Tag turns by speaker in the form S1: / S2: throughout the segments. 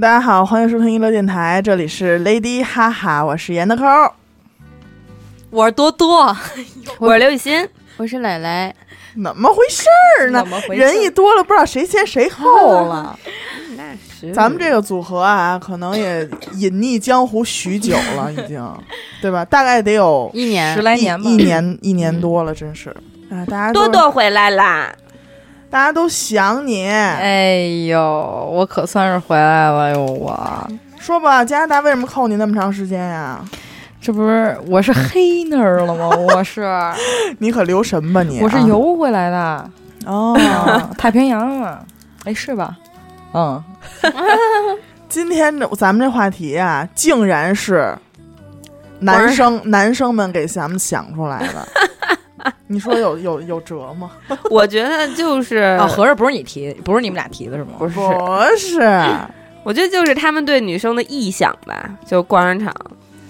S1: 大家好，欢迎收听娱乐电台，这里是 Lady 哈哈，我是严德抠儿。
S2: 我是多多，我是刘雨欣，
S3: 我是奶奶，
S1: 怎么回事儿呢
S2: 怎么？回事
S1: 人一多了，不知道谁先谁后了。
S3: 那是
S1: 咱们这个组合啊，可能也隐匿江湖许久了，已经， 对吧？大概得有
S3: 一年嗯
S2: 十来年吧
S1: 一一年一年多了，真是啊！大家都
S2: 多多回来啦！
S1: 大家都想你。
S3: 哎呦，我可算是回来了哟！我
S1: 说吧，加拿大为什么扣你那么长时间呀？
S3: 这不是我是黑那儿了吗？我是
S1: 你可留神吧你啊！
S3: 我是游回来的，
S1: 哦。
S3: 啊、太平洋了，哎是吧？嗯，
S1: 今天这咱们这话题啊，竟然是男生男生们给咱们想出来的。 你说有有有辙吗？
S2: 我觉得就是，
S3: 啊，合着不是你提，不是你们俩提的是吗？不
S1: 不是，
S2: 我觉得就是他们对女生的臆想吧，就逛商场，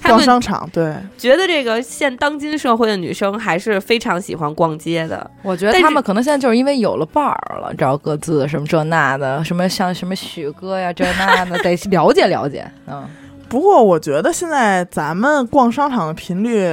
S2: 他
S1: 逛
S2: 们
S1: 商场对，
S2: 觉得这个现当今社会的女生还是非常喜欢逛街的。
S3: 我觉得
S2: 但是
S3: 他们可能现在就是因为有了伴儿了，找各自什么这那的，什么像什么许哥呀这那的，得了解了解。嗯，
S1: 不过我觉得现在咱们逛商场的频率，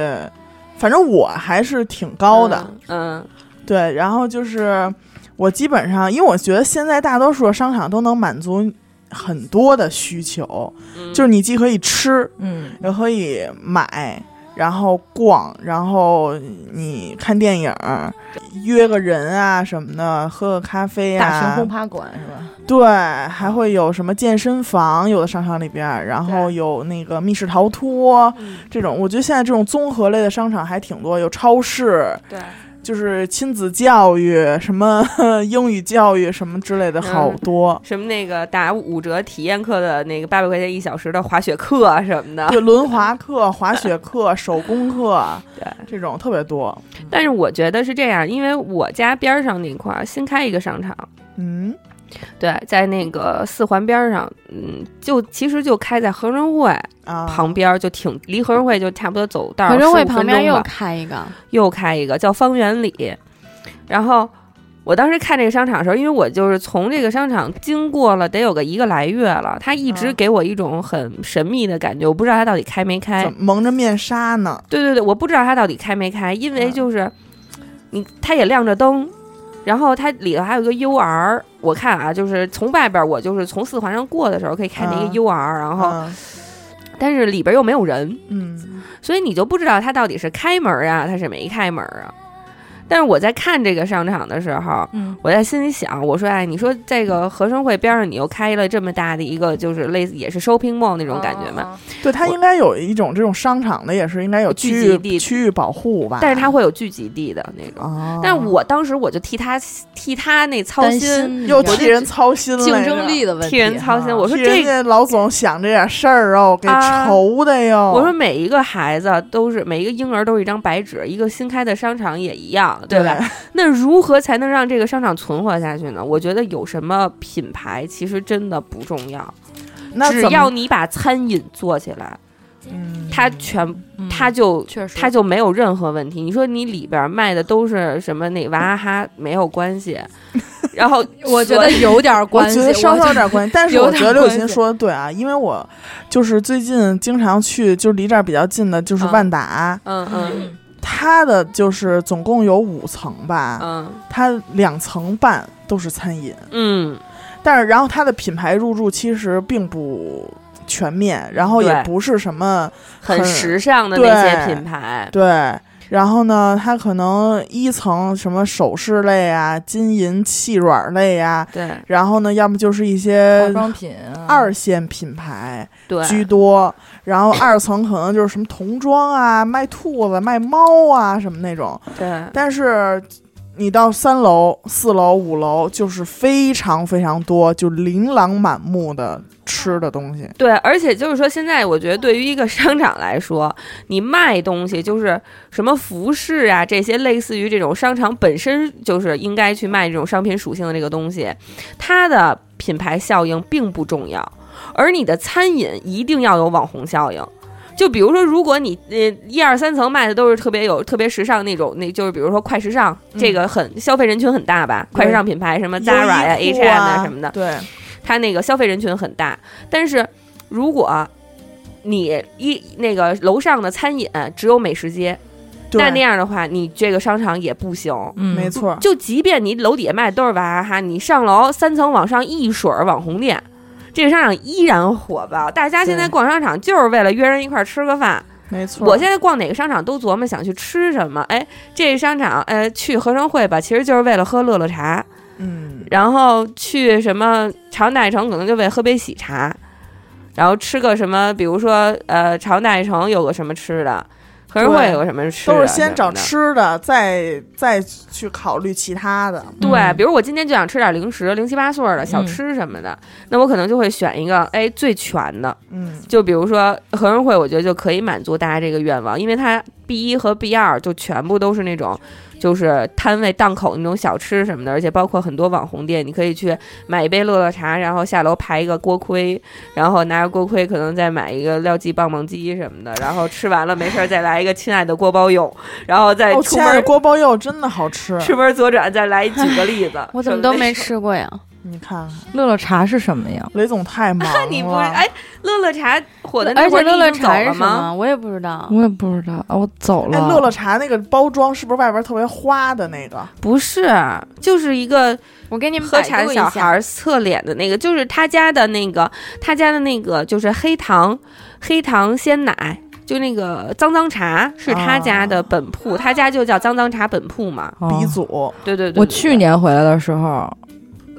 S1: 反正我还是挺高的。
S2: 嗯，嗯，
S1: 对，然后就是我基本上，因为我觉得现在大多数的商场都能满足很多的需求，
S2: 嗯
S1: 就是你既可以吃，
S3: 嗯，
S1: 也可以买，然后逛，然后你看电影儿，约个人啊什么的，喝个咖啡呀、
S3: 大型轰
S1: 啊。
S3: 趴馆是吧？
S1: 对，还会有什么健身房，有的商场里边儿，然后有那个密室逃脱这种。我觉得现在这种综合类的商场还挺多，有超市，
S2: 对，
S1: 就是亲子教育、什么 英语教育什么之类的，好
S2: 嗯
S1: 多。
S2: 什么那个打五折体验课的那个八百块钱一小时的滑雪课啊什么的，
S1: 对，轮滑课、滑雪 课、手工课，
S2: 对，
S1: 这种特别多。
S2: 但是我觉得是这样，因为我家边儿上那块儿新开一个商场，
S1: 嗯，
S2: 对，在那个四环边儿上，嗯，就其实就开在合生汇
S1: 啊，
S2: 旁边儿，就挺离合生汇就差不多走道儿
S4: 合生汇
S2: 15
S4: 旁边
S2: 分钟
S4: 又
S2: 吧
S4: 开一个，，
S2: 又开一个叫方圆里，然后。我当时看这个商场的时候，因为我就是从这个商场经过了得有个一个来月了，它一直
S1: 嗯
S2: 给我一种很神秘的感觉，我不知道它到底开没开
S1: 怎。么蒙着面纱呢？
S2: 对对对，我不知道它到底开没开，因为
S1: 嗯
S2: 就是你它也亮着灯，然后它里头还有一个 UR，我看啊，就是从外边我就是从四环上过的时候可以看见一个
S1: 嗯
S2: UR，、然后
S1: 嗯
S2: 但是里边又没有人，
S1: 嗯，
S2: 所以你就不知道它到底是开门啊，它是没开门啊。但是我在看这个商场的时候，
S3: 嗯，
S2: 我在心里想，我说哎，你说这个合生汇边上你又开了这么大的一个，就是类似也是 shopping mall 那
S3: 这
S2: 种感觉嘛，？
S1: 对，它
S2: 我
S1: 应该有一种这种商场的，也是应该有
S2: 聚
S1: 区
S2: 集地
S1: 域区域保护吧？
S2: 但是它会有聚集地的那种。
S1: 哦，
S2: 但我当时我就替他替他那操
S3: 担
S2: 心，
S3: 心
S1: 又
S3: 我
S1: 替人操心了，
S3: 竞争力的问题，
S2: 替人操心。
S3: 哈
S2: 我说
S1: 替
S2: 这
S1: 人
S2: 个，
S1: 家老总想这点事儿哦，给
S2: 啊
S1: 愁的哟。
S2: 我说每一个孩子都是每一个婴儿都是一张白纸，一个新开的商场也一样，对吧？那如何才能让这个商场存活下去呢？我觉得有什么品牌其实真的不重要，
S1: 那
S2: 只
S1: 怎么
S2: 要你把餐饮做起来，
S1: 嗯
S2: 它全
S3: 嗯
S2: 它就。
S3: 确实，
S2: 它就没有任何问题。你说你里边卖的都是什么那娃哈哈没有关系，然后
S3: 我觉得有点
S1: 我
S3: 关系，
S1: 觉得稍稍有
S3: 我
S1: 点关系，但是
S3: 有
S1: 我
S3: 点
S1: 觉得刘雨
S3: 关
S1: 欣
S3: 系
S1: 说的对啊，因为我就是最近经常去，就离这儿比较近的，就是
S2: 嗯
S1: 万达，
S2: 嗯嗯
S1: 它的就是总共有五层吧，
S2: 嗯
S1: 它两层半都是餐饮，
S2: 嗯，
S1: 但是然后它的品牌入驻其实并不全面，然后也
S2: 对
S1: 不是什么
S2: 很
S1: 很
S2: 时尚的
S1: 对
S2: 那些品牌，
S1: 对。然后呢，它可能一层什么首饰类啊、金银器软类啊，
S2: 对
S1: 然后呢，要么就是一
S3: 化
S1: 些
S3: 妆品啊
S1: 二线品牌
S2: 对
S1: 居多，然后二层可能就是什么童装啊、卖兔子、卖猫啊什么那种。
S2: 对
S1: 但是你到三楼、四楼、五楼，就是非常非常多，就琳琅满目的吃的东西。
S2: 对，而且就是说，现在我觉得对于一个商场来说，你卖东西就是什么服饰啊这些，类似于这种商场本身就是应该去卖这种商品属性的这个东西，它的品牌效应并不重要，而你的餐饮一定要有网红效应。就比如说，如果你呃一二三层卖的都是特别有特别时尚那种，那就是比如说快时
S1: 嗯
S2: 尚，这个很消费人群很大吧，快时尚品牌什么 Zara 呀、
S1: 优衣
S2: H&M
S1: 库
S2: 啊什么的，
S1: 啊对，
S2: 它那个消费人群很大。但是如果你一那个楼上的餐饮只有美食街，
S1: 对
S2: 那那样的话，你这个商场也不行。
S3: 嗯，
S1: 没错，
S2: 就即便你楼底下卖的都是娃哈哈，你上楼三层往上一水儿网红店，这个商场依然火爆。大家现在
S1: 对
S2: 逛商场就是为了约人一块儿吃个饭。
S1: 没错。
S2: 我现在逛哪个商场都琢磨想去吃什么。哎，这个商场，哎，去合生汇吧，其实就是为了喝乐乐茶。
S1: 嗯，
S2: 然后去什么长大一城，可能就为喝杯喜茶，然后吃个什么，比如说呃，长大一城有个什么吃的，合生汇
S1: 对
S2: 有个什么吃的，啊
S1: 都是先找
S2: 什么的。
S1: 吃的，再再去考虑其他的。
S2: 对，
S3: 嗯
S2: 比如我今天就想吃点零食，零七八碎儿的小
S3: 嗯
S2: 吃什么的，那我可能就会选一个哎最全的，
S1: 嗯，
S2: 就比如说合生汇，我觉得就可以满足大家这个愿望，因为它 B 一和 B 二就全部都是那种就是摊位档口那种小吃什么的，而且包括很多网红店，你可以去买一杯乐乐茶，然后下楼排一个锅盔，然后拿着锅盔可能再买一个廖记棒棒鸡什么的，然后吃完了没事儿再来一个亲爱的锅包肉，然后再
S1: 哦，
S2: 出
S1: 亲爱的
S2: 门。
S1: 锅包肉真的好吃，
S2: 出门左转，再来举个例子
S4: 我怎么都 没吃过呀？
S1: 你看看，
S3: 嗯乐乐茶是什么呀？
S1: 雷总太忙了。
S2: 你不是哎，乐乐茶火的那
S4: 而
S2: 会
S4: 且
S2: 儿你
S4: 乐乐
S2: 已经走
S4: 茶是
S2: 了
S4: 什
S2: 吗？
S4: 么？我也不知道。
S3: 我也不知道，啊我走了。
S1: 哎，乐乐茶那个包装是不是外边特别花的那个？
S2: 不是，就是一个
S4: 我给你们
S2: 喝
S4: 百
S2: 茶
S4: 度
S2: 的
S4: 一
S2: 小
S4: 下，
S2: 孩儿侧脸的那个，就是他家的那个，他家的那个就是黑糖黑糖鲜奶，就那个脏脏茶是他家的本铺，他家就叫脏脏茶本铺嘛。
S3: 哦
S1: 鼻祖，
S2: 对对对对对
S3: 我去年回来的时候。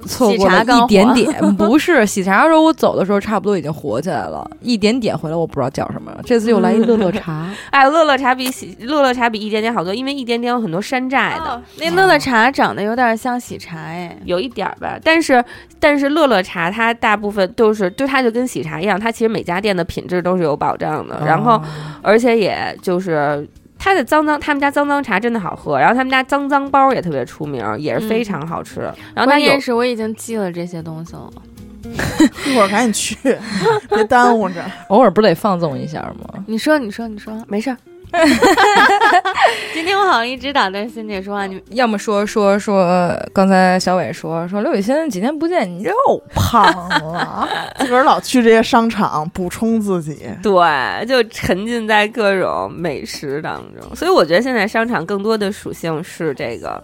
S3: 错过了一点点， 不是喜茶的时候，我走的时候差不多已经火起来了，一点点回来我不知道叫什么了。这次又来一乐乐茶，
S2: 哎，乐乐茶比喜乐乐茶比一点点好多，因为一点点有很多山寨的。
S4: 哦那乐乐茶长得有点像喜茶哎，
S2: 有一点儿吧，但是但是乐乐茶它大部分都是，就它就跟喜茶一样，它其实每家店的品质都是有保障的，然后而且也就是它的脏脏，他们家脏脏茶真的好喝，然后他们家脏脏包也特别出名，也是非常好吃。然后它
S4: 关
S2: 有
S4: 键是我已经记了这些东西了。
S1: 一会儿赶紧去， 别耽误着。
S3: 偶尔不得放纵一下吗？
S4: 你说，你说，你说，
S2: 没事儿，
S4: 今天我好像一直打断欣姐说话，你
S3: 要么说说说，刚才小伟说说刘雨欣几天不见，你又胖了。
S1: 自个儿老去这些商场补充自己，
S2: 对，就沉浸在各种美食当中。所以我觉得现在商场更多的属性是这个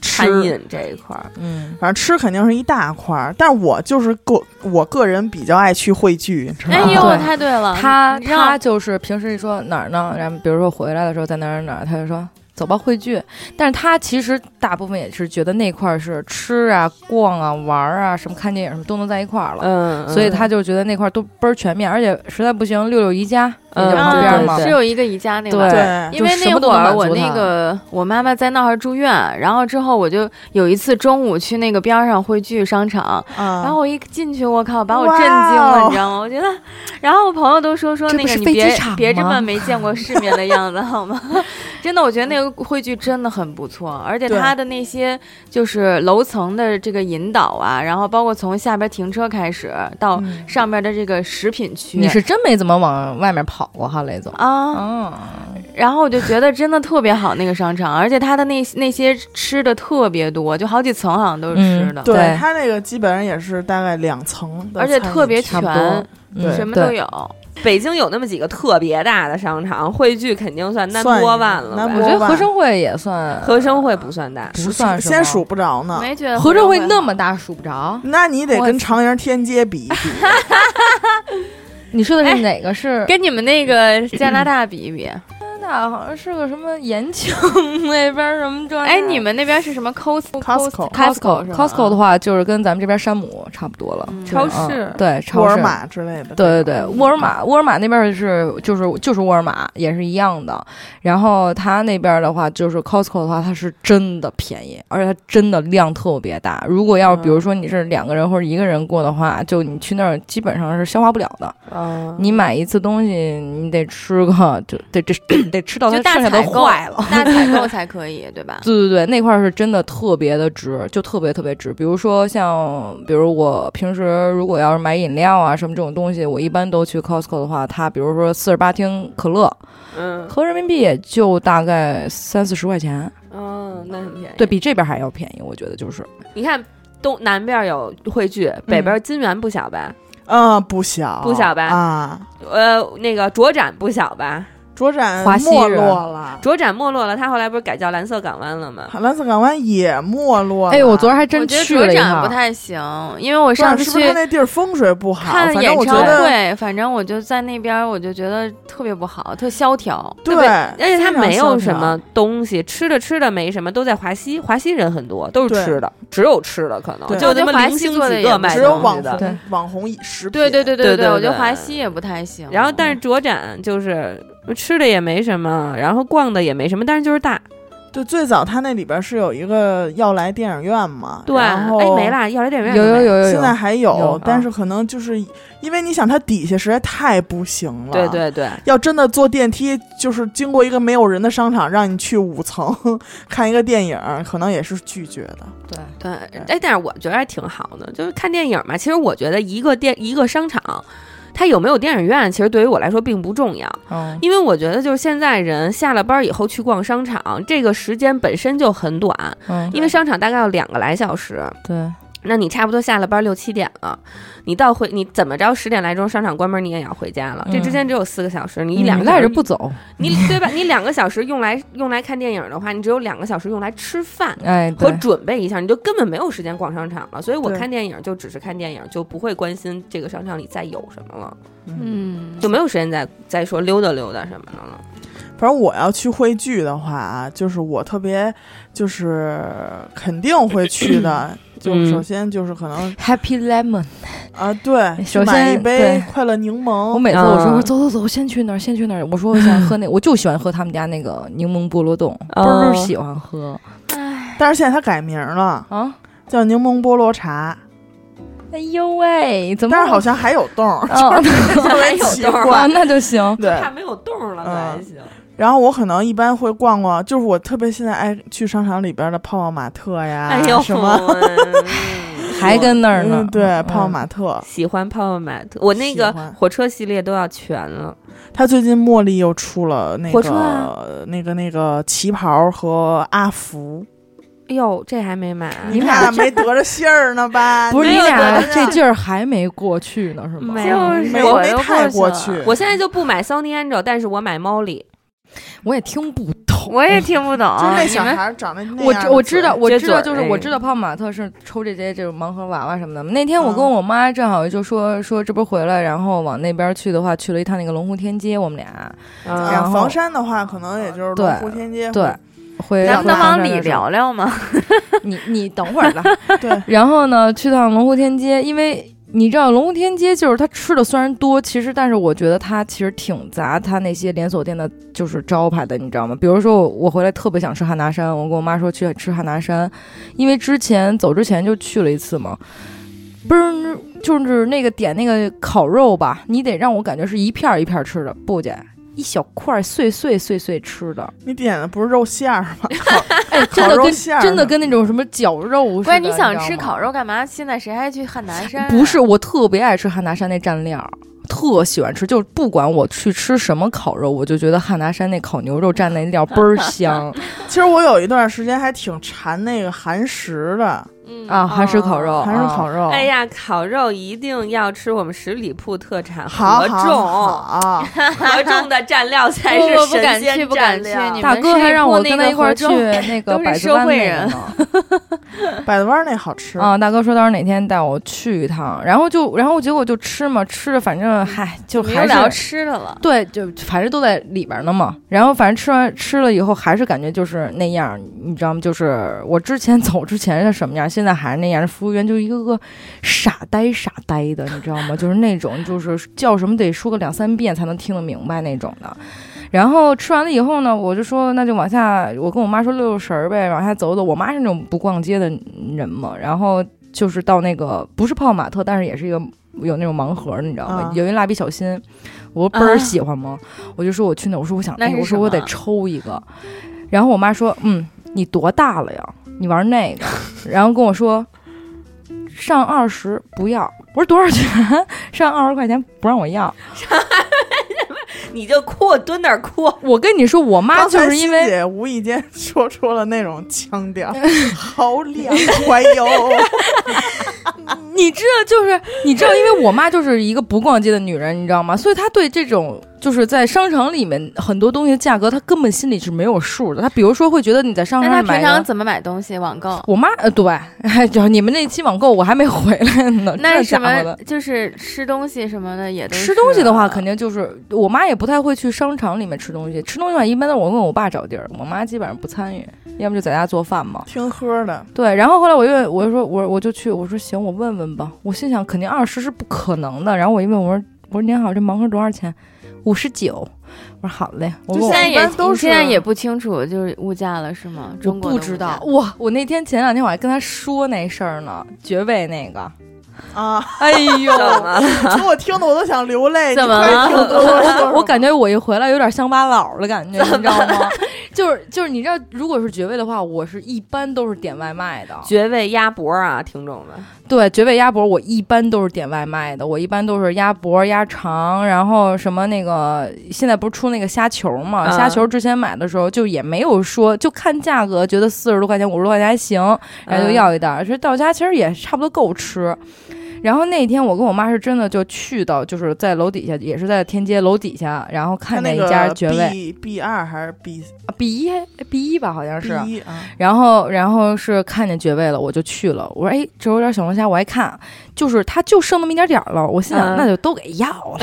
S1: 吃
S2: 餐饮这一块儿。
S3: 嗯，
S1: 反正吃肯定是一大块儿，但是我就是个我个人比较爱去汇聚，你知道
S4: 哎
S1: 吗？
S4: 呦，
S3: 对
S4: 太对了，
S3: 他
S4: 啊你知道
S3: 他就是平时一说哪儿呢，然后比如说回来的时候在哪儿哪儿，他就说走吧汇聚。但是他其实大部分也是觉得那块儿是吃啊、逛啊、玩儿啊、什么看电影什么都能在一块儿了，
S2: 嗯，
S3: 所以他就觉得那块儿都倍儿全面，而且实在不行溜溜宜家也
S2: 嗯
S3: 就旁边嘛
S2: 对对。
S4: 是有一个宜家那个。
S3: 对
S1: 对，
S4: 因为
S3: 就什
S4: 那
S3: 么都
S4: 会
S3: 能满
S4: 儿
S3: 足
S4: 我
S3: 他
S4: 那个我妈妈在那儿住院，然后之后我就有一次中午去那个边上汇聚商场，
S3: 嗯
S1: 啊，
S4: 然后我一进去，我靠，把我
S1: 哇
S4: 震
S1: 哦
S4: 惊了，你知道吗？我觉得，然后我朋友都说说
S3: 这
S4: 那
S3: 不
S4: 个
S3: 是
S4: 你
S3: 飞机
S4: 别
S3: 场
S4: 别这
S3: 吗
S4: 么没见过世面的样子好吗？ 真的，我觉得那个汇聚真的很不错，而且
S1: 对
S4: 它的那些就是楼层的这个引导啊，然后包括从下边停车开始到
S1: 嗯
S4: 上边的这个食品区，
S3: 你是真没怎么往外面跑过哈，雷总。
S4: 啊，
S3: 嗯，
S4: 然后我就觉得真的特别好那个商场，而且它的那那些吃的特别多，就好几层好像都是
S3: 嗯
S4: 吃的，
S1: 对
S3: 对
S1: 他那个基本上也是大概两层的
S4: 而
S1: 餐饮区，
S4: 且特别
S3: 差
S4: 全
S3: 不，多嗯
S4: 什么
S3: 对
S4: 都有。
S2: 北京有那么几个特别大的商场，汇聚肯定算 number
S1: 算一个
S2: one 了
S1: number
S2: 吧？
S3: 我觉得
S1: one
S3: 合生汇也算，
S2: 合生汇不算大，
S3: 不算是吧
S1: 先数不着呢。
S4: 没觉得
S3: 合
S4: 生
S3: 生
S4: 汇
S3: 汇那么大数不着。
S4: 嗯
S1: 那你得
S4: 我
S1: 跟长阳天街比一比，
S3: 你说的
S4: 哎
S3: 是哪个是？
S4: 跟你们那个加拿大比一比，
S3: 加拿大好像是个什么延庆 那边什么专
S4: 哎，你们那边是什么 Cos
S1: Costco
S4: Costco 是
S3: 嗯
S4: 吗
S3: Costco 的话，就是跟咱们这边山姆差不多了，
S4: 嗯
S2: 超市
S3: 嗯对，超
S1: 沃
S3: 市
S1: 尔。玛之类的。
S3: 对对对，沃尔玛，沃尔玛那边是就是就是沃尔玛也是一样的，然后它那边的话就是 Costco 的话，它是真的便宜，而且它真的量特别大。如果要是比如说你是两个人或者一个人过的话，就你去那儿基本上是消化不了的。
S2: 嗯
S3: 你买一次东西，你得吃个就得这得吃 到它
S4: 就大
S3: 剩下
S4: 采
S3: 都
S4: 购
S3: 坏了。
S4: 大采购才可以，对吧？
S3: 对对对，那块儿是真的特别的值，就特别特别值。比如说像，比如我平时如果要是买饮料啊什么这种东西，我一般都去 Costco 的话，它比如说四十八听可乐，
S2: 嗯
S3: 合人民币也就大概三四十块钱，
S2: 嗯，那很便宜。
S3: 对比这边还要便宜，我觉得就是。
S2: 你看东南边有汇聚，北边金源不小吧？
S1: 嗯，不小
S2: 不小吧
S1: 啊，
S2: 呃，那个卓展不小吧？
S1: 卓展
S3: 华西
S1: 没
S3: 是
S1: 落了，
S2: 卓展没落了，他后来不是改叫蓝色港湾了吗？
S1: 蓝色港湾也没落了。
S3: 哎，我昨儿还
S4: 我
S3: 真
S4: 觉得
S3: 去
S4: 卓
S3: 了一
S4: 展
S3: 趟，
S4: 不太行，因为我
S1: 不知道
S4: 上次
S1: 是不是
S4: 去
S1: 他那地儿风水不好？
S4: 看
S1: 反正
S4: 演
S1: 我觉
S4: 唱
S1: 得
S4: 会，反正我就在那边儿，我就觉得特别不好，特萧条。
S1: 对，
S2: 而且他
S1: 非常
S2: 没有
S1: 萧
S2: 什
S1: 条
S2: 么东西，吃的吃的没什么，都在华西，华西人很多，都
S1: 对
S2: 是吃的，只有吃的可能
S1: 对
S2: 就那么
S4: 我觉得华
S2: 零
S4: 西
S2: 星
S4: 做的
S2: 几
S4: 也
S2: 个
S4: 不
S2: 卖
S1: 只有
S2: 东
S1: 网
S2: 西的。
S1: 红网红食品。
S4: 对对对
S2: 对
S4: 对，
S2: 对
S4: 我觉得
S2: 对
S4: 华西也不太行。嗯
S2: 然后，但是卓展就是吃的也没什么，然后逛的也没什么，但是就是大，
S1: 对，最早他那里边是有一个要来电影院嘛，
S2: 对，
S1: 然后
S2: 哎没。啦，要来电影院
S3: 有
S2: 都
S3: 有
S2: 没
S3: 有有
S1: 现在
S3: 有，
S1: 还有，
S3: 有
S1: 但
S3: 啊
S1: 是可能就是因为你想，它底下实在太不行了。
S2: 对，对对，
S1: 要真的坐电梯，就是经过一个没有人的商场，让你去五层 看一个电影，可能也是拒绝的。
S3: 对，
S2: 对，
S1: 对
S2: 哎，但是我觉得还挺好的，就是看电影嘛。其实我觉得一个电一个商场，它有没有电影院，其实对于我来说并不重要，
S3: 嗯，
S2: 因为我觉得就是现在人下了班以后去逛商场，这个时间本身就很短，
S3: 嗯，
S2: 因为商场大概要两个来小时，
S3: 对，
S2: 那你差不多下了班六七点了，你到回你怎么着十点来钟商场关门你也要回家了，这之间只有四个小时，你一两
S3: 你
S2: 个
S3: 赖
S2: 小
S3: 着
S2: 时
S3: 嗯不走，
S2: 你对吧？你两个小时用来用来看电影的话，你只有两个小时用来吃饭。
S3: 哎，
S2: 和
S3: 对，
S2: 准备一下，你就根本没有时间逛商场了。所以我
S1: 对
S2: 看电影就只是看电影，就不会关心这个商场里再有什么了，
S4: 嗯，
S2: 就没有时间再再说溜达溜达什么的了。
S1: 反正我要去汇聚的话啊，就是我特别就是肯定会去的。 就是
S3: 嗯
S1: 首先就是可能
S3: Happy Lemon，
S1: 啊，对，
S3: 首
S1: 买一
S3: 先
S1: 杯
S3: 对
S1: 快乐柠
S3: 我
S1: 檬，
S3: 每次我说
S2: 嗯
S3: 我走走走，先去哪儿，先去哪儿，我说我想喝那，我就喜欢喝他们家那个柠檬菠萝冻，倍儿
S2: 哦
S3: 喜欢喝
S1: 但是现在它改名了，
S3: 啊。
S1: 叫柠檬菠萝茶，
S3: 哎呦喂，怎么？
S1: 但是好像还有洞 儿，
S3: 哦，
S1: 特别奇
S3: 啊，
S1: 怪。
S3: 那就 行。
S1: 对，
S2: 没有动了
S1: 那还
S2: 行。
S1: 然后我可能一般会逛逛，就是我特别现在爱去商场里边的泡泡玛特呀，
S2: 哎呦，
S1: 什么，
S3: 还跟那儿呢
S1: 嗯，，对，泡泡
S3: 嗯
S1: 玛特，
S2: 喜欢泡泡玛特，我那
S1: 喜
S2: 个
S1: 欢
S2: 火车系列都要全了。
S1: 它最近茉莉又出了那
S2: 火车
S1: 个
S2: 啊
S1: 那个那个旗袍和阿福，
S2: 哎呦，这还没买，
S1: 你俩没得着信儿呢吧？
S3: 不是你
S1: 没有
S3: 俩
S1: 得着
S3: 这劲儿还没过去呢，是吗？
S2: 没有
S4: 就
S1: 没
S4: 是
S1: 有
S4: 我
S1: 没
S4: 又
S1: 太过
S4: 过
S1: 去
S4: 了，
S2: 我现在就不买 Sony Angel，但是我买 Molly。
S3: 我也听不懂。哎
S4: 我也听不懂
S1: 就是。那
S4: 你
S1: 小
S4: 们
S1: 孩儿长得那
S3: 我
S1: 样
S3: 知
S1: 的
S3: 我
S1: 啊嘴哎
S2: 撅
S3: 知道，我知道，
S2: 嘴
S3: 就
S2: 儿
S3: 是
S2: 那
S3: 我
S2: 个
S3: 知道泡泡玛特是抽这些这种盲盒娃娃什么的。那天我
S1: 嗯
S3: 跟我妈正好就说说这不是回来，然后往那边去的话，去了一趟那个龙湖天街，我们俩
S1: 啊
S3: 然
S2: 嗯，
S3: 后
S1: 房山的话，可能也就是
S3: 对
S1: 龙湖天街
S3: 对回
S4: 咱们能
S3: 到
S4: 往
S3: 那
S4: 里
S3: 儿的时候
S4: 聊聊吗？
S3: 你你等会儿 吧。
S1: 对，
S3: 然后呢，去趟龙湖天街，因为你知道龙湖天街就是它吃的虽然多，其实但是我觉得它其实挺砸它那些连锁店的，就是招牌的，你知道吗？比如说我我回来特别想吃汉拿山，我跟我妈说去吃汉拿山，因为之前走之前就去了一次嘛。不是，就是那个点那个烤肉吧，你得让我感觉是一片儿一片儿吃的，不姐，一小块儿碎碎碎碎吃 的，
S1: 你点的不是肉馅儿吗？
S3: 哎，真的
S1: 烤肉
S3: 跟
S1: 馅儿
S3: 真的
S1: 呢
S3: 跟那种什么绞肉似的。
S4: 不是你想
S3: 知道
S4: 吃
S3: 吗
S4: 烤肉干嘛？现在谁还去汉拿山啊？
S3: 不是，我特别爱吃汉拿山那蘸料，特喜欢吃。就是不管我去吃什么烤肉，我就觉得汉拿山那烤牛肉蘸那料倍儿 香
S1: 其实我有一段时间还挺馋那个韩食的，
S2: 嗯
S3: 啊！韩式烤。
S2: 哦
S3: 肉，
S1: 韩式烤
S3: 肉，
S1: 肉。
S2: 哎，呀，烤肉一定要吃我们十里铺特产
S1: 好
S2: 合
S1: 好
S2: 众，
S1: 好，
S2: 合众的蘸料才
S4: 不
S2: 是
S4: 不不敢
S2: 神仙
S4: 去不
S2: 蘸
S4: 敢去
S2: 料
S4: 你。
S3: 大
S4: 们
S3: 哥
S4: 是
S3: 还
S4: 一
S3: 让
S4: 波
S3: 我
S4: 那
S3: 跟他
S4: 个
S3: 一块儿
S4: 合
S3: 去
S4: 众
S3: 那个
S4: 都是
S3: 百子
S4: 社
S3: 湾
S4: 会
S3: 那个
S4: 人
S3: 呢。
S1: 百子湾那好吃，
S3: 啊，大哥说到时候哪天带我去一趟，然后就然后结果就吃嘛，吃的反正嗨，就
S4: 嗯你们又
S3: 还
S4: 聊
S3: 是。
S4: 吃的了。
S3: 对，就反正都在里边呢嘛。然后反正吃完吃了以后，还是感觉就是那样，你知道吗？就是我之前走之前是什么样，现在还是那样。服务员就一个个傻呆傻呆的，你知道吗？ 就是那种就是叫什么得说个两三遍才能听得明白那种的。然后吃完了以后呢，我就说那就往下，我跟我妈说溜溜神儿呗，往下走走。我妈是那种不逛街的人嘛，然后就是到那个不是泡泡玛特，但是也是一个有那种盲盒儿，你知道吗？
S1: 啊
S3: 有一蜡笔小新，我倍儿喜欢嘛，我就说我去哪儿，我说我想，
S4: 那
S3: 哎
S4: 是
S3: 我
S4: 什
S3: 说我得
S4: 么
S3: 抽一个，然后我妈说，嗯，你多大了呀？你玩那个， 然后跟我说上二十不要，我说多少钱？上二十块钱不让我要，
S2: 你就扩蹲那儿扩，
S3: 我跟你说，我妈
S1: 刚
S3: 就
S1: 才
S3: 是因
S1: 欣
S3: 为
S1: 姐无意间 说出了那种腔调，好凉哎快哟！
S3: 你知道，就是你知道，因为我妈就是一个不逛街的女人，你知道吗？所以她对这种就是在商场里面很多东西的价格，她根本心里是没有数的。她比如说会觉得你在商
S4: 那
S3: 场
S4: 他
S3: 上买
S4: 平
S3: 的
S4: 常怎么买东西？网购？
S3: 我妈呃对， 哎，就是你们那期网购我还没回来呢，
S4: 那
S3: 这
S4: 什
S3: 家伙
S4: 么啊
S3: 的。
S4: 就是吃东西什么的也都
S3: 吃东西的话，肯
S4: 定
S3: 定就是我妈也不太会去商场里面吃东西。吃东西的话，一般都是我跟我爸找地儿，我妈基本上不参与，要么就在家做饭嘛。
S1: 听喝的，
S3: 对，然后后来我又我就说我我就去，我说行，我问问吧。我心想肯定二十是不可能的。然后我一问，我说我说您好，这盲盒多少钱？五十九。我说好嘞，我
S1: 就
S3: 问我
S4: 现在
S1: 一
S4: 也
S1: 般都
S4: 你现在
S1: 是
S4: 也不清楚就是物价了是吗？
S3: 我
S4: 中国
S3: 不
S4: 的物
S3: 知
S4: 价
S3: 道，哇！我那天前两天我还跟他说那事儿呢，爵位那个，
S1: 啊，
S3: 哎 呦，
S2: 怎么了？
S1: 我听的我都想流泪。
S4: 怎
S1: 你
S4: 么
S1: 快
S4: 了
S1: 听歌
S3: 我我感觉我一回来有点乡巴佬的感觉，你知道吗？ 就是就是，你知道，如果是爵位的话，我是一般都是点外卖的。
S2: 绝味鸭脖啊，听众们，
S3: 对，绝味鸭脖我一般都是点外卖的，我一般都是鸭脖、鸭肠，然后什么那个现在不是出那个虾球嘛？
S2: 嗯
S3: 虾球之前买的时候就也没有说，就看价格，觉得四十多块钱、五十多块钱还行，然后就
S2: 嗯
S3: 哎要一袋儿。其实到家其实也差不多够吃。然后那天我跟我妈是真的就去到，就是在楼底下，也是在天街楼底下，然后看
S1: 那
S3: 见一
S1: 个
S3: 家爵位，
S1: B B 二还是 B
S3: 啊 B 一 B 一吧，好像
S1: B
S3: 是。
S1: 一啊？
S3: 然后，然后是看见爵位了，我就去了。我说，哎，这有点小龙虾，我还看，就是它就剩那么一点点儿了。我心
S2: 嗯
S3: 想，那就都给要了。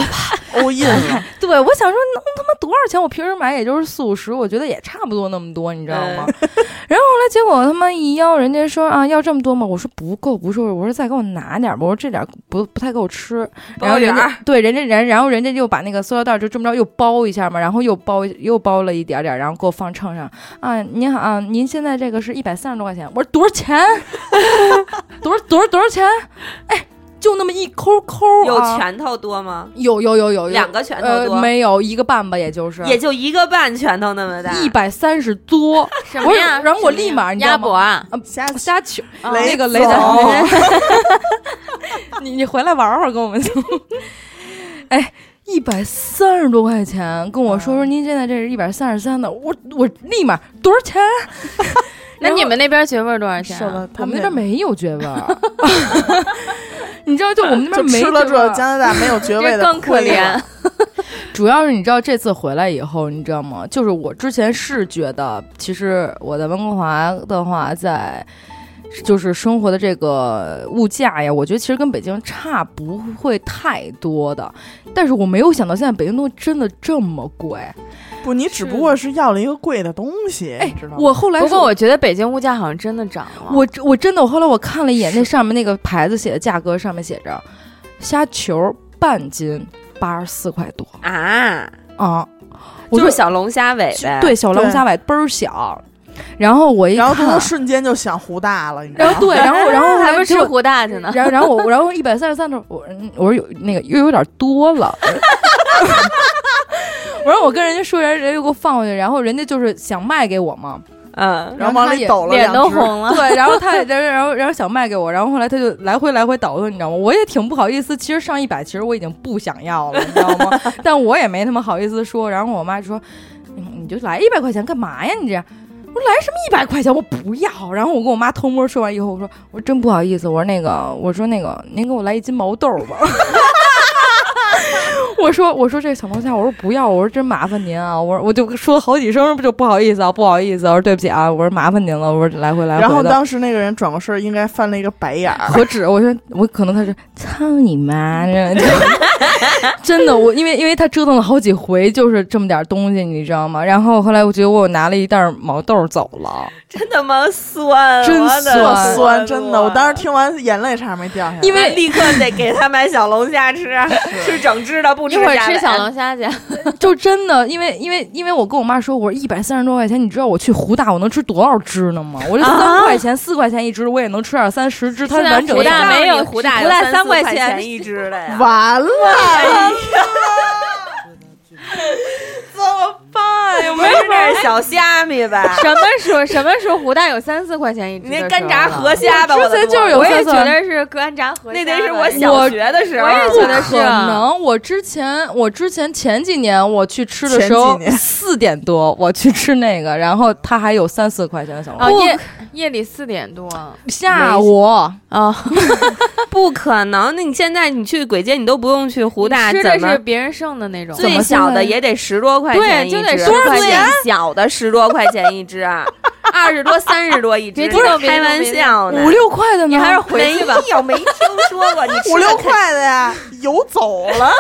S1: 欧哦印了，
S3: 对，我想说，能他妈多少钱？我平时买也就是四五十，我觉得也差不多那么多，你知道吗？
S2: 嗯
S3: 然后后来结果他妈一要，人家说啊，要这么多吗？我说不够，不是，我说再给我拿点儿吧。我说这点儿不不太够吃。然后
S2: 包点
S3: 人
S2: 儿
S3: 家对人家人，然后人家就把那个塑料袋儿就这么着又包一下嘛，然后又包又包了一点点儿，然后给我放秤上啊，您好啊，您现在这个是一百三十多块钱，我说 多少钱？多少多少多少钱？哎，就那么一抠抠、啊，
S2: 有拳头多吗？
S3: 有有有有有
S2: 两个拳头
S3: 呃
S2: 多，
S3: 没有一个半吧，也就是
S2: 也就一个半拳头那么大，
S3: 一百三十多，
S4: 什
S3: 我
S4: 么呀？
S3: 然后我
S4: 什么呀
S3: 立马你知道
S4: 鸭
S3: 吗
S4: 脖啊，
S1: 瞎
S3: 瞎取
S4: 哦
S3: 那个雷
S1: 总
S3: 仔， 你你回来玩会儿跟我们就， 哎。一百三十多块钱，跟我
S1: 嗯
S3: 说说您现在这是一百三十三的，我我立马多少钱？
S4: 那
S3: 然后
S4: 你们那边爵位多少钱
S1: 受
S4: 啊？
S1: 了，
S3: 我
S1: 他
S3: 们
S1: 们
S3: 那边
S1: 没
S3: 没有爵 位儿， 你知道，就我们那
S1: 就
S3: 边没
S1: 吃了
S3: 爵位儿
S1: 这加拿大没有爵位
S4: 这
S1: 的
S4: 更可
S1: 亏
S4: 怜
S1: 了。。
S3: 主要是你知道这次回来以后，你知道吗？就是我之前是觉得，其实我在温哥华的话，在就是生活的这个物价呀，我觉得其实跟北京差不会太多的。但是我没有想到现在北京东西真的这么贵。
S1: 不，你只不过是要了一个贵的东西，
S3: 哎
S1: 你知道吗？
S3: 我后来
S4: 嗯不
S3: 是
S4: 过我觉得北京物价好像真的涨了。
S3: 我我真的我后来我看了一眼那上面那个牌子写的价格，上面写着虾球半斤八十四块多
S2: 啊，
S3: 啊。我
S2: 就是
S3: 说
S2: 小龙虾尾呗，
S3: 对，小龙
S1: 对
S3: 虾尾倍儿小。然后我一
S1: 然后他
S3: 看
S1: 们，瞬间就想胡大了，你知道
S3: 然
S1: 吗
S3: 后？对，然后然后
S4: 还
S3: 后来
S4: 不是
S3: 结
S4: 吃
S3: 果，
S4: 胡大去呢。
S3: 然后然后我然后一百三十三的时候，我嗯我说有那个又有点多了。 我说我跟人家说，人家又给我放回去，然后人家就是想卖给我嘛，
S2: 嗯，
S1: 然后往
S3: 他
S1: 里
S3: 也
S1: 抖了
S4: 脸
S1: 两
S4: 都
S1: 只
S4: 红了。
S3: 对，然后他也然后然后然后想卖给我，然后后来他就来回来回倒腾，你知道吗？我也挺不好意思，其实上一百其实我已经不想要了，你知道吗？ 但我也没他妈好意思说。然后我妈就说：“嗯你就来一百块钱干嘛呀？你这样。”我说来什么一百块钱，我不要。然后我跟我妈偷摸说完以后，我说我说真不好意思，我说那个，我说那个，您给我来一斤毛豆吧。 我说我说这小龙虾，我说不要，我说真麻烦您啊，我说我就说了好几声，不就不好意思啊，不好意思啊，我说对不起啊，我说麻烦您了，我说来回来回
S1: 然
S3: 的。
S1: 后当时那个人转过身，应该翻了一个白眼儿。
S3: 何止？我说我可能他是操你妈！ 真的，我因为因为他折腾了好几回，就是这么点东西，你知道吗？然后后来我觉得我拿了一袋毛豆走了，
S2: 真他妈酸，
S3: 真
S2: 我的
S3: 酸
S2: 妈
S1: 酸，真的，我当时听完眼泪差点没掉下来。
S3: 因为
S2: 立刻得给他买小龙虾吃，吃整只的，不
S4: 一
S2: 吃
S4: 会儿
S2: 虾
S4: 吃
S2: 尾
S4: 小龙虾去，
S3: 就真的因为因为因为我跟我妈说，我一百三十多块钱，你知道我去胡大我能吃多少只呢吗？我这
S4: 啊
S3: 三块钱、四块钱一只，我也能吃二三十只，它
S4: 现在
S3: 完整
S4: 胡
S3: 的
S4: 大
S3: 大。
S4: 没有
S2: 胡大
S4: 胡大
S2: 有
S4: 三
S2: 四
S4: 块
S2: 块
S4: 钱
S2: 一只的呀，
S1: 完了，
S2: 怎么办呀？不是那是小虾米 吧？
S4: 什么时候什么时候胡大有三四块钱一只？
S2: 那干炸河虾吧，
S3: 我
S2: 我的
S3: 之前
S2: 妈
S3: 就是有
S4: 我也
S3: 色
S4: 觉
S3: 色
S4: 得是干炸河虾吧，
S2: 那得是我
S4: 应该
S2: 小学的时候，
S4: 我也觉 得
S3: 不
S4: 是啊
S3: 可能，我之前我之前前几年我去吃的时候
S1: 前几年
S3: 四点多我去吃那个，然后它还有三四块钱的小
S4: 啊
S3: 笼包。
S4: 夜夜里四点多
S3: 下午
S4: 啊，
S2: 不可能。那你现在你去鬼街，你都不用去湖大，
S4: 吃
S2: 怎
S4: 的
S2: 么
S4: 是？别人剩的那种，
S3: 怎
S2: 最
S3: 么
S2: 小的
S3: 现在
S2: 也得十多块钱一
S4: 对
S2: 只，
S4: 就得
S2: 多
S4: 10块钱
S2: 小的十多块钱一只 啊，二十多、三 十多一只，
S4: 别
S2: 不
S4: 激
S2: 是
S4: 动别
S2: 开
S4: 激动
S2: 玩
S4: 别激动
S2: 笑呢。
S3: 五六块的呢，
S2: 你还是回去吧，有没听说 过？你吃
S1: 五六
S2: 的肯
S1: 块的呀，游走了。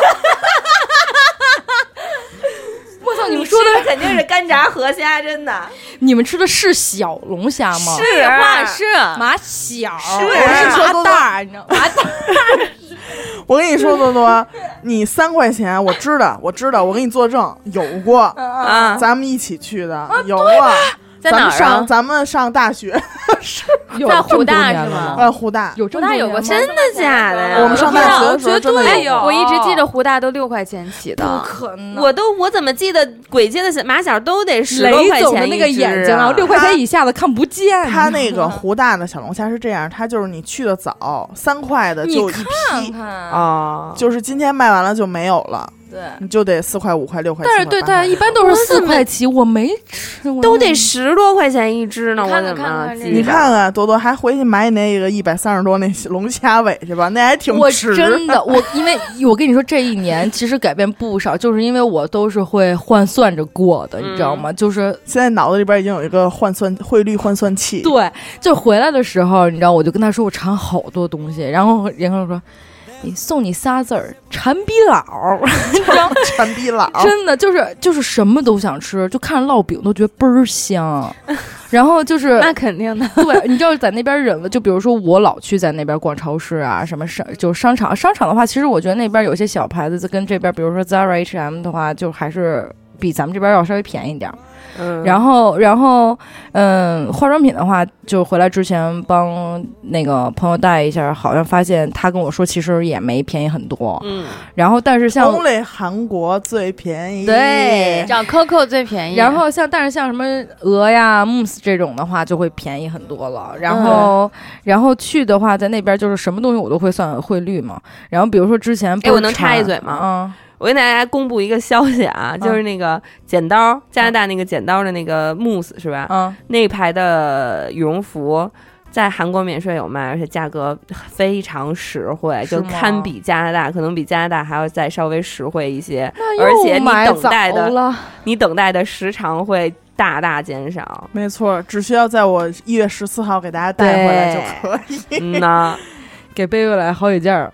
S3: 我操！你
S2: 你
S3: 们说的
S2: 吃肯定是干炸河虾，真的
S3: 你们吃的是小龙虾吗？
S2: 是啊
S4: 话是啊
S3: 麻小，
S1: 是
S3: 我
S1: 是
S3: 麻大，你知道吗？麻大
S1: 我跟你说，多多，你三块钱，我知道，我知道，我给你作证，有过，
S2: 啊。
S1: 咱们一起去的，有过。
S4: 在
S1: 咱
S4: 哪
S1: 们
S4: 儿啊
S1: 上？咱们上大学，
S3: 有
S4: 在
S3: 这么
S4: 湖
S3: 多
S4: 大
S3: 年
S4: 是
S3: 了
S4: 吗
S1: 呃，湖大
S3: 有这
S4: 湖
S3: 么
S4: 大
S3: 多
S4: 有过
S3: 年
S4: 真
S3: 吗
S4: 的假的呀？
S1: 我们上大学的时候真的
S3: 哎
S1: 有
S3: 呦
S4: 我一直记得胡大都六块钱起
S3: 不
S4: 的，
S3: 可能！
S2: 我都我怎么记得鬼街的马小都得十多块
S3: 雷总的
S2: 钱
S3: 那个
S2: 一只
S3: 眼睛
S2: 啊
S3: 啊，六块钱以下的看不见。啊
S1: 它那个湖大的小龙虾是这样，它就是你去的早，三块的就一
S3: 看
S1: 批，
S3: 看啊，
S2: 啊，
S1: 就是今天卖完了就没有了，
S3: 对。
S1: 你就得四块、五块、六块。
S3: 但是对，
S1: 7块8
S3: 但
S1: 块
S3: 一般都是
S2: 我
S3: 四
S2: 怎么
S3: 块起，我没吃过，
S2: 都得十多块钱一只呢。
S4: 看看
S2: 我怎么
S4: 看看
S2: 记
S4: 这
S2: 得
S4: 个
S1: 你
S3: 嗯
S1: 看看多多还回去买你那个一百三十多那龙虾尾去吧，那还挺
S3: 我
S1: 值。
S3: 真的，我因为我跟你说，这一年其实改变不少，就是因为我都是会换算着过的，你知道吗？就是
S1: 现在脑子里边已经有一个换算汇率换算器，
S3: 对，就回来的时候，你知道，我就跟他说我馋好多东西，然后人家说。你送你仨字儿，馋逼老儿，
S1: 馋逼佬。
S3: 真的就是就是什么都想吃，就看着烙饼都觉得倍儿香，然后就是
S4: 那肯定的。
S3: 对，你知道在那边忍了，就比如说我老去在那边逛超市啊，什么商就是商场，商场的话，其实我觉得那边有些小牌子跟这边，比如说 Zara、H&M 的话，就还是比咱们这边要稍微便宜一点儿。
S2: 嗯
S3: 然后，然后，嗯，化妆品的话，就回来之前帮那个朋友带一下，好像发现他跟我说，其实也没便宜很多。
S2: 嗯，
S3: 然后，但是像
S1: Only 韩国最便宜，
S3: 对
S4: 找 Coco 最
S2: 哎
S4: 便宜，
S3: 然后像，但是像什么鹅呀、mousse 这种的话，就会便宜很多了。然
S2: 嗯
S3: 后，然后去的话，在那边就是什么东西我都会算汇率嘛。然后比如说之前不是
S2: 哎我能
S3: 查
S2: 插一嘴吗
S3: 嗯，
S2: 我给大家公布一个消息啊，就是那个剪刀，加拿大那个剪刀的那个 Moose 是吧？
S3: 嗯，
S2: 那一排的羽绒服。在韩国免税有卖，而且价格非常实惠，
S3: 是
S2: 就
S3: 吗
S2: 堪比加拿大，可能比加拿大还要再稍微实惠一些。
S3: 那
S2: 而且
S3: 又
S2: 你
S3: 买
S2: 等
S3: 早
S2: 待的
S3: 了，
S2: 你等待的时长会大大减少。
S1: 没错，只需要在我一月十四号给大家带回来就可以。
S2: 嗯呐，
S3: 给贝贝来好几件儿。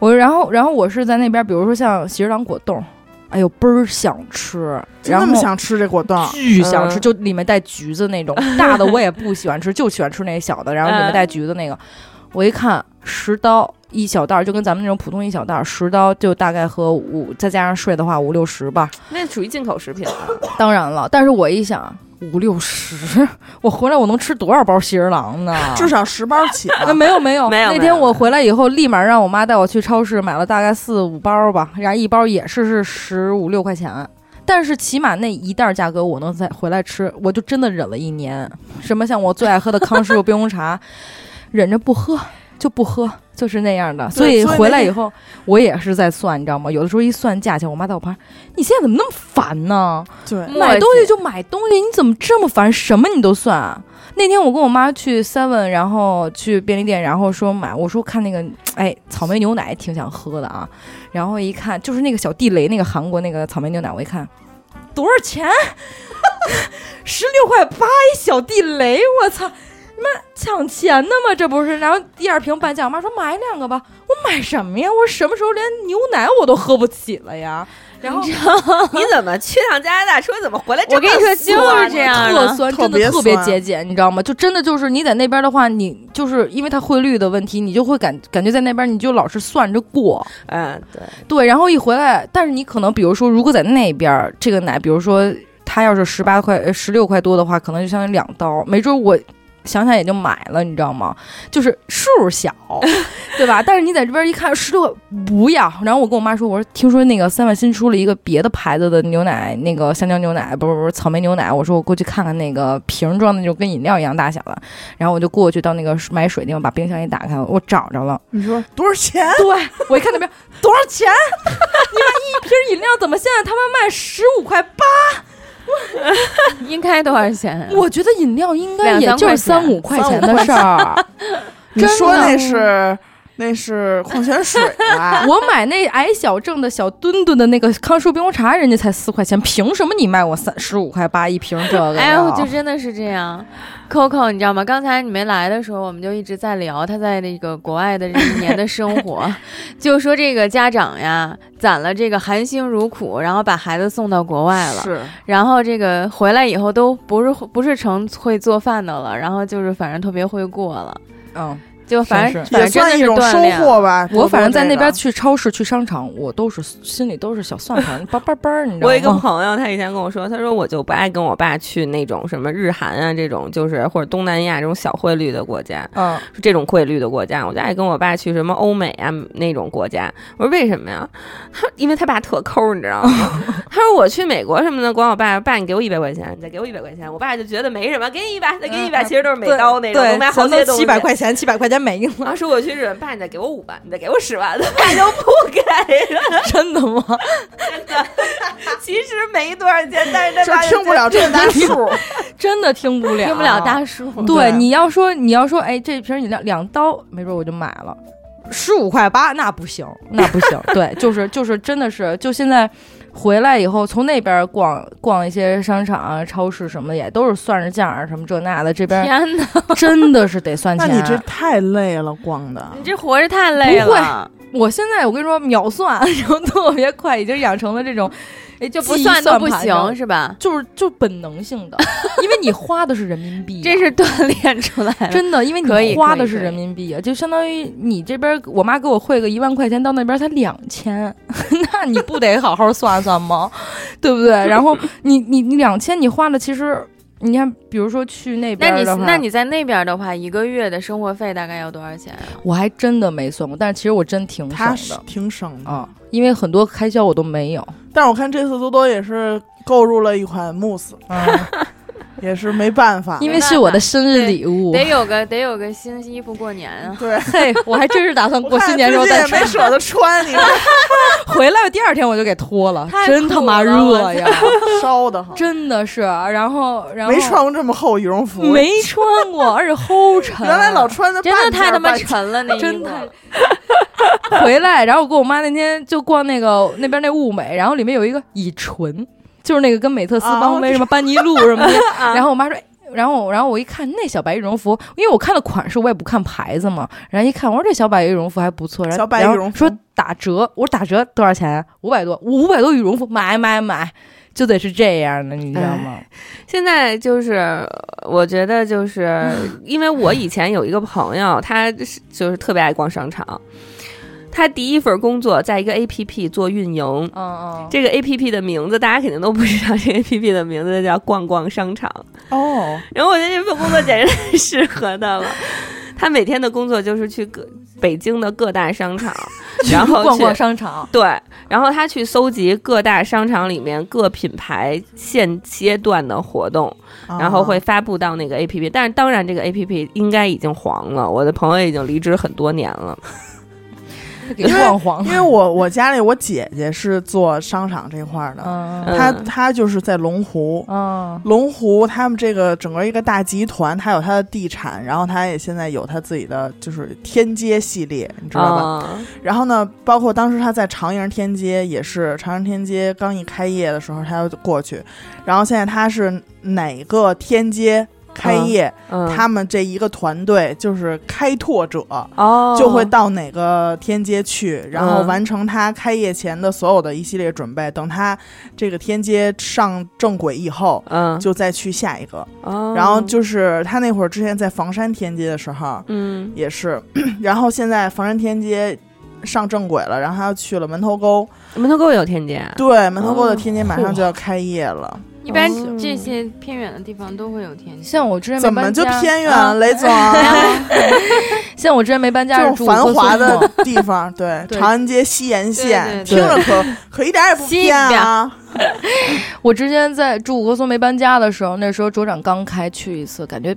S3: 我然后，然后我是在那边，比如说像喜之郎果冻，哎呦倍儿想吃，
S1: 真
S3: 然
S1: 那么
S3: 后。
S1: 想吃这果冻？
S3: 巨想吃，
S2: 嗯
S3: 就里面带橘子那种，大的我也不喜欢吃， 就喜欢吃那小的，然后里面带橘子那个。我一看十刀一小袋儿，就跟咱们那种普通一小袋儿，十刀就大概和五，再加上税的话五六十吧。
S2: 那属于进口食品啊了。
S3: 当然了，但是我一想五六十， 我回来我能吃多少包喜之郎呢？
S1: 至少十包起吧。
S3: 啊，没有没有
S2: 没有
S3: 那
S2: 没
S3: 天
S2: 有
S3: 我回来以后，立马让我妈带我去超市买了大概四五包吧，然后一包也是是十五六块钱。但是起码那一袋儿价格我能再回来吃，我就真的忍了一年。什么像我最爱喝的康师傅冰红茶，忍着不喝就不喝，就是那样的。所
S1: 对
S3: 以
S1: 所以
S3: 回
S1: 那
S3: 来以
S1: 天
S3: 后，我也是在算，你知道吗？有的时候一算价钱，我妈在我旁边，你现在怎么那么烦呢？
S1: 对，
S4: 嗯
S3: 买
S4: 磨
S3: 东西
S4: 叽
S3: 就买东西，你怎么这么烦？什么你都算啊？那天我跟我妈去 Seven，然后去便利店，然后说买，我说看那个，哎，草莓牛奶挺想喝的啊，然后一看就是那个小地雷那个韩国那个草莓牛奶，我一看多少钱？ 十六块八一小地雷，我操！妈抢钱呢吗？这不是？然后第二瓶半价，我妈说买两个吧。我买什么呀？我什么时候连牛奶我都喝不起了呀？然后
S2: 你怎么去趟加拿大说怎么
S3: 哎
S2: 回来这
S4: 我
S2: 么
S4: 跟
S2: 酸
S4: 你
S2: 呢？
S4: 说就是这样
S3: 特
S4: 的，
S3: 酸，
S1: 特
S3: 真的
S1: 别
S3: 特别
S1: 酸
S3: 节俭，你知道吗？就真的就是你在那边的话，你就是因为它汇率的问题，你就会感感觉在那边你就老是算着过，
S2: 嗯，对，
S3: 对，然后一回来，但是你可能比如说，如果在那边儿呃这个奶，比如说它要是十八块、十六块多的话，可能就相当于两刀，没准我想想也就买了，你知道吗？就是数儿小，对吧？但是你在这边一看十六不要，然后我跟我妈说，我说听说那个三万新出了一个别的牌子的牛奶，那个香蕉牛奶，不是不是草莓牛奶，我说我过去看看那个瓶装的，就跟饮料一样大小的，然后我就过去到那个买水地方，把冰箱一打开，我找着了，
S1: 你说多少钱？
S3: 对我一看那边多少 钱？你们一瓶饮料怎么现在他妈卖十五块八？
S4: 应该多少钱啊？
S3: 我觉得饮料应该也就是三五块钱的事儿。
S1: 你
S3: 真的
S1: 说那是那是矿泉水 吧？
S3: 我买那矮小正的小墩墩的那个康师傅冰红茶，人家才四块钱，凭什么你卖我三十五块八一瓶这个
S4: 哎
S3: 呀？
S4: 呦，就真的是这样。Coco，你知道吗？刚才你没来的时候，我们就一直在聊他在那个国外的这一年的生活， 就说这个家长呀，攒了这个含辛茹苦，然后把孩子送到国外了，
S1: 是
S4: 然后这个回来以后都不是不是成会做饭的了，然后就是反正特别会过了，
S3: 嗯，
S4: 就反正
S3: 是
S4: 反
S1: 也
S4: 正真
S1: 算
S4: 的
S1: 一
S4: 是
S1: 种
S4: 锻
S1: 收
S4: 炼。
S1: 获吧。多
S3: 我反正
S1: 多
S3: 在那
S1: 这个
S3: 边去超市、去商场，我都是心里都是小算 盘，叭叭叭，你知道吗？
S2: 我有一个朋友，他以前跟我说，他说我就不爱跟我爸去那种什么日韩啊这种，就是或者东南亚这种小汇率的国家，
S3: 嗯，
S2: 这种汇率的国家，我就爱跟我爸去什么欧美啊那种国家。我说为什么呀？他因为他爸特抠，你知道吗？ 他说我去美国什么的，管我爸，爸你给我一百块钱，你再给我一百块钱，我爸就觉得没什么，给你一百，再给你一百，
S3: 嗯
S2: 其实都是美
S3: 对
S2: 刀那种，
S3: 对
S2: 能买好
S3: 咱都
S2: 些东西。
S3: 七百块钱，七百块钱美金
S2: 然
S3: 了，
S2: 后说我去日本，爸你再给我五万，你再给我十 万，他爸就不给了。
S3: 真的吗？
S2: 真的，其实没多少钱，但是
S1: 这听不了这么大数，
S3: 真的听不了，
S4: 听不了大叔，
S3: 对，
S1: 对
S3: 你要说你要说，哎，这瓶饮料两刀，没准我就买了，十五块八，那不行，那不行。 对，就是就是，真的是，就现在回来以后，从那边逛逛一些商场啊、超市什么的，也都是算着价儿什么这那的，这边
S4: 天啊哪，
S3: 真的是得 算
S1: 那
S3: 钱。啊
S1: 你这太累了，逛的
S4: 你这活着太累
S3: 不会
S4: 了，
S3: 我现在我跟你说秒算， 然后特别快，已经养成了这种，哎，就
S4: 就不算都不行，
S3: 是
S4: 是吧？
S3: 就是就本能性的，因为你花的是人民 币啊、
S4: 这是锻炼出来的。
S3: 真的，因为
S4: 可以
S3: 你花
S4: 可
S3: 的
S4: 以
S3: 是
S4: 可以
S3: 人民币啊，就相当于你这边我妈给我汇个一万块钱，到那边才两千， 那你不得好好算算吗？ 对不对？然后你你你两千你花了，其实你看，比如说去那
S4: 那
S3: 边
S4: 你
S3: 的话
S4: 那你在那边的话，一个月的生活费大概要多少钱啊？
S3: 我还真的没算过，但是其实我真挺
S1: 他
S3: 省
S1: 是
S3: 的
S1: 挺省的。
S3: 啊、因为很多开销我都没有。
S1: 但是我看这次多多也是购入了一款 mousse，也 是没办法，
S3: 因为是我的生日礼物，
S4: 得有个得有个新衣服过年啊！
S1: 对。
S3: 嘿，我还真是打算
S1: 我
S3: 过
S1: 看
S3: 新年时候
S1: 最近
S3: 再
S1: 也没
S3: 穿。
S1: 舍得穿，你
S3: 回来第二天我就给脱了，
S4: 太
S3: 真他
S4: 苦
S3: 妈
S4: 了
S3: 热
S4: 我
S3: 呀，
S1: 烧的很，
S3: 真的是。啊然后，然后
S1: 没穿过这么厚羽绒服，
S3: 没穿过，而且齁沉。
S1: 原来老穿的
S4: 真的
S1: 半
S4: 太
S1: 截
S4: 他
S1: 儿
S4: 妈
S1: 半截儿
S4: 沉了，那衣服
S3: 真
S2: 嗯
S3: 的回来，然后我跟我妈那天就逛那个那边那物美，然后里面有一个乙醇，就是那个跟美特
S1: 哦
S3: 斯邦威、什么班尼路什么的。
S1: 啊
S3: 然后我妈说。哎然后，然后我一看那小白羽绒服，因为我看的款式，我也不看牌子嘛。然后一看，我说这小白羽绒服还不错。然后
S1: 小白羽绒服
S3: 然后说打折，我说打折多少钱？啊五百多，五百多羽绒服，买买买，就得是这样的，你知道
S1: 哎
S3: 吗？
S2: 现在就是，我觉得 就是因为我以前有一个朋友，他是就是特别爱逛商场。他第一份工作在一个 A P P 做运营，
S3: 嗯嗯，
S2: 这个 A P P 的名字大家肯定都不知道，这个 A P P 的名字叫“逛逛商场”。
S3: 嗯
S1: 哦，
S2: 然后我觉得这份工作简直太适合他了。他每天的工作就是去各北京的各大商场，然
S1: 哦
S2: 后
S3: 逛
S2: 去
S3: 逛商场，
S2: 对，然后他去搜集各大商场里面各品牌现阶段的活动，
S1: 哦啊
S2: 然后会发布到那个 APP。但是当然，这个 APP 应该已经黄了，我的朋友已经离职很多年了。
S3: 给逛 黄
S1: 因为我我家里我姐姐是做商场这块儿的，
S3: 嗯
S2: 嗯
S1: 她她就是在龙湖。
S3: 嗯，
S1: 龙湖他们这个整个一个大集团，它有它的地产，然后它也现在有它自己的就是天街系列，你知道吧？
S2: 啊，
S1: 然后呢，包括当时他在长营天街也是，长营天街刚一开业的时候，他要过去。然后现在他是哪个天街开业，
S2: 嗯，
S1: 他们这一个团队就是开拓者。
S2: 哦
S1: 就会到哪个天街去，然后
S2: 嗯
S1: 完成他开业前的所有的一系列准备。等他这个天街上正轨以后，
S2: 嗯，
S1: 就再去下一个。
S2: 哦
S1: 然后就是他那会儿之前在房山天街的时候，
S2: 嗯
S1: 也是， 然后现在房山天街上正轨了，然后他又去了门头沟，
S2: 门头沟有天街啊，
S1: 对，门头沟的天街马
S3: 哦
S1: 上就要开业了，
S4: 一般
S2: 哦
S4: 这些偏远的地方都会有天气。
S3: 像我之前没
S1: 怎么
S3: 搬
S1: 就
S3: 家
S1: 偏远
S3: 啊
S1: 了，
S2: 嗯
S1: 雷总？
S3: 像我之前没搬家
S1: 这
S3: 是
S1: 种
S3: 住
S1: 繁华
S3: 乌克
S1: 的
S3: 松
S1: 地方，对，
S4: 对
S1: 长安街、西沿线，
S4: 对对
S1: 听着可可一点儿也不
S4: 西
S1: 偏啊。
S3: 我之前在住五棵松没搬家的时候，那时候卓展刚开去一次，感觉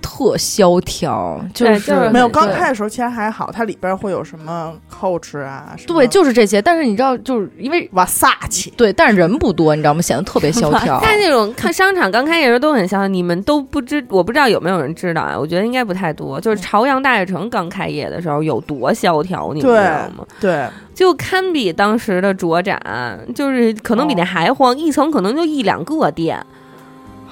S3: 特萧条，哎就
S2: 对
S3: 是
S2: 就是
S1: 没有，刚
S3: 对
S1: 开的时候其实还好，它里边会有什么 coach 啊，什么
S3: 对，就是这些。但是你知道，就是因为
S1: 瓦萨奇，
S3: 对，但是人不多，你知道吗？显得特别萧 条。哦
S2: 但那种看商场刚开业的时候都很像，你们都不知，我不知道有没有人知道啊？我觉得应该不太多。就是朝阳大悦城刚开业的时候有多萧条，你们知道吗？
S1: 对，
S2: 就堪比当时的卓展，就是可能比那还荒，一层可能就一两个店，
S3: 哦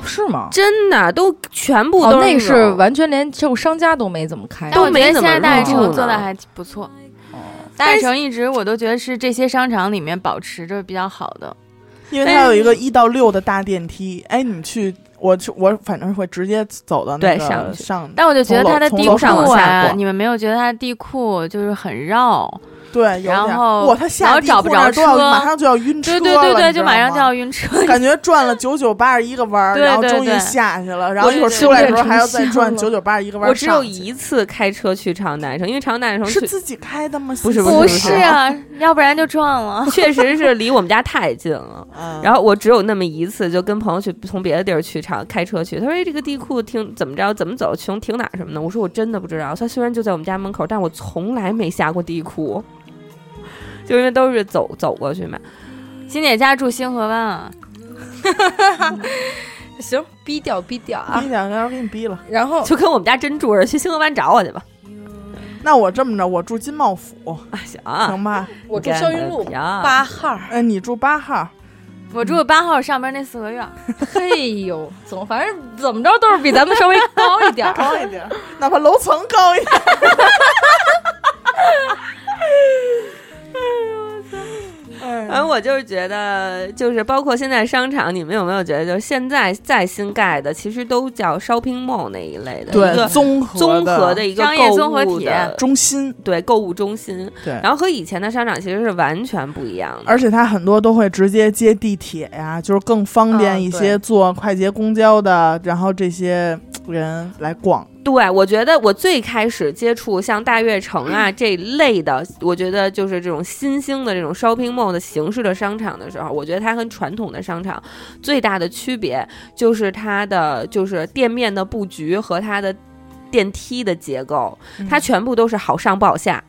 S3: 是吗？
S2: 真的都全部
S3: 哦，
S2: 都
S3: 那个
S2: 是
S3: 是
S2: 那种。
S3: 完全连就商家都没怎么开，
S4: 但我觉
S2: 没
S4: 得
S2: 怎
S4: 现
S2: 么
S4: 在大悦
S3: 入
S4: 城
S3: 呢
S4: 做的还挺不错。
S3: 哎哦
S4: 大
S2: 但
S4: 悦
S2: 是
S4: 城一直我都觉得是这些商场里面保持着比较好的，
S1: 因为
S4: 哎
S2: 但
S1: 它有
S2: 是
S1: 一个一到六的大电梯。哎，你去，我去，我反正会直接走到那
S2: 对
S1: 个
S2: 上去
S1: 上，
S4: 但我就觉得
S1: 从楼
S4: 它的
S1: 从
S4: 地
S1: 楼
S4: 库
S2: 上往下
S4: 啊，
S2: 逛
S4: 你们没有觉得它的地库就是很绕，
S1: 对，有点
S4: 然
S1: 儿
S4: 后
S1: 哇，它下
S4: 老
S1: 地
S4: 找
S1: 库
S4: 不
S1: 那儿
S4: 着
S1: 都要
S4: 车
S1: 马上就要晕车
S4: 对
S1: 了，
S4: 对对对，
S1: 你知
S4: 就
S1: 道
S4: 马上就
S1: 吗
S4: 要晕车。
S1: 感觉转了九九八十一个弯儿，
S4: 对
S1: 然后
S4: 对
S1: 终于
S4: 对
S1: 下去了，然后
S4: 我
S1: 一会儿
S4: 也
S1: 出来的时候
S3: 是
S1: 还要再转
S3: 我
S1: 九九八十一个弯儿
S2: 我只有
S1: 上去
S2: 一次开车去朝阳大悦城，因为朝阳大悦城
S1: 是
S2: 去
S1: 自己开的吗？
S2: 不是
S4: 不
S2: 不
S4: 是
S2: 是
S4: 啊，要不然就撞了。
S2: 确实是离我们家太近了。
S1: 嗯
S2: 然后我只有那么一次，就跟朋友去从别的地儿去场开车去。他说：“哎，这个地库停怎么着？怎么走？从停哪儿什么的？”我说：“我真的不知道。”他虽然就在我们家门口，但我从来没下过地库，就因为都是走走过去嘛。
S4: 欣姐家住星河湾啊，
S3: 行，逼掉逼掉啊
S1: 逼。两个人给你逼了。
S3: 然后
S2: 就跟我们家真住着，去星河湾找我去吧。
S1: 那我这么着，我住金茂府，
S2: 啊，行，
S1: 行吧？
S3: 我住
S2: 干
S3: 霄
S2: 得
S3: 云路
S2: 漂亮
S3: 八号。
S1: 哎，你住八号，
S4: 我住八号上边那四合院。
S3: 嘿呦，总反正怎么着都是比咱们稍微高一点儿。
S1: 高一点儿， 哪怕楼层高一点儿。哎
S2: 反
S1: 呀
S2: 正我就是觉得，就是包括现在商场，你们有没有觉得，就是现在再新盖的，其实都叫 shopping mall 那一类的，一
S1: 对，
S2: 个
S1: 综合
S2: 综合
S1: 的
S2: 的一个
S4: 商业
S2: 购
S4: 综合
S2: 物
S4: 体
S2: 的
S1: 中心，
S2: 对购物中心，
S1: 对
S2: 然后和以前的商场其实是完全不一样的。
S1: 而且它很多都会直接接地铁呀，就是更方便
S2: 嗯
S1: 一
S2: 对
S1: 些坐快捷公交的，然后这些人来逛。
S2: 对，我觉得我最开始接触像大悦城啊这类的，我觉得就是这种新兴的这种 shopping mall 的形式的商场的时候，我觉得它跟传统的商场最大的区别就是它的就是店面的布局和它的电梯的结构，
S1: 嗯
S2: 它全部都是好上不好下。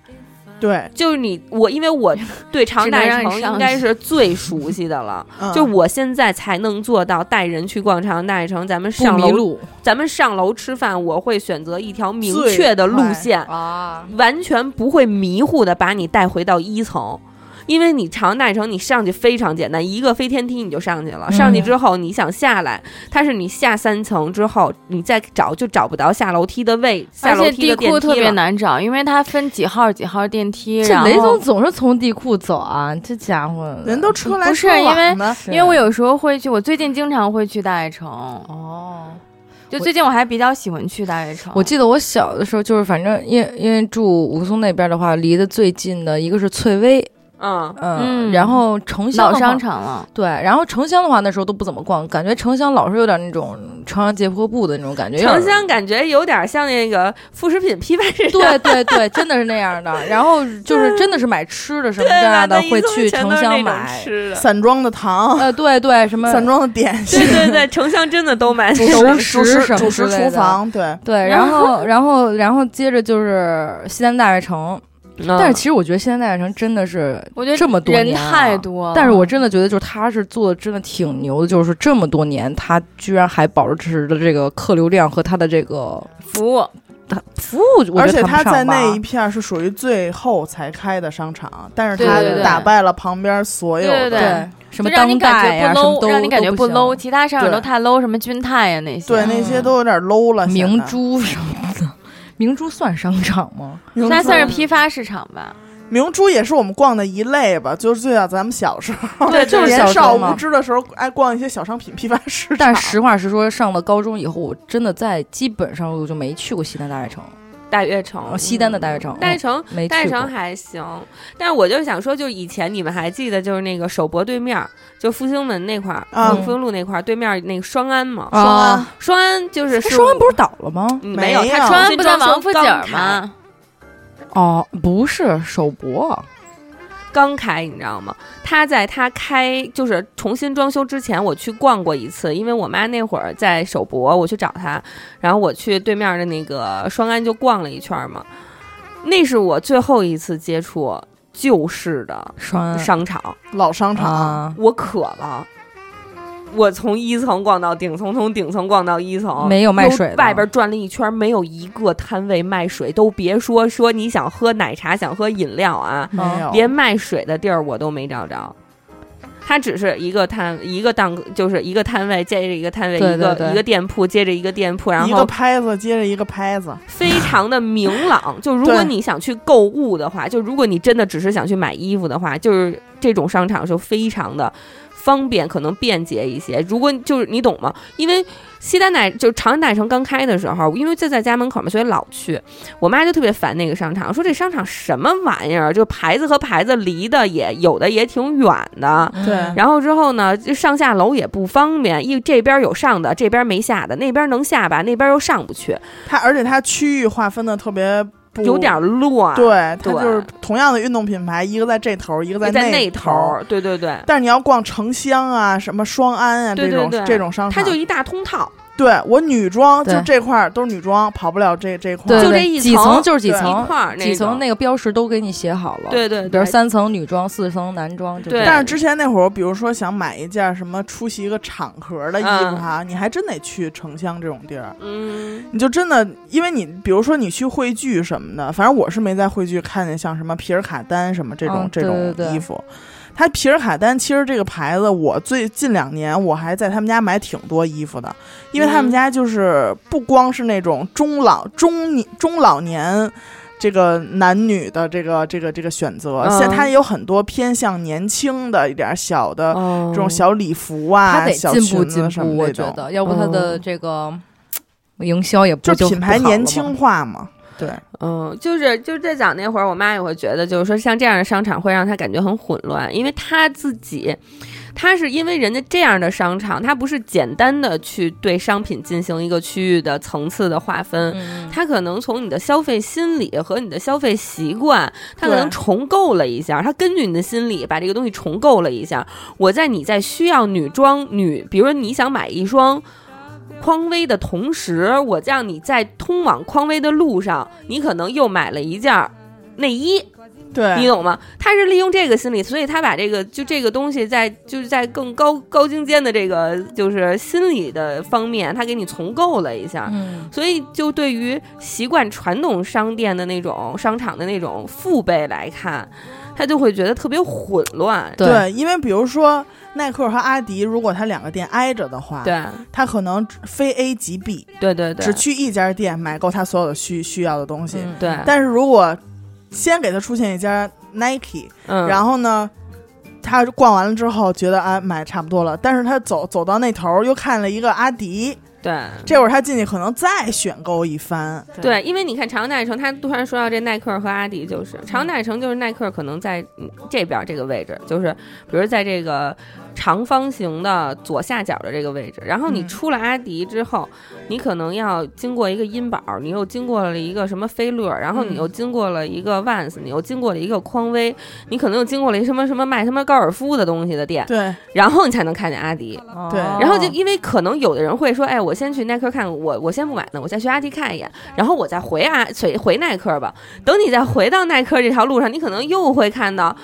S1: 对，
S2: 就是你我，因为我对长安大
S4: 只
S2: 悦
S4: 能让
S2: 城
S4: 你上
S2: 应该是最熟悉的了。
S1: 嗯
S2: 就我现在才能做到带人去逛长安大悦城，咱们
S3: 不
S2: 上
S3: 迷
S2: 楼，
S3: 路
S2: 咱们上楼吃饭，我会选择一条明确的路线，
S3: 啊！
S2: 完全不会迷糊的把你带回到一层。因为你长安大悦城，你上去非常简单，一个飞天梯你就上去了。
S1: 嗯
S2: 上去之后，你想下来，它是你下三层之后，你再找就找不着下楼梯的位，下
S4: 而
S2: 楼
S4: 且
S2: 梯
S4: 地
S2: 的电
S4: 库特
S2: 梯
S4: 别
S2: 了。
S4: 难找，因为它分几号几号电梯。
S3: 这
S4: 然
S3: 雷
S4: 后
S3: 总，总是从地库走啊，这家伙的
S1: 人都车来
S4: 不
S1: 车
S4: 是
S1: 往的，
S4: 因为我有时候会去，我最近经常会去大悦城，
S3: 哦。
S4: 就
S3: 我
S4: 最近我还比较喜欢去大悦城。
S3: 我记得我小的时候，就是反正因为因为住武松那边的话，离得最近的一个是翠微，
S2: 嗯，
S3: 嗯，
S4: 嗯
S3: 然后城乡
S4: 老
S3: 的话
S4: 商，场了，
S3: 对，然后城乡的话那时候都不怎么逛，感觉城乡老是有点那种城乡结合部的那种感觉，有
S2: 城
S3: 点
S2: 乡感觉有点像那个副食品批发市场。
S3: 对对对，真的是那样的。然后就是真的是买吃的什么这样的，啊会去城乡买。
S2: 吃的。
S1: 散装的糖、
S3: 呃，对对，什么
S1: 散装的点心
S2: 对、对对，城乡真的都买
S1: 主
S2: 熟
S3: 熟
S1: 食、主
S3: 食什
S1: 食、
S3: 么
S1: 主
S3: 之
S1: 食
S3: 类
S1: 厨
S3: 的
S1: 房，对，
S3: 对，然后然后然后接着就是西单大悦城，
S2: 嗯
S4: 嗯
S3: 但是其实我觉得西单大悦城真的是
S4: 我觉得
S3: 这么多
S4: 人
S3: 年啊
S4: 太多了。
S3: 但是我真的觉得，就是他是做的真的挺牛的，就是这么多年，他居然还保持着这个客流量和他的这个
S4: 服务
S3: 服务，我觉得
S1: 而且
S3: 谈
S1: 它
S3: 不上
S1: 在
S3: 吧
S1: 那一片儿是属于最后才开的商场，但是
S4: 对
S1: 它
S4: 对对
S1: 打败了旁边所有
S4: 对对
S1: 的
S3: 对什么
S4: 就让
S3: 当
S4: 你
S3: 代
S4: 感
S3: 呀、什
S4: 觉不
S3: 么
S4: low，
S3: 都
S4: 让你感觉
S3: 都
S4: 不
S3: 行
S4: low，其他商场都
S1: 对
S4: 太 low，什么君泰呀那些。
S1: 对那些都有点 low 了。显
S3: 明
S1: 得
S3: 珠什么的，明珠算商场吗？
S1: 明珠
S4: 那算是批发市场吧。
S1: 明珠也是我们逛的一类吧，就是最早咱们小时候，
S3: 对就是
S1: 年
S3: 小时
S1: 少
S3: 候
S1: 无
S3: 嘛
S1: 知的时候，爱逛一些小商品批发市场。
S3: 但实话实说，上了高中以后，我真的在基本上我就没去过西南大悦城。
S2: 大悦城
S3: 哦，西单的大悦城，
S2: 大悦
S3: 嗯
S2: 城
S3: 没
S2: 大悦
S3: 去
S2: 城
S3: 过
S2: 还行，但是我就想说，就以前你们还记得，就是那个首博对面儿，就复兴门那块儿，
S1: 嗯
S2: 复兴路那块儿对面儿那个双安嘛，
S1: 双安
S3: 啊，
S2: 双安就是
S3: 哎
S2: 是
S3: 双安不是倒了吗？
S2: 嗯没有，
S1: 没
S2: 它
S3: 啊
S1: 有
S2: 重
S4: 双安
S2: 新
S4: 不在
S2: 装修
S4: 王府井
S2: 刚开
S4: 吗？
S3: 哦，不是首博，
S2: 刚开，你知道吗？他在他开就是重新装修之前，我去逛过一次，因为我妈那会儿在首博，我去找她，然后我去对面的那个双安就逛了一圈嘛。那是我最后一次接触旧式的
S3: 双安
S2: 商场，
S1: 老商场，
S3: 啊，
S2: 我渴了。我从一层逛到顶层，从顶层逛到一层，
S3: 没有卖水的
S2: 都外边转了一圈，没有一个摊位卖水，都别说说你想喝奶茶，想喝饮料啊，
S3: 嗯
S1: 没有
S2: 连卖水的地儿我都没找着。它只是一个摊一个档，就是一个摊位接着一个摊位，
S3: 对
S2: 一
S3: 对
S2: 个
S3: 对
S2: 一个店铺接着一个店铺，然
S1: 一个
S2: 后
S1: 拍子接着一个拍子，
S2: 非常的明朗。就如果
S1: 对
S2: 你想去购物的话，就如果你真的只是想去买衣服的话，就是这种商场就非常的。方便可能便捷一些，如果就是你懂吗？因为西单奶就是长安大悦城刚开的时候，因为就在家门口嘛，所以老去。我妈就特别烦那个商场，说这商场什么玩意儿，就牌子和牌子离的也有的也挺远的，
S3: 嗯
S1: 对
S2: 然后之后呢，就上下楼也不方便，一这边有上的，这边没下的，那边能下吧，那边又上不去，
S1: 它而且它区域划分的特别不
S2: 有点乱。，
S1: 对，它
S2: 对
S1: 就是同样的运动品牌，一个在这头儿，一个
S2: 在
S1: 那
S2: 那头儿，对对对，
S1: 但是你要逛城乡啊，什么双安啊
S2: 对对
S1: 这
S2: 对
S1: 种这种商场，
S2: 它就一大通套，
S1: 对我女装就
S3: 对
S1: 这块儿都是女装，跑不了这这块
S3: 对
S1: 儿。
S2: 就
S3: 对
S2: 这一
S3: 几
S2: 层
S3: 层就是几
S1: 对
S2: 一
S3: 层，
S2: 块儿
S3: 几层
S2: 那
S3: 那个标识都给你写好了，
S2: 种，对对
S3: 比如
S2: 对，
S3: 三层女装，四层男装，就
S2: 对
S3: 这
S1: 但
S3: 样
S1: 是之前那会儿，我比如说想买一件什么出席一个场合的衣服哈，你还真得去城乡这种地儿，
S2: 嗯，
S1: 你就真的，因为你比如说你去汇聚什么的，反正我是没在汇聚看见像什么皮尔卡丹什么这种、
S3: 嗯对
S1: 这
S3: 对
S1: 种
S3: 对
S1: 衣服。它皮尔卡丹其实这个牌子，我最近两年我还在他们家买挺多衣服的，因为他们
S2: 嗯
S1: 家就是不光是那种中老中年中老年。这个男女的这个这个这个选择，
S2: 嗯
S1: 现在它有很多偏向年轻的一点儿小的
S2: 哦
S1: 这种小礼服啊
S3: 嗯他、得
S1: 小
S3: 进步
S1: 裙
S3: 进
S1: 子什
S3: 步，
S1: 么
S3: 我
S1: 这
S3: 觉
S1: 种，
S3: 得，要不他的
S2: 嗯
S3: 这个嘖营销也不
S1: 就品牌
S3: 不好了
S1: 年轻
S3: 嘛。
S1: 化嘛。对，
S2: 嗯，就是就是在讲那会儿，我妈也会觉得，就是说像这样的商场会让她感觉很混乱，因为她自己，她是因为人家这样的商场，她不是简单的去对商品进行一个区域的层次的划分，
S3: 嗯，
S2: 他可能从你的消费心理和你的消费习惯，他可
S1: 对
S2: 能重构了一下，他根据你的心理把这个东西重构了一下。我在你在需要女装女，比如说你想买一双。匡威的同时，我让你在通往匡威的路上，你可能又买了一件儿内衣，
S1: 对，
S2: 你懂吗？他是利用这个心理，所以他把这个就这个东西在就是在更高高精尖的这个就是心理的方面，他给你重构了一下。
S3: 嗯，
S2: 所以，就对于习惯传统商店的那种商场的那种父辈来看，他就会觉得特别混乱。
S3: 对
S1: 因为比如说耐克和阿迪，如果它两个店挨着的话，，
S2: 对
S1: 它可能只非 A 即 B，
S2: 对对对
S1: 只去一家店买够它所有的需需要的东西。
S3: 嗯
S2: 对，
S1: 但是如果先给它出现一家 Nike，、
S2: 嗯，
S1: 然后呢？他逛完了之后，觉得啊买差不多了，但是他走走到那头儿又看了一个阿迪，
S2: 对
S1: 这会儿他进去可能再选购一番，
S2: 对，因为你看长安大悦城，他突然说到这耐克和阿迪，就是长安大悦城就是耐克可能在嗯这边这个位置，就是比如在这个长方形的左下角的这个位置，然后你
S1: 嗯
S2: 出了阿迪之后，你可能要经过一个茵宝，你又经过了一个什么菲乐，然后你
S1: 嗯
S2: 又经过了一个 Vans，你又经过了一个匡威，你可能又经过了一什么什么卖他妈高尔夫的东西的店，
S1: 对，
S2: 然后你才能看见阿迪。
S1: 嗯对
S3: 哦
S2: 然后就因为可能有的人会说，哎，我先去耐克看看，我我先不买呢，我再去阿迪看一眼，
S1: 嗯
S2: 然后我再回阿回回耐克吧。等你再回到耐克这条路上，你可能又会看到，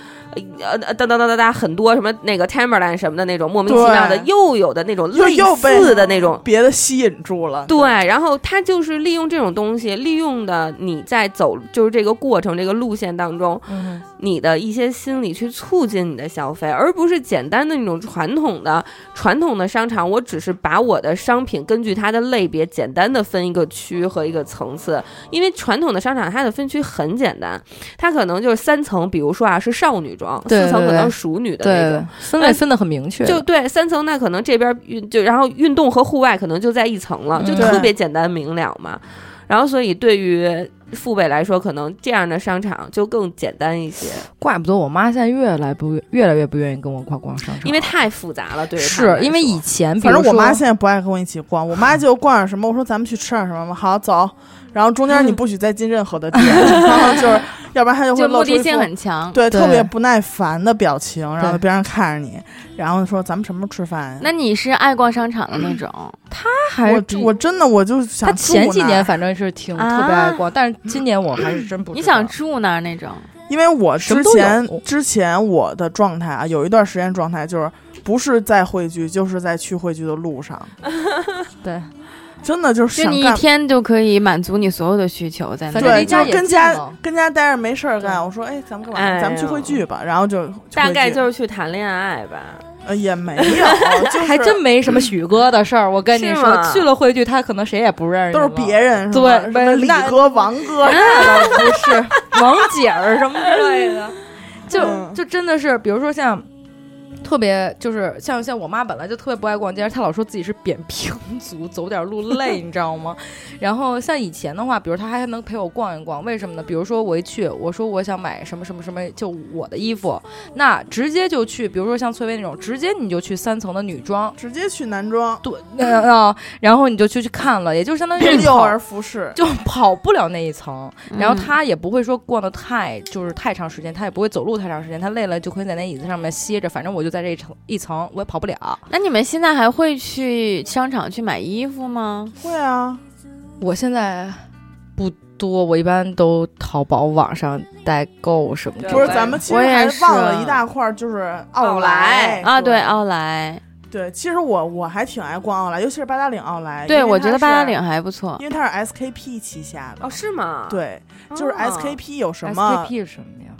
S2: 呃呃哒哒哒哒哒很多什么那个 Timberland 什么的那种莫名其妙的
S1: 对
S2: 又有的那种
S1: 又
S2: 类
S1: 又被
S2: 似的那种。
S1: 别的吸引住了，
S2: 对，然后他就是利用这种东西，利用的你在走就是这个过程这个路线当中，
S3: 嗯
S2: 你的一些心理去促进你的消费，而不是简单的那种传统的传统的商场。我只是把我的商品根据它的类别简单的分一个区和一个层次，因为传统的商场它的分区很简单，它可能就是三层，比如说啊是少女装，
S3: 对
S2: 四层可
S3: 对
S2: 能
S3: 对
S2: 是熟女的那
S3: 对
S2: 种。
S3: 对，分类分的很明确，
S2: 就对三层，那可能这边运就然后运动和户外可能就在一层了，就
S3: 嗯
S2: 特别简单明了嘛。然后所以对于父辈来说，可能这样的商场就更简单一些，
S3: 怪不得我妈现在越来不越来越不愿意跟我逛逛商场，
S2: 因为太复杂了。对于他们来说，
S3: 是因为以前，比
S1: 反
S3: 如
S1: 正我
S3: 说
S1: 妈现在不爱跟我一起逛，我妈就逛点什么，我说咱们去吃点什么吧，好走。然后中间你不许再进任何的 店，然后就是，要不然她就会
S4: 就
S1: 露
S4: 目
S1: 出一
S4: 的
S1: 副
S4: 性很强。
S1: 对
S3: 对
S1: 特别不耐烦的表情，然后
S3: 对
S1: 别人看着你，然后说咱们什么时候吃饭呀？
S4: 那你是爱逛商场的
S3: 嗯
S4: 那种？
S3: 她还是比
S1: 我我真的我就想
S3: 她前
S1: 住
S3: 几
S1: 那儿
S3: 年反正是挺
S4: 啊
S3: 特别爱逛，但是今年我还是真不知道
S4: 你想住那儿那种？
S1: 因为我
S3: 什
S1: 之
S3: 么都
S1: 前
S3: 有
S1: 之前我的状态啊，有一段时间状态就是不是在汇聚，就是在去汇聚的路上，
S3: 对，
S1: 真的就是
S4: 就
S1: 想
S4: 你一
S1: 干。
S4: 天就可以满足你所有的需求，在那
S3: 反
S4: 儿
S3: 正
S1: 对，
S3: 离家
S1: 就
S3: 也
S1: 跟
S3: 近
S1: 家
S3: 了
S1: 跟家待着没事儿干。
S3: 对
S1: 我说，哎，咱们干嘛？
S2: 哎呦
S1: 咱们去汇聚吧。然后就、
S2: 大概就是是去谈恋爱吧。
S1: 呃、也没 有，就是
S3: 还真没什么许哥的事儿。我跟你
S2: 是
S3: 说
S2: 吗，
S3: 去了汇聚，他可能谁也不认识，
S1: 都是别。人是
S3: 对
S1: 吧什么
S3: 没
S1: 李
S3: 那
S1: 哥、王 哥，
S3: 嗯不是王姐儿什么之类的，就
S1: 嗯
S3: 就真的是，比如说像。特别就是像像我妈本来就特别不爱逛街，她老说自己是扁平足，走点路累，你知道吗？ 然后像以前的话，比如她还能陪我逛一逛，为什么呢？比如说我一去，我说我想买什么什么什么，就我的衣服，那直接就去，比如说像翠微那种，直接你就去三层的女装，
S1: 直接去男装，
S3: 对，呃呃，然后你就去去看了，也 就相当于是
S1: 幼
S3: 跑
S1: 儿服饰。
S3: 就跑不了那一层，
S4: 嗯
S3: 然后他也不会说逛的太就是太长时间，他也不会走路太长时间，他累了就可以在那椅子上面歇着，反正我就在这一层一层，我也跑不了。
S4: 那你们现在还会去商场去买衣服吗？
S1: 会啊，
S3: 我现在不多，我一般都淘宝网上代购什么的。
S1: 不是咱们其实
S4: 我也
S1: 还
S4: 是
S1: 忘了一大块儿，就是
S2: 奥莱
S1: 莱
S3: 哎
S4: 啊，对，奥莱，
S1: 对，其实我我还挺爱逛奥莱，尤其是八达岭奥
S3: 哎
S1: 莱。因
S4: 对
S1: 为
S4: 我
S1: 它
S4: 觉得八达
S1: 是
S4: 岭，还不错。
S1: 因为它是 SKP 旗下的。
S2: 哦，是吗？，哦
S1: 对，就是
S3: 啊
S1: SKP 有什么？
S3: SKP 是什么呀？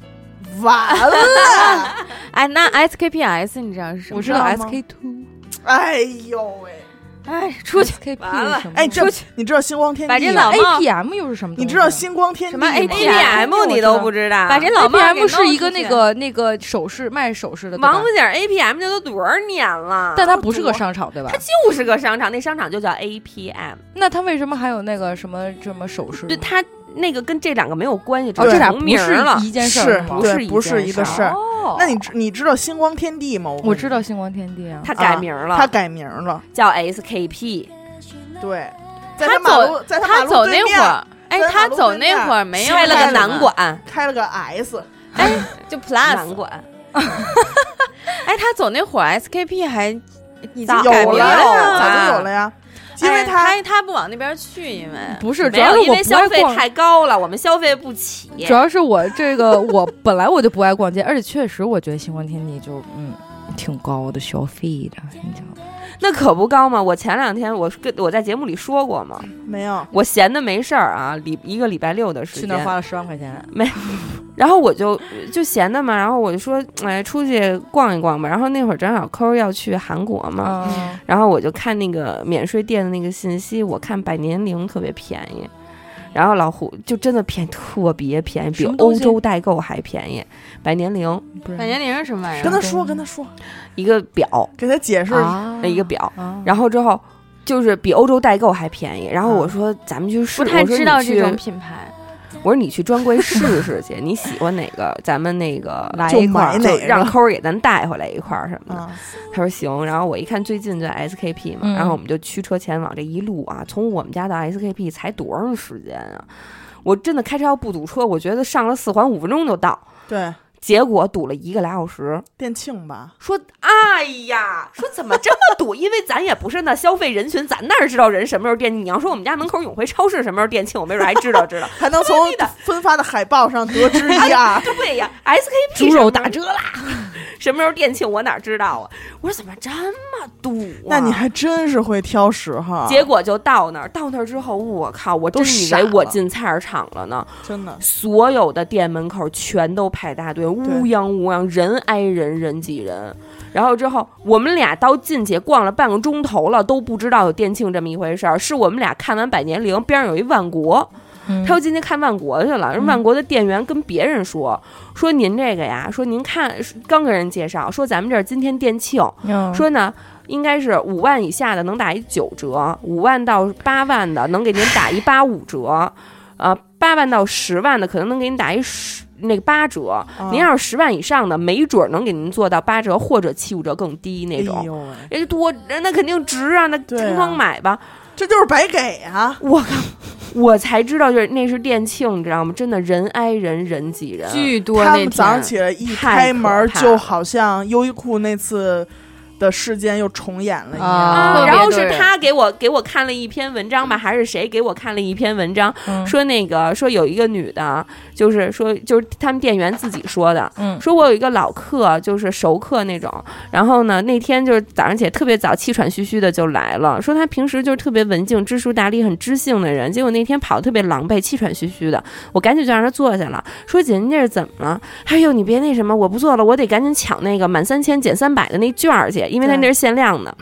S1: 完 了，
S4: 哎，那 SKPS 你知道是什么？
S3: 我知
S1: 道
S3: 道
S1: 吗
S3: SK two，
S1: 哎呦喂！
S4: 哎，出去
S3: SKP 是什么？
S1: 哎，这你知道星光天
S4: 嗯把
S1: 地
S4: 这
S1: 吗？
S4: 老帽
S3: APM 又是什么东
S1: 你
S3: 西啊？
S1: 知道星光天地
S4: 什么
S1: 吗
S4: APM
S2: APM 你都不知道，
S4: 把这老帽给
S3: APM
S4: 弄
S3: 是一个
S4: 出去
S3: 那个那个首饰卖首饰的，对吧
S2: 王府井 APM 这都多少年了？
S3: 但它不是个商场对吧
S2: 它？就是个商场，那商场就叫 APM，
S3: 那它为什么还有那个什么什么首饰呢？
S2: 对它那个跟这两个没有关系，只
S3: 哦，
S2: 是
S3: 这俩
S2: 重
S3: 不
S2: 名儿了
S3: 是。一件事
S1: 是
S3: 儿吗，
S2: 不
S1: 对，不
S2: 是
S1: 是
S2: 一件
S1: 一个
S2: 事
S1: 事
S2: 儿
S1: 儿。
S3: 哦
S1: 那你知你知道星光天地吗？
S3: 我
S1: 我
S3: 知道星光天地啊，
S2: 它改名儿了，
S1: 他改名了，
S2: 叫 SKP，
S1: 对，在
S4: 他
S1: 马
S4: 走
S1: 路，在他马
S4: 他
S1: 路
S4: 走
S1: 对
S4: 那
S1: 面
S4: 会儿，哎，
S1: 在马
S4: 他
S1: 路
S4: 走
S1: 对
S4: 那
S1: 面
S4: 会儿没有
S2: 开了
S4: 干
S2: 个
S4: 什
S2: 南
S4: 么，
S2: 馆，
S1: 开了个 S，
S4: 哎， 就
S2: 南
S4: Plus，
S2: 馆
S4: 哎，他走那会儿 SKP 还已经
S2: 早
S1: 有
S4: 改
S1: 了
S4: 名
S1: 呀，早
S4: 了吧
S1: 就有了呀，因为
S4: 哎
S1: 他
S4: 他他不往那边去，因为
S3: 不是，主
S2: 没
S3: 要
S2: 有，
S3: 是
S2: 因
S3: 我
S2: 为
S3: 不
S2: 消
S3: 爱
S2: 费
S3: 逛。
S2: 太高了，我们消费不起。
S3: 主要是我这个，我本来我就不爱逛街，而且确实我觉得星光天地就嗯挺高的消费的，你知道吗？
S2: 那可不高嘛！我前两天我跟我在节目里说过嘛，
S3: 嗯
S1: 没有，
S2: 我闲的没事儿啊，礼一个礼拜六的时
S3: 去
S2: 间
S3: 那儿花了十万块钱，
S2: 然后我就就闲的嘛，然后我就说，哎，出去逛一逛吧。然后那会儿正好抠儿要去韩国嘛，
S3: 嗯，
S2: 然后我就看那个免税店的那个信息，我看百年灵特别便宜，然后老胡就真的便宜特别便宜，比
S3: 什么东
S2: 欧
S3: 西
S2: 洲代购还便宜。百年灵
S3: 不是
S4: 百年灵是什么玩意
S1: 跟
S4: 儿？
S1: 他说，跟他说，
S2: 一个表，哎
S1: 给他解释
S3: 啊
S2: 一个表，
S4: 嗯
S3: 啊
S2: 然后之后。就是比欧洲代购还便宜，然后我
S3: 嗯
S2: 说咱们去试，
S4: 不太
S2: 我说
S4: 知
S2: 你
S4: 道这
S2: 去
S4: 种品牌，
S2: 我说你去专柜试试去，你喜欢哪 个，咱们那个
S3: 来
S1: 就
S3: 一块
S1: 买
S3: 儿，
S1: 哪
S2: 就
S1: 个
S2: 让抠儿给咱带回来一块儿什么的。
S4: 嗯
S1: 啊，
S2: 他说行，然后我一看最近就在 SKP 嘛，
S3: 嗯
S2: 然后我们就驱车前往这一路啊，从我们家到 SKP 才多长时间啊？我真的开车要不堵车，我觉得上了四环五分钟就到，
S1: 对，
S2: 结果堵了一个俩小时。
S1: 店庆吧，
S2: 说，哎呀，说怎么这么堵？因为咱也不是那消费人群，咱哪知道人什么时候店？你要说我们家门口永辉超市什么时候店庆，我没准还知道知 道。
S1: 还能从分发的海报上得知
S4: 哎
S1: 一二。
S2: 对呀，SKP 什
S3: 猪肉
S2: 么时候
S3: 打折啦，
S2: 什么时候店庆，我哪知道啊？我说怎么这么堵、啊？
S1: 那你还真是会挑时候，
S2: 结果就到那儿，到那儿之后，我靠，我真以
S3: 都傻
S2: 为
S3: 了
S2: 我进菜市场了呢。
S1: 真的
S2: 所有的店门口全都排大队，乌泱乌泱，人挨人，人挤人。然后之后，我们俩到进去逛了半个钟头了，都不知道有店庆这么一回事儿。是我们俩看完《百年灵》，边上有一万国，他
S3: 他
S2: 又进去看万国去了。人万国的店员跟别人说：“说您这个呀，说您看刚跟人介绍，说咱们这儿今天店庆，
S1: 嗯
S2: 说呢，应该是五万以下的能打一九折，五万到八万的能给您打一八五折。呃八万到十万的可能能给你打一十那个八折，
S1: 啊
S2: 您要是十万以上的，没准儿能给您做到八折或者七五折更低那
S1: 哎
S2: 种。
S1: 呦喂，
S2: 人家多，人那肯定值啊！那
S1: 对啊
S2: 冲锋买吧，
S1: 这就是白给啊！
S2: 我靠，我才知道就是那是店庆，你知道吗？真的人挨人，人挤人。
S4: 巨多
S1: 他
S4: 那
S1: 们
S4: 天。
S1: 早上起来一
S2: 太
S1: 开
S2: 可
S1: 门，
S2: 怕
S1: 就
S2: 了
S1: 好像优衣库那次的事件又重演了一样。
S4: 特
S2: 啊，
S4: 别
S2: 然后
S4: 多
S2: 是
S4: 人
S2: 他给我给我看了一篇文章吧，还是谁给我看了一篇文章，
S3: 嗯
S2: 说那个说有一个女的，就是说就是他们店员自己说的，
S3: 嗯
S2: 说我有一个老客，就是熟客那种。然后呢，那天就是早上起来特别早，气喘吁吁的就来了。说他平时就是特别文静、知书达理、很知性的人，结果那天跑得特别狼狈，气喘吁吁的。我赶紧就让他坐下了，说姐，您这是怎么了？哎呦，你别那什么，我不做了，我得赶紧抢那个满三千减三百的那券儿去，因为他那是限量的。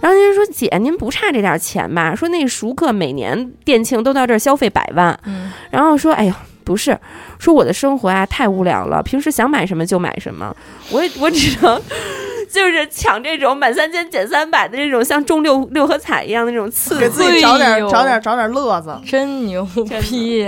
S2: 然后人家说：“姐，您不差这点钱吧？说那熟客每年店庆都到这儿消费百万，
S3: 嗯
S2: 然后说：“哎呦，不是，说我的生活啊太无聊了，平时想买什么就买什么，我我只能就是抢这种满三千减三百的这种像中六六合彩一样的那种刺
S1: 给
S2: 激。
S1: 自己找
S3: 哎
S1: 点
S3: 呦
S1: 找点找点乐子，
S2: 啊
S3: 真牛逼！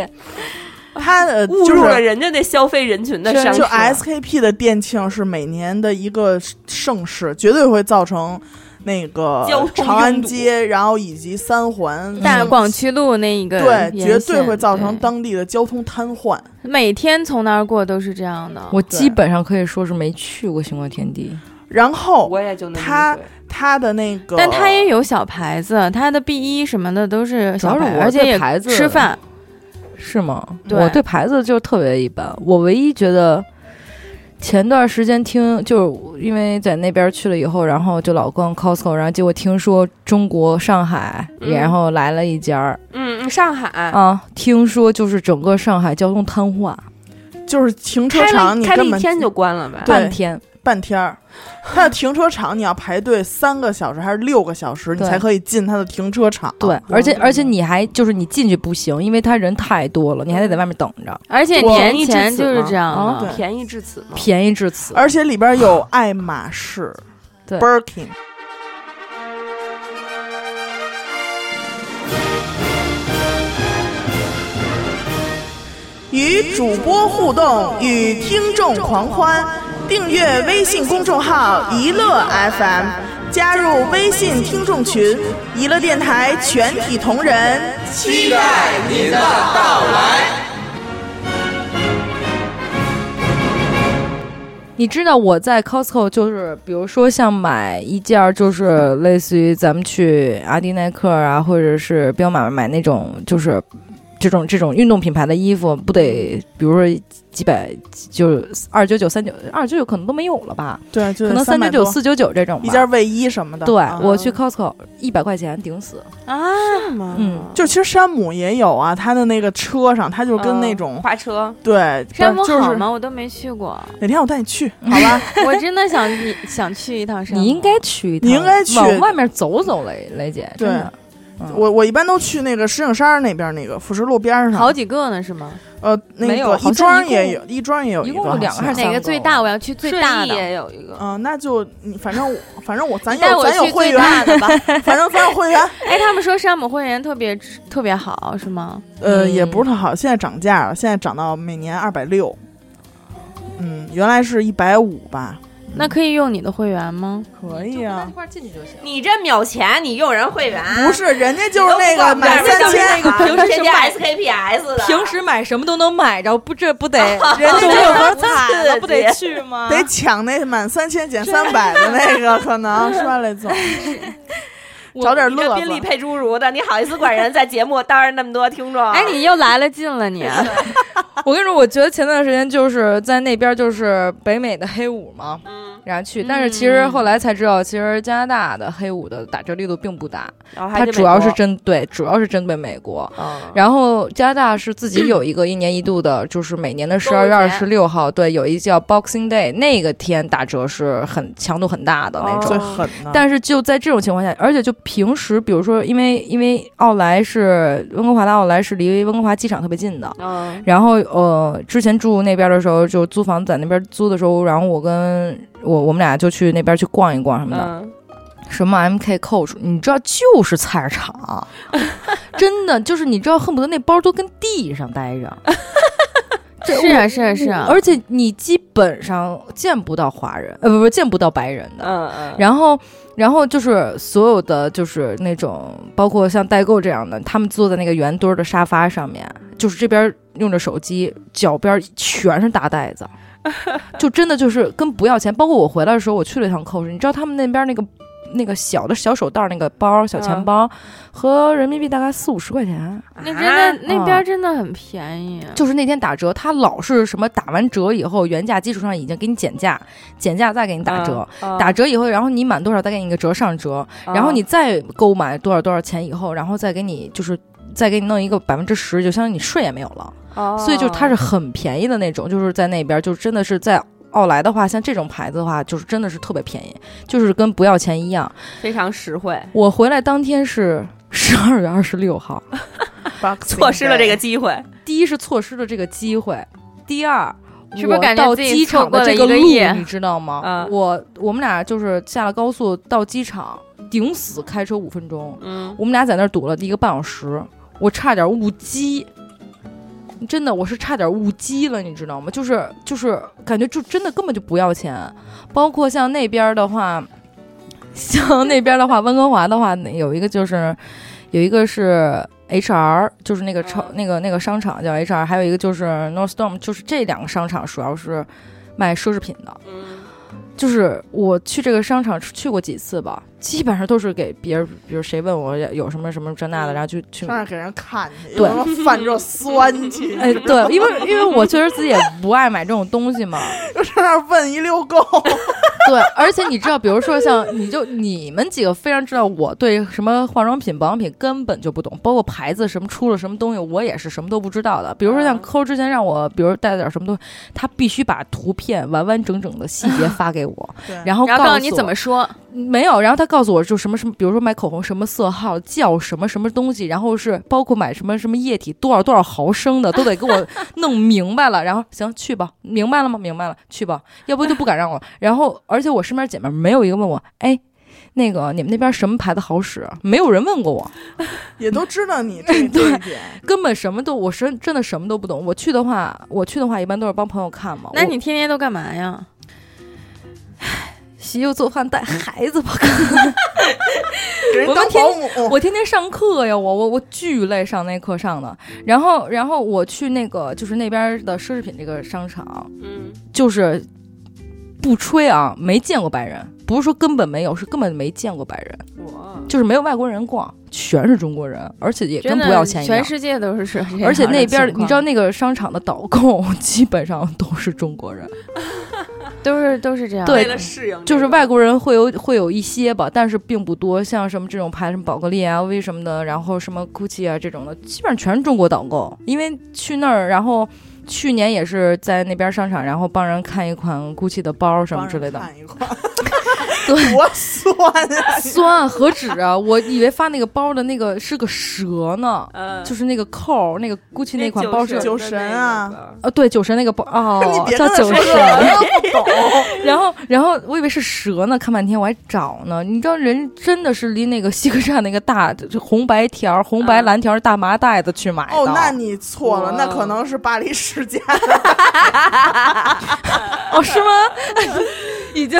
S1: 他呃
S2: 误
S1: 就
S2: 入了
S1: 是
S2: 人家那消费人群的
S3: 真
S2: 商
S1: 就
S2: 场，
S1: SKP 的店庆是每年的一个盛世，绝对会造成那个
S2: 交通
S1: 长安
S2: 拥堵嗯
S1: 街，然后以及三环
S3: 但
S4: 大广渠路那一个
S1: 嗯对，绝对
S4: 沿线
S1: 会造成
S4: 对
S1: 当地的交通瘫痪。
S4: 每天从那儿过都是这样的。
S3: 我基本上可以说是没去过星光天地。
S1: 然后
S2: 我也就能理
S1: 他
S2: 解
S1: 它的那个，
S4: 但它也有小牌子，它的 B 一什么的都是小
S3: 主要是
S4: 牌，
S3: 我
S4: 而且
S3: 对
S4: 也
S3: 牌子
S4: 吃饭。
S3: 是吗？
S4: 对
S3: 我对牌子就特别一般。我唯一觉得前段时间听，就是因为在那边去了以后，然后就老逛 Costco，然后结果听说中国上海，
S2: 嗯
S3: 然后来了一家儿、
S2: 嗯，嗯上海、
S3: 啊，听说就是整个上海交通瘫痪
S1: 就是停车
S2: 开了
S1: 场，
S2: 一
S1: 你
S2: 开了
S1: 根
S2: 一
S1: 本
S2: 天就关了呗。
S1: 对
S3: 半天，
S1: 半天儿。它的停车场你要排队三个小时还是六个小时，你
S3: 对
S1: 才可以进它的停车场。
S3: 对，而且
S1: 我
S3: 而且你还就是你进去不行，因为他人太多了，你还得在外面等着，
S4: 而且
S2: 我
S4: 年前就是这
S3: 哦
S4: 样的，
S1: 对
S2: 便宜至此嘛，
S3: 便宜至此。
S1: 而且里边有 爱马仕、
S3: 对
S1: Birkin。与主播互动，与听众狂欢。订阅微信公众号“一乐 FM”，加入微信听众群，一乐电台全体同仁期待您的到来。
S3: 你知道我在 Costco 就是，比如说像买一件儿，就是类似于咱们去阿迪耐克啊，或者是彪马买那种，就是这种这种运动品牌的衣服，
S1: 嗯
S3: 不得比如说几百，就是二九九、三九、二九九可能都没有了吧，
S1: 对，就
S3: 可能三九九、四九九这种吧。
S1: 一件卫衣什么的。
S3: 对
S1: 啊，
S3: 我去 Costco 一百块钱顶死，
S2: 啊嘛
S3: 嗯
S1: 就其实山姆也有啊，他的那个车上，他就跟那种、
S2: 嗯花车，
S1: 对，
S4: 山姆
S1: 不嗯是就
S4: 好
S1: 是
S4: 吗？我都没去过，
S1: 哪天我带你去，好吧？
S4: 我真的想你想去一趟山姆。
S3: 你应该去一趟，
S1: 你应该去
S3: 往外面走走雷雷姐，真的。嗯
S1: 我我一般都去那个石景山那边那个辅食路边上，
S4: 好几个呢，是吗？
S1: 呃那
S3: 没有
S1: 个
S3: 好像
S1: 亦庄
S3: 一共
S1: 也有，亦庄也有
S3: 一
S1: 个
S3: 共
S1: 好
S3: 有两个还
S1: 像
S3: 是三
S4: 哪个最大？我要去最大
S2: 顺义
S4: 的。
S2: 也有一个。
S1: 嗯、那就你反正我反正我咱
S4: 带
S1: 有
S4: 我
S1: 咱有
S4: 去
S1: 会员，
S4: 最大的吧。
S1: 反正咱有会员，
S4: 哎，他们说山姆会员特别特别好，是吗？
S1: 呃、
S3: 嗯
S1: 也不是特好，现在涨价了，现在涨到每年二百六，嗯，原来是一百五吧，
S4: 那可以用你的会员吗？
S1: 可以
S3: 跟他
S1: 啊
S3: 一，块儿进去就行。
S2: 你这秒钱，你用人会员
S1: 不是人家就是那个满
S2: 人家
S1: 三
S2: 就是
S1: 千
S2: 那个
S3: 平时
S2: 添加
S3: 买
S2: SKPS 的，
S3: 平时买什么都能买着，不 这不得
S1: 人家
S3: 中
S1: 就是
S3: 六合彩了，不 得去吗？
S1: 得抢那满三千减三百的那 个，可能摔了总。
S2: 我
S1: 找点
S2: 你这
S1: 乐
S2: 宾利
S1: 子
S2: 配侏儒的，你好意思管人在节目当着那么多听众？啊
S4: 哎，你又来了劲了你，啊
S3: 我跟你说，我觉得前段时间就是在那边就是北美的黑五嘛，
S2: 嗯，
S3: 然后去，
S4: 嗯
S3: 但是其实后来才知道，其实加拿大的黑五的打折力度并不大，
S2: 然后还
S3: 它
S2: 得
S3: 主
S2: 美
S3: 要
S2: 国
S3: 是针对主要是针对美国。
S2: 嗯
S3: 然后加拿大是自己有一个一年一度的，就是每年的十二月二十六号，对，有一叫 Boxing Day，那个天打折是很强度很大的那种
S1: 最。狠的。
S3: 但是就在这种情况下，而且就平时，比如说，因为因为奥莱是温哥华的奥莱是离温哥华机场特别近的。
S2: 嗯
S3: 然后呃，之前住那边的时候，就租房子在那边租的时候，然后我跟我我们俩就去那边去逛一逛什么的。
S2: 嗯，
S3: 什么 MK Coach，你知道就是菜市场，真的就是你知道，恨不得那包都跟地上待着。这
S4: 是啊是啊是啊
S3: 而且你基本上见不到华人，呃，不不，见不到白人的。
S2: 嗯嗯，
S3: 然后，然后就是所有的就是那种，包括像代购这样的，他们坐在那个圆墩儿的沙发上面，就是这边用着手机，脚边全是大袋 子，就真的就是跟不要钱。包括我回来的时候，我去了一趟 Coach，你知道他们那边那个那个小的小手袋儿那个包小钱
S2: 嗯
S3: 包，和人民币大概四五十块钱。
S4: 那真的、那边
S3: 啊
S4: 真的很便宜，
S3: 就是那天打折，他老是什么打完折以后原价基础上已经给你减价，减价再给你打折。
S2: 嗯，
S3: 打折以后，然后你满多少再给你一个折上折，
S2: 嗯
S3: 然后你再购买多少多少钱以后，然后再给你就是再给你弄一个百分之十，就相当于你税也没有了。
S2: 哦
S3: 所以就是它是很便宜的那种，就是在那边就真的是在奥莱的话，像这种牌子的话，就是真的是特别便宜，就是跟不要钱一样。
S2: 非常实惠，
S3: 我回来当天是 十二月二十六号，
S2: 错失了这个机会。
S3: 第一是错失了这个机会，第二。
S4: 是不是
S3: 我
S4: 感觉
S3: 到
S4: 自己
S3: 机
S4: 错
S3: 场
S4: 过
S3: 的
S4: 了
S3: 这
S4: 一
S3: 个
S4: 个
S3: 路，
S4: 夜嗯
S3: 你知道吗？
S2: 啊
S3: 我我们俩就是下了高速到机场，顶死开车五分钟，
S2: 嗯，
S3: 我们俩在那儿堵了一个半小时，我差点误机，真的我是差点误机了，你知道吗？就是就是感觉就真的根本就不要钱，包括像那边儿的话， 像那边儿的话，温哥华的话有一个就是有一个是。HR 就是那个超那个那个商场叫 HR，还有一个就是 Nordstrom，就是这两个商场主要是卖奢侈品的。就是我去这个商场去过几次吧，基本上都是给别人，比如谁问我有什么什么这那的，然后就去。
S1: 上那儿给人看去，
S3: 对
S1: 有时候翻着酸去，
S3: 哎，对，因为因为我确实自己也不爱买这种东西嘛，
S1: 就上那儿问一溜够。
S3: 对，而且你知道，比如说像你就你们几个非常知道我对什么化妆品、保养品根本就不懂，包括牌子什么出了什么东西，我也是什么都不知道的。比如说像
S2: 嗯
S3: 抠之前让我，比如带了点什么东西，他必须把图片完完整整的细节发给我，然后
S4: 然后告诉你
S3: 我
S4: 怎么说，
S3: 没有，然后他告诉我就什么什么，比如说买口红什么色号，叫什么什么东西，然后是包括买什么什么液体多少多少毫升的，都得给我弄明白了。然后行，去吧，明白了吗？明白了，去 吧，要不就不敢让我。然后，而且我身边姐妹没有一个问我，哎，那个你们那边什么牌子好使？没有人问过我，
S1: 也都知道你这这一点，
S3: 根本什么都，我真真的什么都不懂。我去的话，我去的话一般都是帮朋友看嘛。
S4: 那
S3: 我
S4: 你天天都干嘛呀？
S3: 洗漱做饭带孩子吧，
S1: 给人
S3: 我
S1: 当
S3: 们天
S1: 保姆。
S3: 我天天上课呀，我我我巨累，上那课上的。然后然后我去那个就是那边的奢侈品这个商场，
S2: 嗯，
S3: 就是不吹啊，没见过白人，不是说根本没有，是根本没见过白人，
S2: 我
S3: 就是没有外国人逛，全是中国人，而且也跟
S4: 真的
S3: 不要钱一
S4: 全
S3: 样。
S4: 世界都是这样的情况。
S3: 而且那边你知道那个商场的导购 基本上都是中国人，
S4: 都是都是这样的，
S3: 对
S2: 为了适应这个，
S3: 就是外国人会有会有一些吧，但是并不多，像什么这种牌，什么宝格丽啊、LV 什么的，然后什么 GUCCI 啊这种的，基本上全是中国导购。因为去那儿，然后去年也是在那边商场，然后帮人看一款 GUCCI 的包什么之类的
S1: 帮，人看一块儿
S3: 对
S1: 多酸啊！
S3: 酸何止啊！我以为发那个包的那个是个蛇 呢，
S2: 嗯，
S3: 就是是那个扣儿，那个 GUCCI 那款包是
S1: 那。酒神啊，
S3: 啊，对，酒神那个包
S1: 你
S3: 哦，
S1: 别
S3: 叫
S1: 跟他
S3: 酒
S1: 说
S3: 神，
S1: 了， 我都不懂。
S3: 然后，然后我以为是蛇呢，看半天我还找呢。你知道，人真的是离那个西客站那个大就红白条、红白
S2: 嗯
S3: 蓝条大麻袋子去买的。
S1: 哦，那你错了，
S2: 哇
S1: 那可能是巴黎世家。
S3: 哦是 吗？ 已经，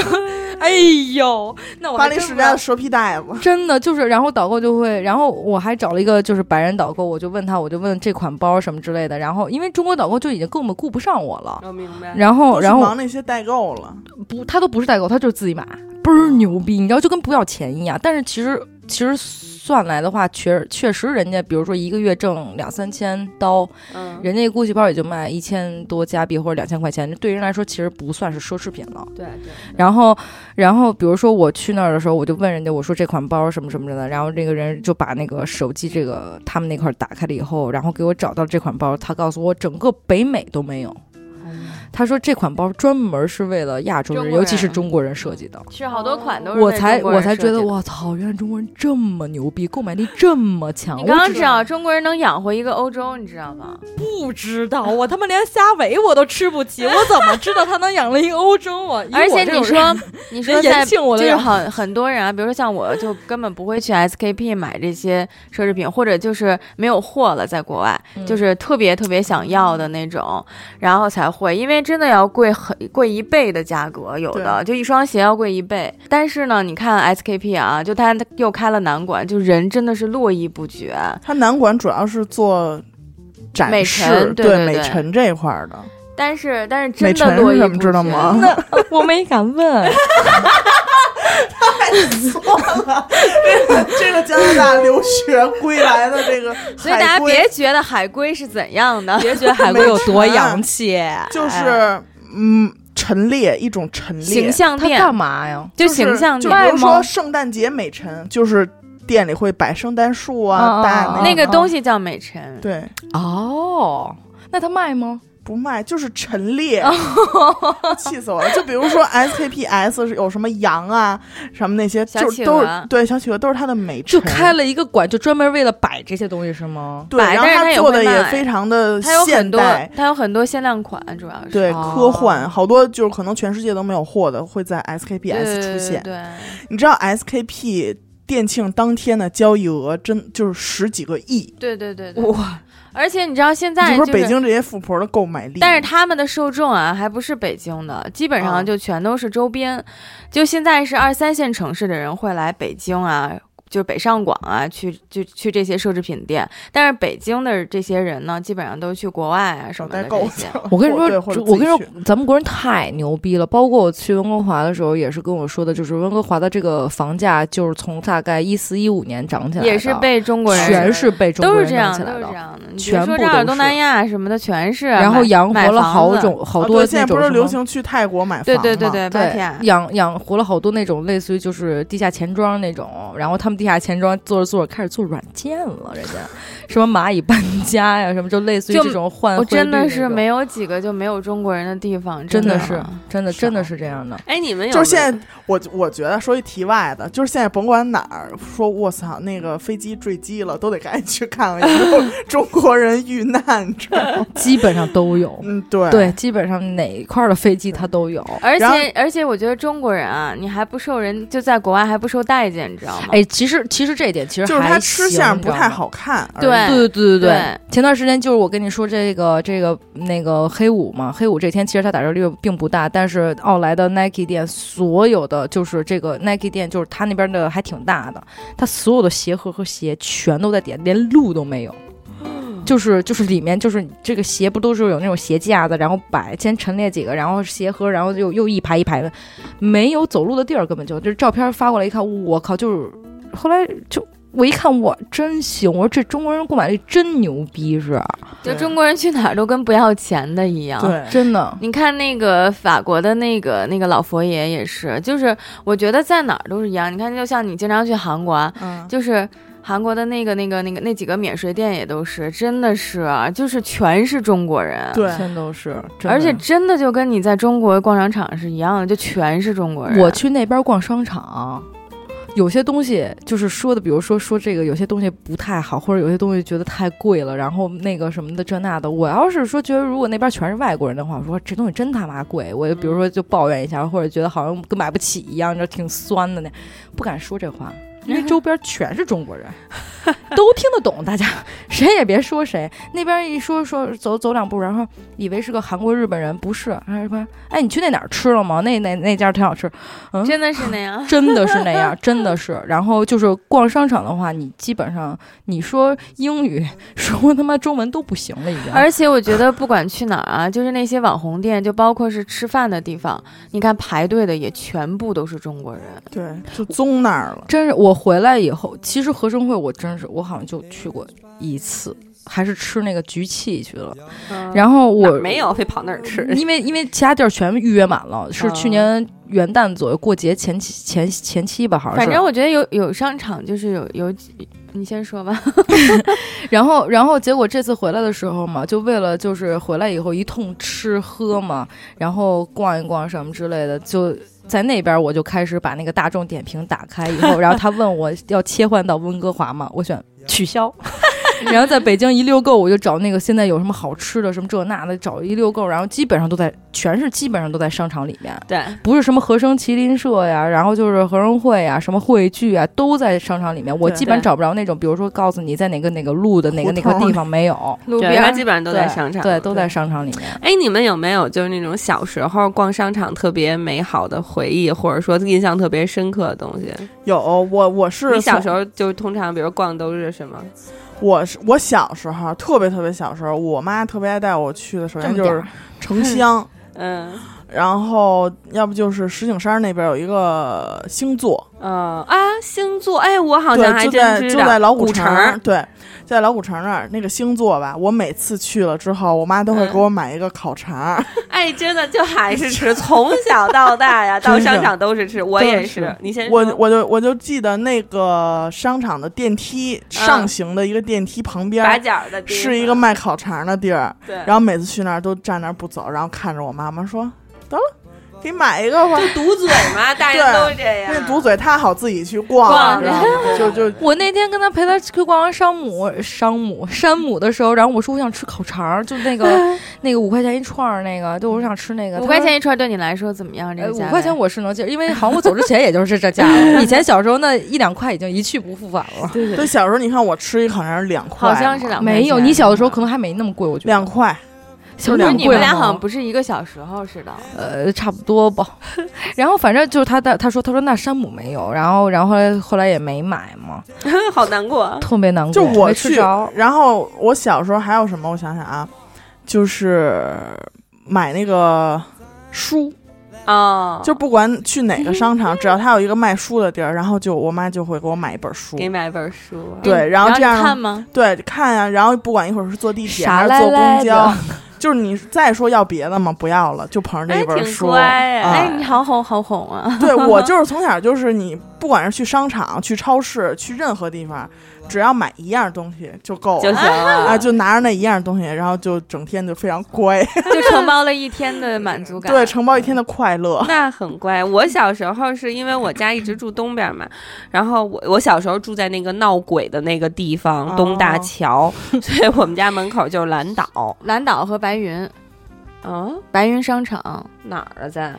S3: 哎呦，那我还
S1: 巴黎
S3: 真
S1: 世
S3: 不
S1: 家的
S3: 知
S1: 蛇皮袋子
S3: 道。真的就是，然后导购就会，然后我还找了一个就是白人导购，我就问他，我就问这款包什么之类的。然后因为中国导购就已经根本顾不上我了，
S2: 我明白，
S3: 然后
S1: 嗯都是
S3: 哦然后
S1: 忙那些代购了，
S3: 不，他都不是代购，他就是自己买，倍
S2: 哦
S3: 儿牛逼，你知道，就跟不要钱一样。但是其实其实算来的话，确确实人家，比如说一个月挣两三千刀，
S2: 嗯，
S3: 人家 GUCCI 包也就卖一千多加币或者两千块钱，对人来说其实不算是奢侈品了。
S2: 对对，
S3: 然后，然后比如说我去那儿的时候，我就问人家，我说这款包什么什么的，然后这个人就把那个手机这个他们那块儿打开了以后，然后给我找到这款包，他告诉我整个北美都没有，他说这款包专门是为了亚洲
S4: 中
S3: 人，
S4: 国
S3: 尤其是
S4: 人
S3: 中国人设计的。
S4: 是好多款都是
S3: 我
S4: 被
S3: 才
S4: 中国
S3: 我
S4: 人
S3: 才
S4: 设
S3: 觉得
S4: 计的
S3: 我操，原来中国人这么牛逼，购买力这么强。
S4: 你刚
S3: 我
S4: 刚知道中国人能养活一个欧洲，你知道吗？
S3: 不知道，我他妈连虾尾我都吃不起，我怎么知道他能养了一个欧洲啊？以
S4: 而
S3: 我
S4: 且
S3: 这
S4: 你
S3: 种人
S4: 说，你说
S3: 人言
S4: 在
S3: 性我都
S4: 就是
S3: 养
S4: 很很多人啊，比如说像我，就根本不会去 SKP 买这些奢侈品，或者就是没有货了，在国外、
S3: 嗯
S4: 就是特别特别想要的那种，然后才会，因为真的要贵很贵一倍的价格，有的就一双鞋要贵一倍。但是呢，你看 SKP 啊，就它又开了南馆，就人真的是络绎不绝。
S1: 它南馆主要是做
S4: 美
S1: 展示，
S4: 陈对对
S1: 美
S4: 对
S1: 陈这块儿的。
S4: 但是但是
S1: 美
S4: 真的
S1: 陈
S4: 络
S1: 是
S4: 绎
S1: 什
S4: 不
S1: 么
S4: 绝，
S1: 知道吗？
S3: 我没敢问，
S1: 这个加拿大留学归来的这个海归，
S4: 所以大家别觉得海归是怎样的，
S3: 别觉得海
S1: 归有多
S3: 啊
S1: 洋
S3: 气，
S1: 就是嗯陈列一种陈列
S4: 哎形象
S3: 他
S4: 店
S3: 干嘛呀？
S4: 就是形象
S1: 就
S4: 店
S1: 比。如
S3: 卖
S1: 说
S3: 吗
S1: 圣诞节美陈，就是店里会摆圣诞树
S3: 啊
S1: 啊，
S3: 啊
S1: 大
S3: 啊
S4: 哦那
S1: 那
S4: 个东西叫美陈，
S1: 对。
S3: 哦，那他卖吗？
S1: 不卖就是陈列，
S4: 哦
S1: 气死我了！就比如说 SKPS 是有什么羊啊，什么那些，
S4: 小
S1: 就
S4: 企
S1: 是都
S4: 鹅
S1: 是对小企鹅都是它的美
S3: 就
S1: 陈，
S3: 开了一个馆，就专门为了摆这些东西是吗？
S1: 对，
S4: 摆
S1: 然后
S4: 但是它
S1: 它
S4: 也
S1: 做
S4: 会
S1: 的也
S4: 卖
S1: 非常的
S4: 它有
S1: 现
S4: 很多
S1: 代，，
S4: 它有很多限量款，主要是
S1: 对，
S3: 哦
S1: 科幻好多就是可能全世界都没有货的，会在
S4: 对
S1: SKPS
S4: 对
S1: 出
S4: 对
S1: 现。
S4: 对，
S1: 你知道 SKP 店庆当天的交易额真就是十几个亿，
S4: 对对对对。
S3: 哇，
S4: 而且你知道现
S1: 你
S4: 在
S1: 就
S4: 就
S1: 说北
S4: 是，
S1: 京这些富婆的购买力，
S4: 但是他们的受众啊，还不是北京的，基本
S1: 啊
S4: 上就全都是周边，就现在是二三线城市的人会来北京啊。就是北上广啊，去就去这些奢侈品店，但是北京的这些人呢，基本上都去国外啊什
S1: 少
S4: 么
S1: 代
S4: 的
S1: 购
S4: 这些。，
S3: 我跟你说
S1: 对或者，
S3: 我跟
S1: 自
S3: 你
S1: 己
S3: 说
S1: 去，
S3: 咱们国人太牛逼了。包括我去温哥华的时候，也是跟我说的，就是温哥华的这个房价，就是从大概一四一五年涨起来的，
S4: 也是被中国人
S3: 全是被中
S4: 都
S3: 国
S4: 是
S3: 人
S4: 这
S3: 涨起
S4: 样，
S3: 来
S4: 都是这
S3: 的。
S4: 样的。你
S3: 全
S4: 别说
S3: 部
S4: 这儿
S3: 都
S4: 东
S3: 是
S4: 南亚什么的，全是买。
S3: 然后养活
S4: 买
S3: 了
S4: 房
S3: 好
S4: 子
S3: 种好
S1: 啊
S3: 多
S1: 对现在
S3: 那种
S1: 不是
S3: 什
S1: 流
S3: 么
S1: 行去泰国买房
S4: 对
S1: 吗？
S4: 对对对，巴提
S3: 对
S4: 亚，
S3: 养养活了好多那种类似于就是地下钱庄那种，然后他们地下钱庄做着做着开始做软件了，人家什么蚂蚁搬家呀，什么就类似于
S4: 就
S3: 这种换
S4: 我
S3: 汇率
S4: 真的
S3: 那
S4: 是
S3: 种
S4: 没有几个就没有中国人的地方，
S3: 真
S4: 的啊
S3: 的是真的
S1: 少
S3: 真的是这样的，
S2: 哎，你们有
S1: 就是
S2: 没有
S1: 现在，我我觉得说一题外的，就是现在甭管哪儿，说我操那个飞机坠机了，都得赶紧去看看有 没有中国人遇难，你知道吗？
S3: 基本上都有。
S1: 嗯，对嗯
S3: 对，，基本上哪一块儿的飞机它都有。
S4: 而
S1: 然后
S4: 且而且，我觉得中国人啊，你还不受人就在国外还不受待见，你知道吗？
S3: 哎，其实其实这一点其实
S1: 就是
S3: 还
S1: 它吃
S3: 行
S1: 相
S3: 你
S1: 不
S3: 知道
S1: 太
S3: 吗
S1: 好看而已，
S4: 对
S3: 对对对对
S4: 对
S3: 前段时间就是我跟你说这个这个那个黑五嘛，黑五这天其实它打折率并不大，但是奥莱的 Nike 店所有的就是这个 Nike 店，就是它那边的还挺大的，它所有的鞋盒和鞋全都在点，连路都没有。
S4: 嗯
S3: 就是就是里面就是这个鞋不都是有那种鞋架子，然后摆先陈列几个，然后鞋盒，然后又又一排一排的，没有走路的地儿，根本就就是照片发过来一看，我靠，就是后来就我一看，我真行，我说这中国人购买力真牛逼是，
S4: 就中国人去哪儿都跟不要钱的一样。
S1: 对，
S3: 真的。
S4: 你看那个法国的那个那个老佛爷也是，就是我觉得在哪儿都是一样。你看，就像你经常去韩国啊，
S1: 嗯，
S4: 就是韩国的那个那个那个那几个免税店也都是，真的是啊就是全是中国人。
S1: 对，
S3: 全都是，真的
S4: 而且真的就跟你在中国逛商场是一样的，就全是中国人。
S3: 我去那边逛商场，有些东西就是说的，比如说说这个有些东西不太好，或者有些东西觉得太贵了，然后那个什么的这那的。我要是说觉得如果那边全是外国人的话，我说这东西真他妈贵，我就比如说就抱怨一下，或者觉得好像跟买不起一样，就挺酸的呢，不敢说这话。因为周边全是中国人，都听得懂，大家谁也别说谁。那边一说说走走两步，然后以为是个韩国日本人，不是，还是说哎，你去那哪儿吃了吗？那那那家挺好吃，嗯，
S4: 真的是那 样。
S3: 真的是那样，真的是。然后就是逛商场的话，你基本上你说英语、说他妈中文都不行了，已经。
S4: 而且我觉得不管去哪儿啊，就是那些网红店，就包括是吃饭的地方，你看排队的也全部都是中国人。
S1: 对，就宗那儿了。
S3: 真是我回来以后，其实合生汇我真是我好像就去过一次，还是吃那个菊气去了。
S4: 嗯
S3: 然后
S2: 哪
S3: 我
S2: 儿没有，嗯非跑那儿 吃。
S3: 因为因为其他地儿全预约满了，是去年元旦左右过节前期前前期吧，好像是。
S4: 反正我觉得有有商场就是有有几，你先说吧。
S3: 然后，然后结果这次回来的时候嘛，就为了就是回来以后一通吃喝嘛，然后逛一逛什么之类的，就在那边我就开始把那个大众点评打开以后，然后他问我要切换到温哥华嘛，我选取消。 然后在北京一溜够，我就找那个现在有什么好吃的，什么这那的，找一溜够，然后基本上都在，全是基本上都在商场里面，
S2: 对，
S3: 不是什么和生麒麟社呀，然后就是和生会呀，什么汇聚啊，都在商场里面。我
S1: 对
S3: 基本
S2: 对
S3: 找不着那种，比如说告诉你在哪个哪个路的哪个
S1: 胡
S3: 哪个
S1: 同
S3: 地方没有，
S2: 路
S3: 对
S2: 边
S3: 然
S2: 儿
S3: 后
S2: 基本上都在商场。
S3: 对，都在商场里面。
S2: 哎，你们有没有就是那种小时候逛商场特别美好的回忆，或者说印象特别深刻的东西？
S1: 有我我是
S2: 你小
S1: 从
S2: 时候就通常，比如逛都是什么？
S1: 我是我小时候特别特别小时候，我妈特别爱带我去的，首
S3: 这么
S1: 先就
S3: 点
S1: 是
S3: 儿
S1: 城乡，
S2: 嗯，
S1: 然后要不就是石景山那边有一个星座，
S2: 呃啊，星座，哎，我好像
S1: 对，
S2: 还
S1: 就
S2: 真
S1: 在
S2: 知
S1: 就
S2: 道，
S1: 在老
S2: 古
S1: 古城儿，对，在老古城那儿那个星座吧，我每次去了之后，我妈都会
S2: 嗯
S1: 给我买一个烤肠儿，
S2: 哎，真的就还 是吃，从小到大呀，到
S1: 真是
S2: 商场都是吃，我
S1: 真
S2: 也
S1: 是
S2: 是。你先说，
S1: 我我就我就记得那个商场的电梯上行的一个电梯旁边
S2: 八
S1: 儿
S2: 角的嗯地
S1: 是一个
S2: 方，嗯
S1: 卖烤肠的地儿，
S2: 对，
S1: 然后每次去那儿都站那儿不走，然后看着我妈妈说：“得了，给你买一个 吧。”
S2: 堵嘴嘛，大人都这样。
S1: 那堵嘴他好自己去逛，
S2: 逛
S1: 你知道 吗？就就
S3: 我那天跟他陪他去逛完商姆、商姆、山姆的时候，然后我说我想吃烤肠儿，就 那个那个五块钱一串儿那个，就我想吃那个
S4: 五块。
S3: 他说
S4: 钱一串对你来说怎么样？这
S3: 呃
S4: 个
S3: 五
S4: 价
S3: 块
S4: 位
S3: 钱我是能接受，因为好像我走之前也就是这价了。以前小时候那一两块已经一去不复返了。
S4: 对
S1: 对，小时候你看我吃一烤肠是两块嘛，
S4: 好像是两块
S3: 没有，
S4: 钱
S3: 你小的时候可能还没那么贵，我觉得
S1: 两块，
S3: 小
S4: 不
S3: 两
S4: 是
S3: 贵
S4: 你们
S3: 了
S4: 俩好
S3: 吗
S4: 像不是一个小时候似的。
S3: 呃，差不多吧。 然后反正就是他的，他说他说那山姆没有，然后然后后来后来也没买嘛，
S2: 好难过。
S3: 特别难过，
S1: 就我
S3: 没吃
S1: 去
S3: 着。。
S1: 然后我小时候还有什么？我想想啊，就是买那个书，
S2: 哦，
S1: 就不管去哪个商 场，只要他有一个卖书的地儿，然后就我妈就会给我买一本书
S2: 给。买本书。
S1: 对，然后
S4: 后
S1: 这样
S4: 你
S1: 呢
S4: 看吗？
S1: 对看啊，然后不管一会儿是坐地铁
S3: 傻
S1: 还是
S3: 赖
S1: 坐
S3: 赖
S1: 公交
S3: 的，
S1: 就是你再说要别的嘛，不要了，就捧着
S2: 哎
S1: 那本
S2: 挺
S1: 书。
S2: 乖哎
S1: 啊
S4: 哎，你 好哄好哄啊！
S1: 对我就是从小就是你，不管是去商场、去超市、去任何地方，只要买一样东西就够
S2: 就
S1: 了
S2: 行了
S1: 啊，就拿着那一样东西，然后就整天就非常乖，
S4: 就承包了一天的满足感。
S1: 对，承包一天的快
S3: 嗯
S1: 乐。
S2: 那很乖。我小时候是因为我家一直住东边嘛，然后我我小时候住在那个闹鬼的那个地
S1: 哦
S2: 方东大 桥，所以我们家门口就是蓝岛。
S4: 蓝岛和白云，
S2: 啊，
S4: 白云商场，
S2: 哪儿啊在？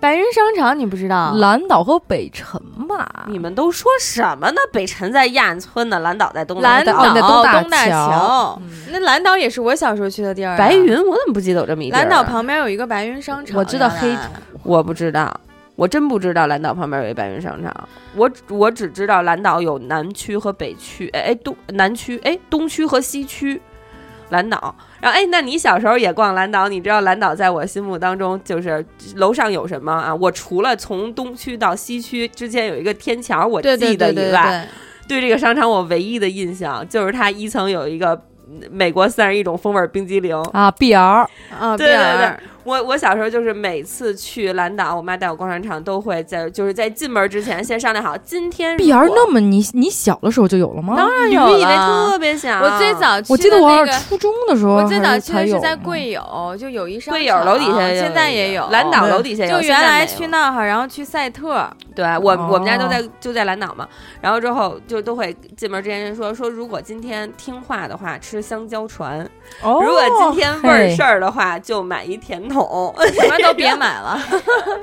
S4: 白云商场你不知道？
S3: 蓝岛和北辰吧，
S2: 你们都说什么呢？北辰在亚运村呢，蓝岛在东
S4: 蓝
S2: 边。
S4: 岛、
S3: 哦那东大
S4: 东大
S3: 桥
S4: 桥
S3: 嗯，
S4: 那蓝岛也是我小时候去的地儿啊。
S2: 白云，我怎么不记得有这么一地儿啊
S4: 蓝岛旁边有一个白云商场，
S3: 我知道
S4: 原来
S3: 黑
S2: 我不知道，我真不知道蓝岛旁边有一白云商场。我只我只知道蓝岛有南区和北区，哎哎东南区，哎东区和西区。蓝岛，然后哎，那你小时候也逛蓝岛？你知道蓝岛在我心目当中就是楼上有什么啊？我除了从东区到西区之间有一个天桥，我记得以外，
S4: 对对对对对，
S2: 对这个商场我唯一的印象就是它一层有一个美国三十一种风味冰激凌，
S3: 啊，B R
S4: 啊，
S2: 对对对
S4: 贝尔
S2: 我我小时候就是每次去蓝岛，我妈带我逛商场，都会在就是在进门之前先商量好，今天
S3: B
S2: 如
S3: R
S2: 果
S3: 那么你你小的时候就有了吗？
S4: 当然
S2: 你
S4: 有
S2: 不以为
S4: 了
S3: 啊
S2: 特别小，
S4: 我最早去
S3: 我记得
S4: 的
S3: 我
S4: 那
S3: 好
S4: 个
S3: 像初中的时候
S4: 我
S3: 还
S4: 最
S3: 是才有呢，
S4: 早去的是在贵友，就嗯友谊商
S2: 贵友楼底
S4: 场啊
S2: 下有，
S4: 现在也有
S2: 蓝岛
S3: 哦
S2: 楼底下有，
S4: 就原来
S2: 现在没
S4: 去
S2: 有，
S4: 那儿，然后去赛特，
S2: 对我
S3: 哦
S2: 我们家都在就在蓝岛嘛，然后之后就都会进门之前说说，如果今天听话的话吃香蕉船，
S1: 哦
S2: 如果今天味儿
S3: 嘿
S2: 事儿的话就买一甜筒，
S4: 什么都别买了。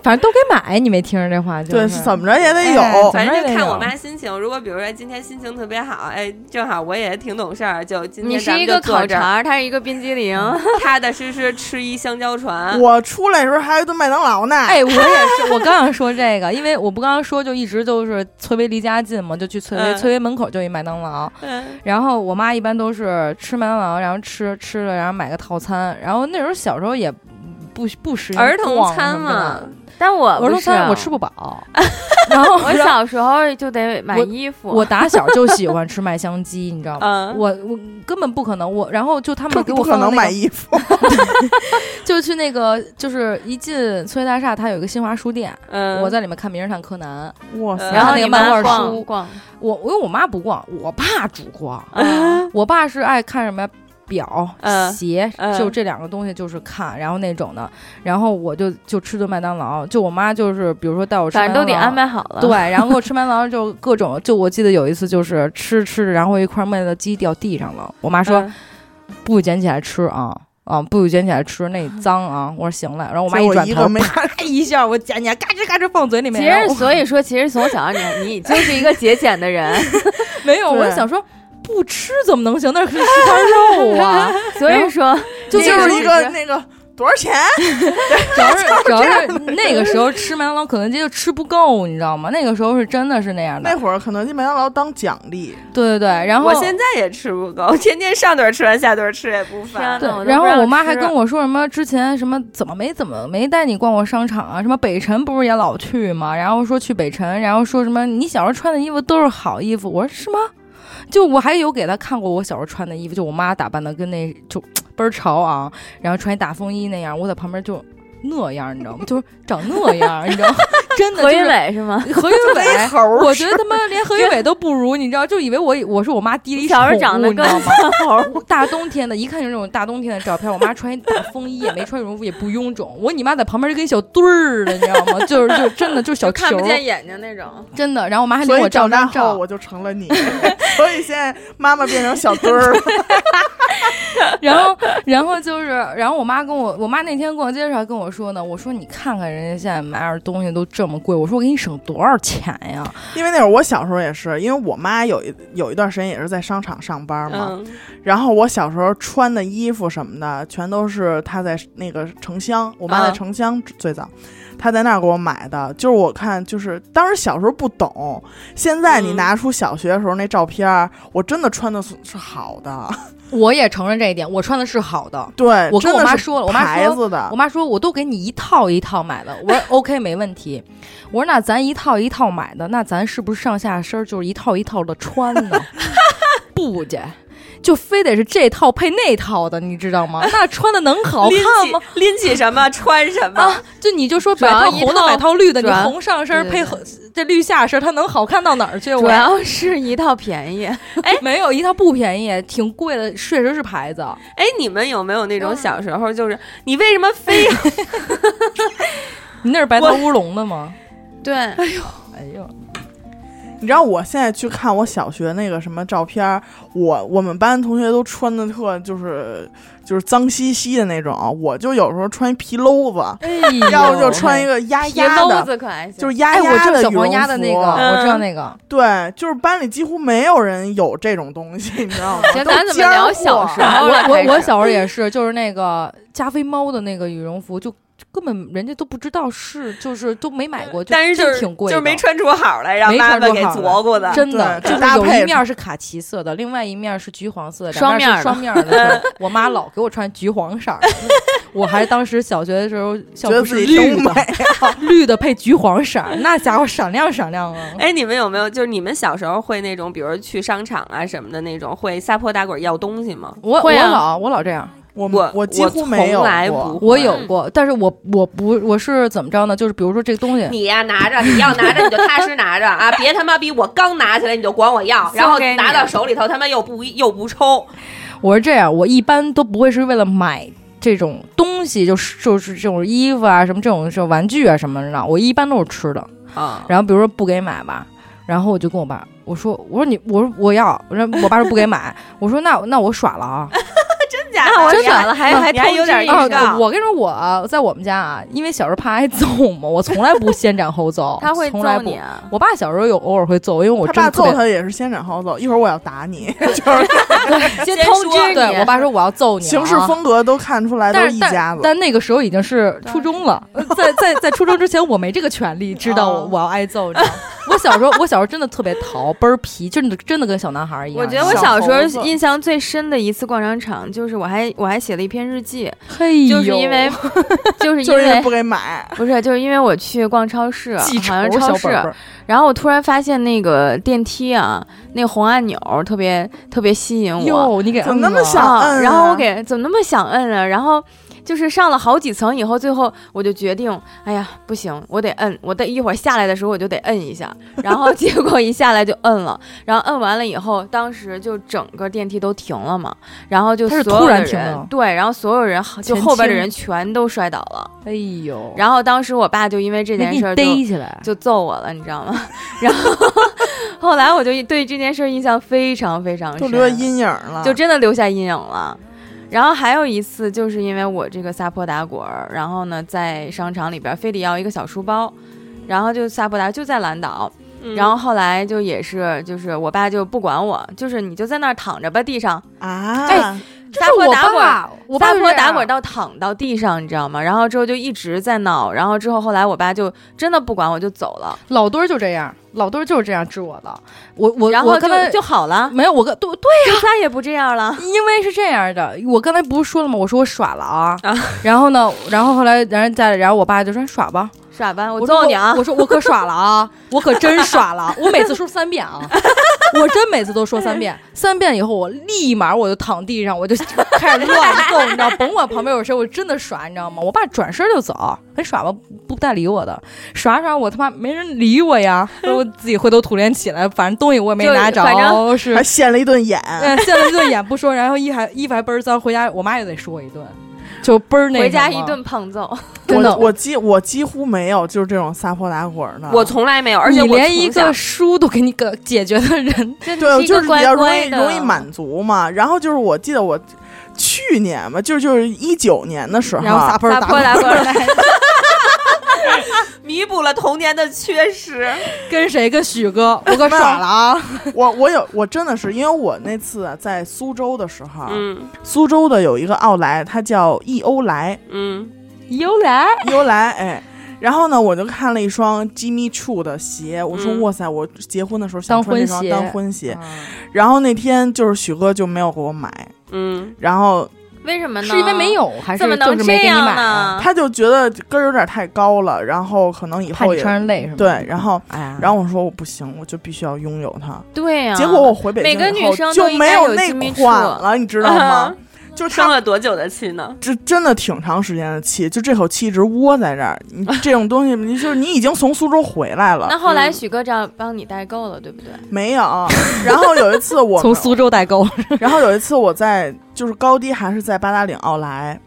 S3: 反正都给买，你没听着这话就
S1: 对，
S3: 是
S1: 怎么着也得
S3: 哎
S1: 有
S3: 怎，
S2: 反
S3: 么
S2: 正
S3: 也
S2: 就
S3: 得
S2: 看
S3: 有
S2: 我妈心情。如果比如说今天心情特别好，哎，正好我也挺懂事儿，就今
S4: 你
S2: 天咱
S4: 是
S2: 们
S4: 一个
S2: 就坐
S4: 烤
S2: 这儿
S4: 肠，它是一个冰激凌，
S2: 踏踏实实吃一香蕉
S4: 嗯
S2: 船。
S1: 我出来的时候还有一顿麦当劳呢。
S3: 哎，我也是，我刚想说这个，因为我不刚刚说就一直就是翠微离家近嘛，就去翠微，
S2: 嗯
S3: 翠微门口就一麦当劳，
S2: 嗯
S3: 然后我妈一般都是吃麦当劳，然后吃吃了，然后买个套餐，然后那时候小时候也不不时
S2: 儿童餐嘛，
S4: 但我
S1: 啊
S3: 儿童
S4: 不是啊
S3: 餐我吃不 饱， 然后
S4: 我
S3: 然后
S4: 小时候就得买衣服，
S3: 我打小就喜欢吃麦香鸡，你知道吗？
S2: 嗯，
S3: 我我根本不可能，我然后就他们给
S1: 啊不
S3: 我
S1: 可
S3: 放到
S1: 能
S3: 那
S1: 买
S3: 个，
S1: 衣 服，
S3: 就去那个就是一进翠大厦，它有一个新华书店，
S2: 嗯，
S3: 我在里面看《名侦探柯南》，
S1: 哇
S2: 嗯
S1: 塞！
S4: 然
S3: 然
S4: 后
S3: 后那
S4: 你
S3: 个漫
S4: 妈
S3: 画
S4: 逛
S3: 书
S4: 逛，
S3: 我我因为我妈不逛，我爸主逛，
S4: 嗯
S2: 啊
S3: 我爸是爱看什么呀表、
S2: 嗯
S3: 鞋，
S2: 嗯
S3: 就这两个东西就是看，然后那种的，然后我就就吃顿麦当劳，就我妈就是比如说带我吃，
S4: 反正都得安。排好了。
S3: 对，，然后给我吃麦当劳就各种，就我记得有一次就是吃吃着，然后一块麦乐鸡掉地上了，我妈说、
S2: 嗯
S3: 不许捡起来吃啊啊，不许捡起来吃，那
S4: 嗯
S3: 脏啊！我说行了，然后我妈
S1: 就
S3: 转
S1: 一
S3: 头
S1: 个，没看，
S3: 啪一下我捡起来，嘎吱嘎吱放嘴里面。
S4: 其
S3: 然
S4: 实
S3: 后
S4: 所以说，其实从小你你就是一个节俭的 人，
S3: 我没有，我
S1: 对
S3: 想说不吃怎么能行？那可是食堂肉 啊！
S4: 所以说
S1: 就
S4: 那个
S1: 是一
S4: 时
S1: 个
S4: 候
S1: 那个多少钱？
S3: 主要是主要是那个时候吃麦当劳、肯德基就吃不够，你知道吗？那个时候是真的是那样
S1: 那
S3: 的。
S1: 会儿肯德基、麦当劳当奖励，
S3: 对对对，然后
S2: 我现在也吃不够，天天上顿吃完下顿吃也不
S4: 天
S2: 烦。
S4: 哪
S3: 对
S4: 我都，
S3: 然后
S4: 不让
S3: 我妈还
S4: 吃
S3: 跟我说什么之前什么怎么没怎么没带你逛过商场啊？什么北辰不是也老去吗？然后说去北辰，然后说什么你小时候穿的衣服都是好衣服。我说是吗？就我还有给她看过我小时候穿的衣服，就我妈打扮的跟那就倍儿潮啊，然后穿一大风衣那样，我在旁边就那样，你知道吗？就是长那样，你知道吗？ 真的、就
S4: 何
S3: 是
S4: 云。伟是吗？
S3: 何云伟，
S1: 猴儿
S3: 我觉得他妈连何云伟都不如，你知道，就以为我我是我妈第一
S4: 小时候长得
S3: 你知道
S4: 跟
S3: 吗？
S4: 猴儿，
S3: 大冬天的，一看就是那种大冬天的照片。我妈穿一大风衣，也没穿羽绒服，也不臃肿。我你妈在旁边就跟小墩儿的，你知道吗？就是就真的就是小
S4: 就 看
S3: 球
S4: 不
S3: 儿，
S4: 见眼睛那种。
S3: 真的。然后我妈还
S1: 所
S3: 领
S1: 以
S3: 我照
S1: 长大
S3: 张
S1: 后
S3: 照，
S1: 我就成了你， 所以现在妈妈变成小墩儿了，
S3: 然后然后就是，然后我妈跟我，我妈那天逛街的时候还跟我说呢，我说你看看人家现在买点东西都这么贵，我说我给你省多少钱呀？
S1: 因为那会儿我小时候也是，因为我妈有一有一段时间也是在商场上班嘛，
S2: 嗯，
S1: 然后我小时候穿的衣服什么的，全都是她在那个城乡，我妈
S2: 啊
S1: 在城乡最早，她在那儿给我买的。就是我看，就是当时小时候不懂，现在你
S2: 嗯
S1: 拿出小学的时候那照片儿，我真的穿的是是好 的，
S3: 我也承认这一点，我穿的是好的。
S1: 对，
S3: 我跟我
S1: 真的
S3: 妈
S1: 是
S3: 说了，我妈
S1: 牌
S3: 说
S1: 子
S4: 啊
S1: 的
S3: 我，妈说我都给你一套一套买了，我说 OK 没问题。我说那咱一套一套买的，那咱是不是上下身儿就是一套一套的穿呢？ 不姐。就非得是这套配那套的，你知道吗？那穿的能好
S2: 拎
S3: 看吗？
S2: 起拎起什么穿什么
S3: 啊，就你就说
S4: 主
S3: 买
S4: 要
S3: 套
S4: 一
S3: 红的，
S4: 套
S3: 买套绿的，
S4: 主
S3: 你
S4: 要
S3: 红上身儿
S4: 对
S3: 配
S4: 对
S3: 红这绿下身儿，它能好看到哪儿去？
S4: 主
S3: 我
S4: 要哎是一套便宜，
S3: 没有一套不便宜，挺贵的，确实是牌子。
S2: 哎，你们有没有那种
S3: 嗯
S2: 小时候就是你为什么非 要
S3: 你那是白桃
S2: 我
S3: 乌龙的吗？
S4: 对，
S3: 哎呦，
S1: 你知道我现在去看我小学那个什么照片儿，我我们班同学都穿的特就是就是脏兮兮的那种，我就有时候穿一皮褛子，
S3: 哎
S1: 要不就穿一个压
S4: 皮
S1: 压
S4: 褛
S1: 的，
S4: 子可还行，
S1: 就是是压
S3: 哎，我
S1: 压
S3: 就是
S1: 的
S3: 小
S1: 羽
S3: 黄
S1: 绒
S3: 鸭的那
S1: 服
S3: 个，我知道
S2: 嗯
S3: 那个。
S1: 对，就是班里几乎没有人有这种东西，你知道吗？
S4: 行，
S1: 都
S4: 咱怎么
S1: 尖儿
S4: 聊
S1: 货
S4: 小时
S3: 啊
S4: 候了？
S3: 我我我
S4: 开始
S3: 小时候也是，就是那个加菲猫的那个羽绒服，就就根本人家都不知道是，就是都没买过，就
S2: 但是就
S3: 真
S2: 是
S3: 挺贵
S2: 就
S3: 的，
S2: 是没穿出好来，让
S3: 没
S2: 妈
S3: 穿
S2: 妈
S3: 出
S2: 给
S3: 好
S2: 琢咕的。
S3: 真的，
S1: 对
S3: 就
S1: 就是搭
S3: 有
S1: 配
S3: 一
S1: 着
S3: 面是卡其色的，另外一面是橘黄色的，
S4: 双
S3: 两
S4: 面儿
S3: 面
S4: 的
S3: 是双面儿
S2: 嗯
S3: 的。就我妈老给我穿橘黄色儿 的，我还当时小学的时候校
S1: 觉得
S3: 服
S1: 自
S3: 是
S1: 己
S3: 绿
S1: 挺美
S3: 的，，绿的配橘黄色儿，那家伙闪亮闪亮啊！
S2: 哎，你们有没有就是你们小时候会那种，比如去商场啊什么的那种，会撒泼打滚要东西吗？
S3: 我我
S4: 会啊
S3: 老我老这样，
S1: 我
S2: 我
S1: 我几乎
S2: 从
S1: 没有
S2: 来
S1: 过。
S2: 不
S3: 我
S2: 会
S3: 有过，但是我我不我是怎么着呢？就是比如说这个东西，
S2: 你呀、拿着，你要拿着你就踏实拿着啊，别他妈逼我刚拿起来你就管我要，然后
S4: 送给你
S2: 拿到手里头他妈又不又不抽，
S3: 我是这样，我一般都不会是为了买这种东西，就是就是这种衣服啊，什么这种这种玩具啊什么的，我一般都是吃的。
S2: 啊，
S3: 然后比如说不给买吧，然后我就跟我爸我说我说你我说我要，然后我爸说不给买，我说那那我耍了啊。
S2: 真假
S4: 那我
S3: 真的
S4: 傻了，还
S3: 那
S4: 嗯还
S2: 你还
S4: 通
S2: 有
S4: 知
S2: 点
S4: 一
S2: 意识
S4: 下，
S3: 啊我跟你说我在我们家啊，因为小时候怕挨揍嘛，我从来不先斩后奏
S4: 他会
S3: 从来
S4: 揍
S3: 不
S4: 你。啊。
S3: 我爸小时候有偶尔会揍，因为我
S1: 他
S3: 真
S1: 爸
S3: 的特
S1: 揍
S3: 别
S1: 他也是先斩后奏，一会儿我要打你，就是
S4: 先
S2: 先
S4: 通
S2: 说
S4: 知
S3: 对
S4: 你，
S3: 我爸说我要揍你、啊，
S1: 行事风格都看出来，都
S3: 但
S1: 是
S3: 是
S1: 一家
S3: 但
S1: 子。
S3: 但那个时候 已经是初中了，在在在初中之前我没这个权利，知道我
S1: 哦
S3: 我要挨揍，你知道吗？我小时候，我小时候真的特别淘，倍儿皮，真的真的跟小男孩儿一样。
S4: 我觉得我
S3: 小
S4: 小时
S1: 猴子
S4: 候印象最深的一次逛商场，就是我还我还写了一篇日记，
S3: 嘿哎呦，
S4: 就是 因为就是因
S1: 就是
S4: 为
S1: 不给买。
S4: 不是就是因为我去逛超市，
S3: 记仇
S4: 好像
S3: 小
S4: 超
S3: 本本
S4: 市，
S3: 儿，
S4: 然后我突然发现那个电梯啊，那个红按钮特别特别吸引我，
S3: 哟，你给
S1: 怎么
S3: 摁
S1: 那么
S3: 了
S1: 小想摁啊
S4: 然后我给怎么那么想摁啊？然后就是上了好几层以后，最后我就决定，哎呀，不行，我得摁，我得一会儿下来的时候我就得摁一下。然后结果一下来就摁了，然后摁完了以后，当时就整个电梯都停了嘛，然后就
S3: 它
S4: 所
S3: 是
S4: 有
S3: 突
S4: 的
S3: 然停
S4: 人
S3: 的
S4: 对，然后所有人就
S3: 前
S4: 后边的
S3: 倾
S4: 人全都摔倒了。
S3: 哎呦，
S4: 然后当时我爸就因为这
S3: 没
S4: 件
S3: 给
S4: 事
S3: 你
S4: 儿就
S3: 逮起来，
S4: 就揍我了，你知道吗？ 然后后来我就对这件事儿印象非常非常深，
S1: 都留下阴影了，
S3: 啊
S4: 就真的留下阴影了。然后还有一次，就是因为我这个撒泼打滚儿，然后呢，在商场里边儿非得要一个小书包，然后就撒泼打就在蓝岛，
S2: 嗯
S3: 嗯
S4: 然后后来就也是，就是我爸就不管我，就是你就在那儿躺着吧，地上
S1: 啊！
S4: 哎
S3: 这
S4: 撒
S3: 是
S4: 泼
S3: 我
S4: 打滚儿
S3: 爸，我爸
S4: 撒
S3: 就
S4: 泼
S3: 这
S4: 打
S3: 样
S4: 滚到躺到地上，你知道吗？然后之后就一直在闹，然后之后后来我爸就真的不管我就走了，
S3: 老墩儿就这样，老墩儿就是这样治我的。我我
S4: 然
S3: 我
S4: 后
S3: 刚
S4: 就
S3: 才
S4: 就 好了，
S3: 没有我跟对对，
S4: 就再也不这样了。
S3: 因为是这样的，我刚才不是说了吗？我说我耍了啊，然后呢，然后后来然后再然后我爸就说耍吧，
S4: 耍吧，
S3: 我
S4: 我
S3: 说
S4: 揍你啊！
S3: 我说我可耍了 啊，我可真耍了，我每次说三遍啊。我真每次都说三遍，三遍以后我立马我就躺地上，我就开始乱动，你知道，甭管旁边有谁，我真的耍，你知道吗？我爸转身就走，很耍吧，不不带理我的，耍耍我他妈没人理我呀，我自己灰头土脸起来，反正东西我也没
S4: 就
S3: 拿着，
S4: 反
S3: 是
S1: 还现了一顿眼，
S3: 嗯，现了一顿眼不说，然后衣还衣服还倍儿脏，回家我妈也得说我一顿，就倍儿那
S4: 回家
S3: 什
S4: 一
S3: 么
S4: 顿胖揍，
S3: 真的
S1: 我我几我几乎没有就是这种撒泼打滚的，
S2: 我从来没有，而且
S3: 你
S2: 我
S3: 连一
S2: 从小
S3: 个书都给你个解决的人，
S4: 真的
S1: 对，
S4: 一
S1: 就
S4: 个
S1: 是比较
S4: 乖
S1: 容
S4: 乖
S1: 易
S4: 的，
S1: 容易满足嘛。然后就是我记得我去年吧，就是就是一九年的时候，啊
S3: 然后撒泼
S4: 撒
S3: 打
S4: 泼打滚儿，
S2: 弥补了童年的缺失。
S3: 跟谁跟许哥，我可耍了啊！
S1: 我我有我真的是因为我那次啊在苏州的时候，啊
S2: 嗯
S1: 苏州的有一个奥莱，它叫易欧莱，
S2: 嗯，
S3: 由来
S1: 易欧莱，哎。然后呢，我就看了一双 Jimmy Choo 的鞋，我说、
S2: 嗯
S1: 哇塞，我结婚的时候想
S3: 当
S1: 穿这
S3: 婚
S1: 双
S3: 鞋
S1: 当婚鞋。嗯然后那天就是许哥就没有给我买，
S2: 嗯，
S1: 然后
S4: 为什么呢？
S3: 是因为没有，还
S4: 怎么
S3: 是
S4: 能
S3: 就是没
S4: 这
S3: 给你
S4: 样
S3: 买
S4: 呢
S3: 啊？？
S1: 他就觉得跟儿有点太高了，然后可能以
S3: 怕
S1: 后
S3: 你
S1: 也
S3: 穿上累是吗？
S1: 对，然后
S3: 哎呀，
S1: 然后我说我不行，我就必须要拥有它。
S4: 对啊呀、
S1: 结果我回北京
S4: 每个
S1: 以
S4: 女
S1: 后
S4: 生
S1: 就
S4: 都应
S1: 没
S4: 该有
S1: 那
S4: Jimmy
S1: 款
S4: Choo
S1: 了，你知道吗？
S2: 啊
S1: 就是
S2: 生
S1: 他
S2: 了多久的气呢？
S1: 这真的挺长时间的气，就这口气一直窝在这儿。你这种东西，你就是你已经从苏州回来了
S4: 那，后来
S2: 嗯
S4: 许哥这样帮你代购了，对不对？
S1: 没有？然后有一次 我
S3: 从苏州代购，
S1: 然后有一次我在就是高低还是在八达岭奥莱，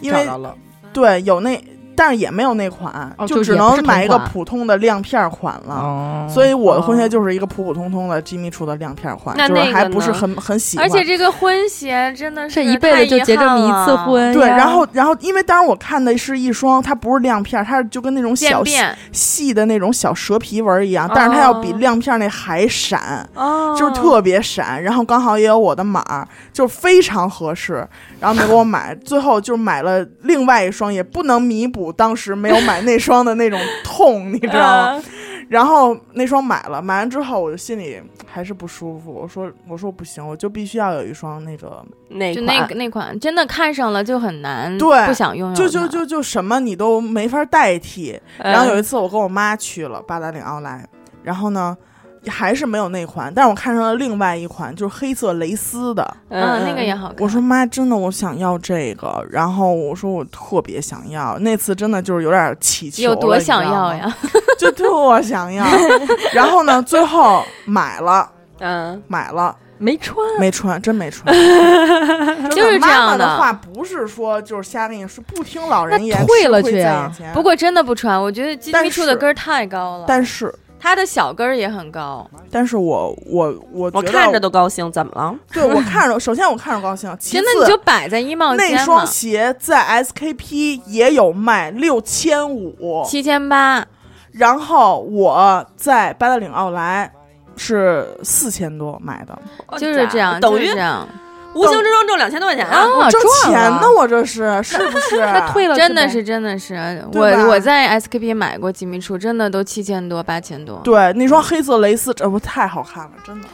S1: 因为
S3: 了，
S1: 对有那，但是也没有那款，
S3: 哦
S1: 就
S3: 就
S1: 只
S3: 也不
S1: 能
S3: 是同
S1: 买一个
S3: 款
S1: 普通的亮片儿款了。
S3: 哦
S1: 啊所以我的婚鞋
S2: 哦
S1: 就是一个普普通通的 Jimmy 出的亮片儿款，
S2: 那
S1: 就是
S2: 那个
S1: 还不是
S2: 呢
S1: 很很喜欢。
S4: 而且这个婚鞋真的是
S3: 这一辈子就结这么一次婚，
S1: 对，然后然后因为当时我看的是一双，它不是亮片儿，它是就跟那种
S4: 渐
S1: 小
S4: 变
S1: 细的那种小蛇皮纹儿一样，但是它要比
S2: 哦
S1: 亮片儿那还闪，
S4: 哦，
S1: 就是特别闪。然后刚好也有我的码儿，就是非常合适。然后没给我买，最后就买了另外一双，也不能弥补当时没有买那双的那种痛，你知道吗？
S2: 嗯
S1: 然后那双买了，买完之后我就心里还是不舒服，我说我说不行，我就必须要有一双那个，
S2: 那
S4: 就
S2: 款
S4: 那个那款真的看上了就很难，
S1: 对
S4: 不想拥有它，
S1: 就就就就什么你都没法代替。
S2: 嗯
S1: 然后有一次我跟我妈去了八达岭奥莱，然后呢还是没有那款，但是我看上了另外一款，就是黑色蕾丝的。
S4: 嗯，那个也好看。
S1: 我说妈，真的我想要这个，然后我说我特别想要，那次真的就是有点乞求，
S4: 有多想要，呀？
S1: 就特想 要。然后呢，最后买了
S2: 嗯
S1: 买了。
S3: 没穿，
S1: 没穿，真没 穿，
S4: 就
S1: 真
S4: 是这
S1: 妈
S4: 样
S1: 妈
S4: 的
S1: 的话不是说就是瞎跟你说，不听老人言，
S3: 那退了
S1: 吃亏
S3: 去
S1: 在
S3: 啊
S1: 眼前
S4: 不，过真的不穿，我觉得金
S1: 但
S4: 皮处的
S1: 是
S4: 跟儿太高了，
S1: 但是，
S4: 它的小跟儿也很高。
S1: 但是我我我觉
S2: 我
S1: 得
S2: 看着都高兴，怎么了？
S1: 对我看 着，首先我看着高兴，其
S4: 行，
S1: 次
S4: 那你就摆在衣帽
S1: 那
S4: 间
S1: 双
S4: 嘛，
S1: 鞋在 SKP 也有卖，六千五，
S4: 七千八，
S1: 然后我在八达岭奥莱是四千多买的，
S4: 就是这样，
S2: 哦等
S4: 就是
S2: 于
S4: 这样。
S2: 无形之中挣两千多块钱啊！
S3: 啊，
S1: 挣
S3: 赚
S1: 钱
S3: 了
S1: 呢，我这是是不是？
S3: 那退了去呗，
S4: 真的是真的是，
S1: 啊
S4: 呃
S1: 对吧
S4: 我我在 SKP 买过几米处，真的都七千多八千多。
S1: 对那双黑色蕾丝，这不太好看了，真的。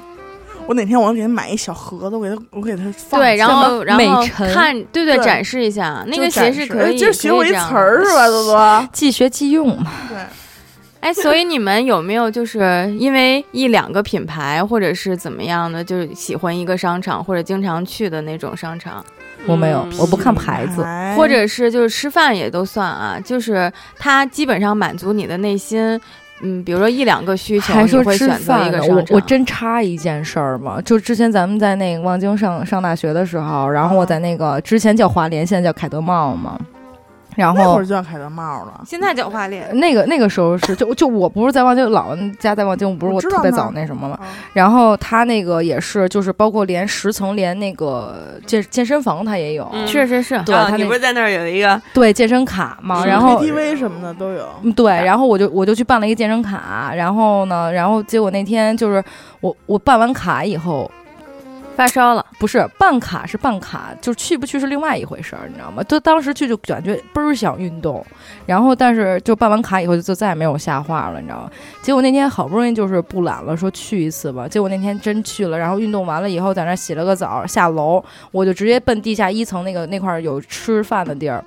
S1: 我哪天我要给他买一小盒子，我给他我给他放
S4: 对，
S1: 起
S4: 然
S1: 来
S4: 后然
S3: 美
S4: 后
S3: 陈
S4: 看，对对，
S1: 对
S4: 展示一下那
S1: 就
S4: 个鞋
S1: 展
S4: 是
S1: 示
S4: 可
S1: 哎
S4: 以，
S1: 今儿
S4: 可
S1: 学
S4: 以
S1: 我一
S4: 这
S1: 词
S4: 样
S1: 儿是吧，多多？
S3: 即学即用嘛。
S1: 对，
S4: 哎，所以你们有没有就是因为一两个品牌或者是怎么样的，就是喜欢一个商场或者经常去的那种商场，
S3: 我没有
S2: 嗯
S3: 我不看牌子
S1: 牌
S4: 或者是就是吃饭也都算啊，就是它基本上满足你的内心，嗯，比如说一两个需求，
S3: 还
S4: 你
S3: 说
S4: 会
S3: 吃
S4: 选择一
S3: 饭
S4: 个
S3: 呢，
S4: 商
S3: 我
S4: 场。嗯
S3: 我真插一件事儿嘛，就之前咱们在那个望京上上大学的时候，然后我
S4: 嗯
S3: 在那个之前叫华联，现在叫凯德茂嘛，然
S1: 那会
S3: 后
S1: 儿就要凯德帽了，
S2: 现在叫花脸，
S3: 那个那个时候是就就我不是在望京老家在望京，不是
S1: 我
S3: 我
S1: 知道
S3: 特别
S1: 那儿
S3: 早那什么嘛，
S1: 啊
S3: 然后他那个也是就是包括连十层连那个健健身房他也有，
S2: 嗯
S4: 是是是，
S3: 对
S2: 啊
S3: 他
S2: 你
S3: 那
S2: 不是在那儿有一个
S3: 对健身卡嘛，
S2: 是
S3: 然后
S1: KTV 什么的都有。
S3: 嗯，对，然后我就我就去办了一个健身卡，然后呢，然后结果那天就是我我办完卡以后，
S4: 发烧了，
S3: 不是办卡是办卡，就是去不去是另外一回事儿，你知道吗？就当时去就感觉倍儿想运动，然后但是就办完卡以后就就再也没有下话了，你知道吗？结果那天好不容易就是不懒了，说去一次吧，结果那天真去了，然后运动完了以后在那儿洗了个澡，下楼我就直接奔地下一层那个那块儿有吃饭的地儿，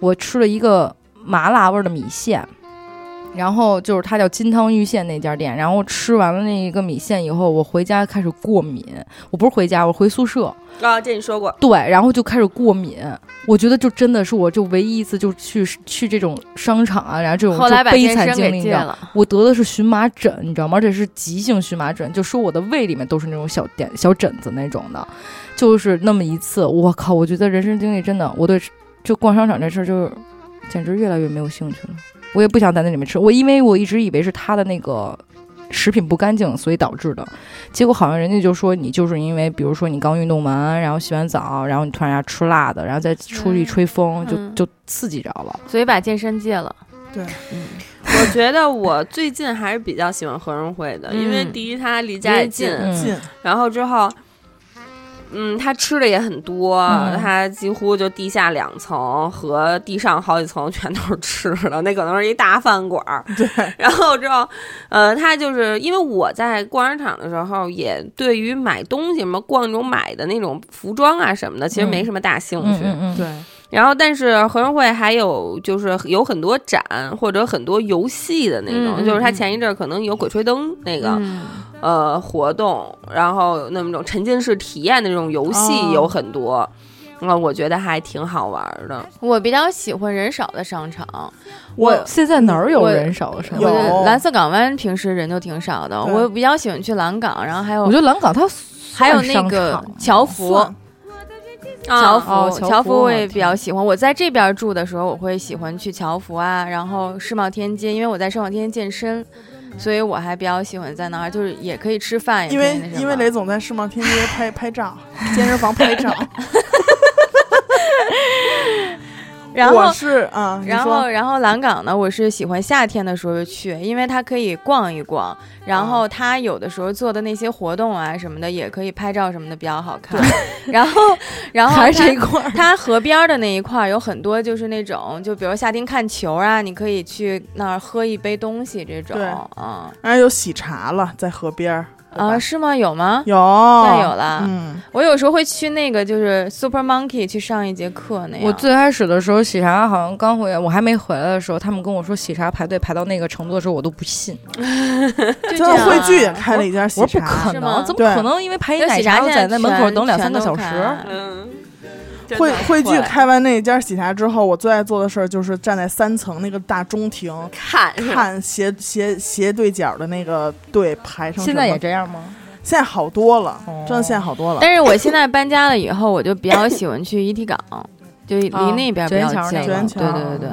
S3: 我吃了一个麻辣味儿的米线。然后就是它叫金汤玉线那家店，然后吃完了那个米线以后，我回家开始过敏。我不是回家，我回宿舍。
S2: 啊，这你说过，
S3: 对，然后就开始过敏。我觉得就真的是我就唯一一次就去去这种商场啊，然后这种
S4: 后来
S3: 就
S4: 把
S3: 悲
S4: 健
S3: 惨
S4: 身
S3: 经
S4: 给
S3: 历，你知
S4: 戒
S3: 道吗
S4: 了。
S3: 我得的是荨麻疹，你知道吗？而且是急性荨麻疹，就说我的胃里面都是那种小点小疹子那种的，就是那么一次。我靠，我觉得人生经历真的，我对就逛商场这事儿就是简直越来越没有兴趣了。我也不想在那里面吃，我因为我一直以为是他的那个食品不干净，所以导致的。结果好像人家就说你就是因为，比如说你刚运动完，然后洗完澡，然后你突然要吃辣的，然后再出去
S4: 嗯
S3: 吹风，
S4: 嗯
S3: 就就刺激着了。
S4: 所以把健身戒了。
S1: 对，
S4: 嗯，
S2: 我觉得我最近还是比较喜欢和仁会的，因为
S4: 嗯
S2: 第一它离家也
S4: 离
S2: 近
S4: 家，
S3: 嗯
S1: 近
S2: 然后之后，嗯，他吃的也很多，
S3: 嗯
S2: 他几乎就地下两层和地上好几层全都是吃的，那 可能是一大饭馆儿。
S1: 对，
S2: 然后之后，呃，他就是因为我在逛商场的时候，也对于买东西什么逛那种买的那种服装啊什么的，其实没什么大兴
S3: 嗯
S2: 趣。
S3: 嗯嗯，
S1: 对，
S2: 然后，但是合生汇还有就是有很多展或者很多游戏的那种，
S4: 嗯嗯
S2: 就是他
S4: 嗯
S2: 前一阵儿可能有鬼吹灯那个，
S4: 嗯
S2: 呃活动，然后有那么种沉浸式体验的这种游戏
S1: 哦
S2: 有很多，啊、我觉得还挺好玩儿的。
S4: 我比较喜欢人少的商场，
S1: 我
S3: 现在哪儿有
S4: 我
S3: 人少的商
S1: 有
S3: 场？
S4: 我蓝色港湾平时人就挺少的，
S1: 对
S4: 我比较喜欢去蓝港，然后还
S3: 我
S4: 有
S3: 觉得蓝港它
S4: 嗯还有
S3: 算
S4: 那
S3: 商
S4: 个
S3: 场吗
S4: 侨服，
S1: 算
S4: 侨
S2: 啊
S4: 服，
S3: 哦
S4: 侨
S3: 侨
S4: 服
S3: 服
S4: 我
S3: 我
S4: 也比
S3: 听
S4: 较喜欢。我在这边住的时候，我会喜欢去侨服啊，然后世贸天阶，因为我在世贸天阶健身，所以我还比较喜欢在那儿，就是也可以吃饭，也
S1: 因
S4: 可以
S1: 为
S4: 哎那什
S1: 因为
S4: 么
S1: 雷总在世贸天阶拍 拍照，健身房拍照。
S4: 然
S1: 我
S4: 后。
S1: 是啊，你
S4: 然
S1: 说
S4: 后，然后蓝港呢，我是喜欢夏天的时候去，因为它可以逛一逛，然后
S3: 啊
S4: 它有的时候做的那些活动啊什么的，也可以拍照什么的比较好看。然后，然后
S3: 还是
S4: 它
S3: 这一块儿。
S4: 它河边儿的那一块儿有很多，就是那种，就比如夏天看球啊，你可以去那儿喝一杯东西这种
S1: 对，
S4: 嗯
S1: 然哎后有喜茶了，在河边儿
S4: 啊，是吗？有吗？
S1: 有，
S4: 现在有了
S1: 嗯，
S4: 我有时候会去那个，就是 Super Monkey 去上一节课那样。
S3: 我最开始的时候，喜茶好像刚回来，我还没回来的时候，他们跟我说喜茶排队排到那个程度的时候，我都不信，
S4: 就
S1: 现
S4: 这
S1: 在
S4: 样
S1: 汇聚也开了一家喜
S3: 我说不
S1: 茶
S3: 可，
S4: 是吗
S3: 能，怎么
S1: 对
S3: 可能？因为排一
S4: 就
S3: 奶
S4: 喜
S3: 茶
S4: 茶
S3: 要
S4: 现
S3: 在那门口
S4: 全
S3: 等两三个
S4: 全
S3: 小
S4: 都啊
S3: 时，
S4: 开
S2: 嗯，真
S1: 汇
S2: 的
S1: 汇聚
S4: 会
S1: 开完那家喜茶之后，我最爱做的事儿就是站在三层那个大中庭，
S2: 看
S4: 哎
S1: 看斜斜斜对角的那个队排成什么。
S3: 现在也这样吗？
S1: 现在好多了，
S3: 哦
S1: 真的现在好多了。
S4: 但是我现在搬家了以后，我就比较喜欢去一体港，就离
S3: 啊
S4: 那边比
S3: 九元
S4: 较
S3: 桥
S4: 近
S3: 那
S4: 了。
S1: 个九
S4: 对
S1: 元
S4: 对
S1: 桥
S4: 对对，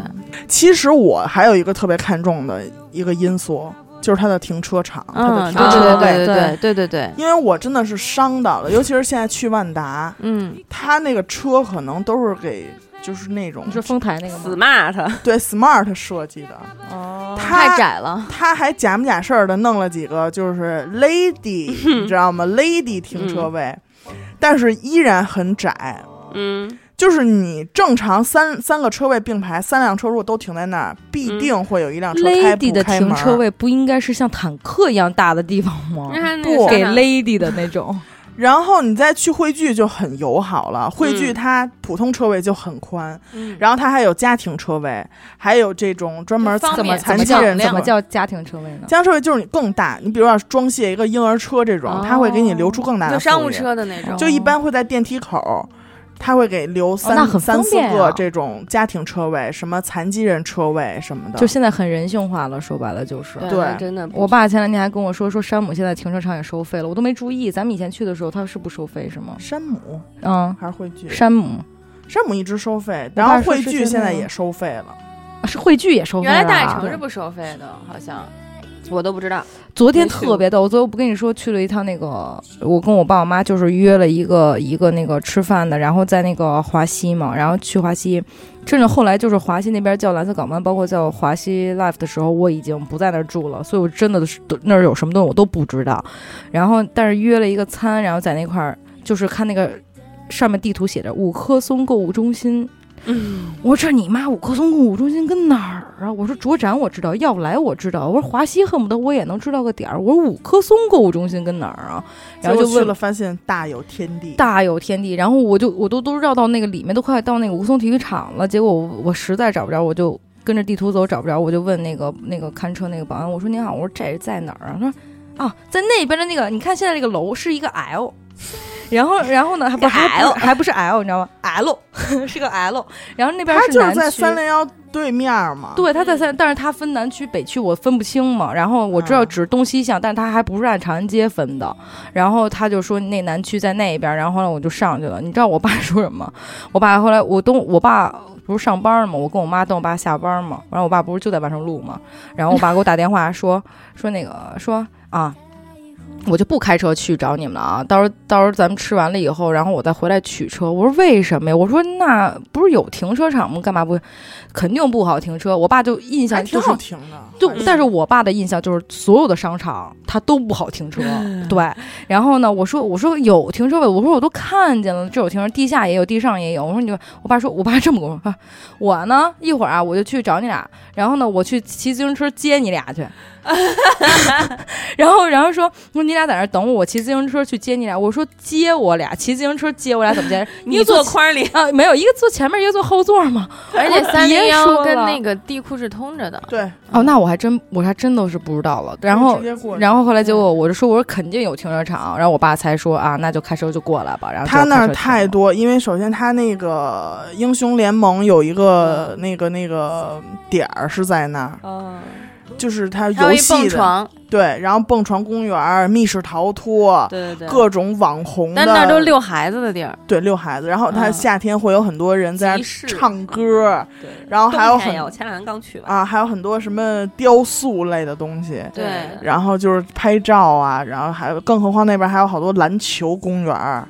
S1: 其实我还有一个特别看重的一个因素，就是它的停车场，它的
S4: 嗯，
S1: 停
S4: 对
S1: 车
S4: 对
S1: 位。
S4: 对对
S3: 对
S4: 对对对，
S1: 因为我真的是伤到了，尤其是现在去万达，
S4: 嗯，
S1: 他那个车可能都是给就是那种
S3: 你是丰台那个
S2: 死
S3: 吗？
S2: 骂他，
S1: 对 smart 设计的，
S3: 哦
S4: 太
S1: 他
S4: 窄了。
S1: 他还假模假
S3: 嗯
S1: 式的弄了几个就是 lady，你知道吗？lady 停车位，但是依然很窄。
S2: 嗯，
S1: 就是你正常三三个车位并排，三辆车如果都停在那儿，必定会有一辆车开不
S3: 嗯 Lady 的
S1: 开
S3: 停
S1: 门。
S3: 车位不应该是像坦克一样大的地方吗？
S2: 那
S1: 不
S4: 啊
S3: 给 Lady 的那种，
S1: 然后你再去汇聚就很友好了，汇聚
S3: 嗯
S1: 它普通车位就很宽，然后它还有家庭车位，还有这种专门
S4: 就方
S1: 残
S3: 怎么
S4: 便
S3: 怎
S1: 残
S3: 么
S1: 疾
S3: 叫
S1: 人
S3: 怎么
S1: 的
S3: 叫家庭车位呢？
S1: 家庭车位就是你更大，你比如要是装卸一个婴儿车这种，
S3: 哦
S1: 它会给你留出更大的
S4: 就商务
S1: 空间，
S4: 车的那种。
S1: 就一般会在电梯口。它会给留三、
S3: 哦那很
S1: 三
S3: 方
S1: 四
S3: 便啊
S1: 个这种家庭车位，什么残疾人车位什么的，
S3: 就现在很人性化了，说白了就是。
S1: 对
S2: 那真的不
S3: 我爸前两天还跟我说，说山姆现在停车场也收费了，我都没注意。咱们以前去的时候，他是不收费是吗？
S1: 山姆
S3: 嗯，
S1: 还是汇聚，
S3: 山姆
S1: 山姆一直收费，
S3: 我
S1: 然
S3: 爸
S1: 后
S3: 说
S1: 汇
S3: 是
S1: 聚
S3: 真的
S1: 现在
S3: 吗
S1: 也收费了。
S3: 是汇聚也收费
S4: 原
S3: 了啊。
S4: 来大悦城是不收费的，好像
S2: 我都不知道。
S3: 昨天特别逗，我昨天我不跟你说去了一趟那个，我跟我爸我妈就是约了一个一个那个吃饭的，然后在那个华西嘛，然后去华西，甚至后来就是华西那边叫蓝色港湾，包括叫华西 Life 的时候，我已经不在那儿住了，所以我真的是都那儿有什么东西我都不知道。然后但是约了一个餐，然后在那块儿就是看那个上面地图写着五棵松购物中心，
S2: 嗯，
S3: 我说这你妈五棵松购物中心跟哪儿啊？我说卓展我知道，耀来我知道，我说华西恨不得我也能知道个点儿。我说五棵松购物中心跟哪儿啊？然后
S1: 结果
S3: 就
S1: 去
S3: 问
S1: 了，发现大有天地。
S3: 大有天地。然后我就我都都绕到那个里面，都快到那个吴淞体育场了。结果我我实在找不着，我就跟着地图走，找不着，我就问那个那个看车那个保安，我说您好，我说这是在哪儿啊？他说啊，在那边的那个，你看现在这个楼是一个 L。然后，然后呢？还不还不
S2: L
S3: 还不是 L，你知道吗？L 是个 L，然后那边
S1: 他就是
S3: 南
S1: 在
S3: 区
S1: 三零幺对面嘛。，
S3: 对，它在三，但是它分南区、北区，我分不清嘛。然后我知道
S1: 啊
S3: 只是东西向，但是它还不是按长安街分的。然后他就说那南区在那边儿，然后后来我就上去了。你知道我爸 说什么？我爸后来我都我爸不是上班儿嘛，我跟我妈等我爸下班儿嘛。然后我爸不是就在万盛路嘛，然后我爸给我打电话说说那个说啊。我就不开车去找你们了啊！到时候到时候咱们吃完了以后，然后我再回来取车。我说为什么呀？我说那不是有停车场吗？干嘛不？肯定不好停车。我爸就印
S1: 还
S3: 象
S1: 哎挺
S3: 就是
S1: 好听的。
S3: 就
S1: 反正
S3: 但是我爸的印象就是所有的商场他都不好停车，对。然后呢，我说我说有停车位，我说我都看见了，这有停车，地下也有，地上也有。我说你就，我爸说，我爸这么跟我说， 啊我呢一会儿啊我就去找你俩，然后呢我去骑自行车接你俩去。 然后，然后说，说你俩在那儿等我，我骑自行车去接你俩。我说接我俩，骑自行车接我俩怎么 接？一
S2: 你
S3: 个
S2: 坐筐里，
S3: 啊，没有一个坐前面，一个坐后座嘛。
S4: 而且三零
S3: 别
S4: 幺
S3: 说
S4: 跟
S3: 了
S4: 那个地库是通着的。
S1: 对，
S3: 哦，那我还真我还真都是不知道了。然后
S1: 直接过去
S3: 然后后来结果我就说，我说肯定有停车场，然后我爸才说啊，那就开车就过来吧。然后
S1: 他
S3: 就开
S1: 那儿
S3: 车
S1: 太
S3: 停了，
S1: 多，因为首先他那个英雄联盟有一个那个那个点儿是在那儿，
S2: 嗯，
S1: 就是他
S4: 还有
S1: 游
S4: 一蹦
S1: 戏的
S4: 床，
S1: 对，然后蹦床公园、密室逃脱。
S2: 对对对，
S1: 各种网红的，
S4: 但那儿都遛孩子的地儿，
S1: 对遛孩子，然后他
S4: 嗯
S1: 夏天会有很多人在那
S2: 集
S1: 儿
S2: 市
S1: 唱歌，
S2: 对，
S1: 然后哦还有
S2: 冬天
S1: 很
S2: 呀我前两天刚去完，
S1: 啊，还有很多什么雕塑类的东西，
S4: 对
S1: 然后就是拍照啊，然后还有，更何况那边还有好多篮球公园 儿，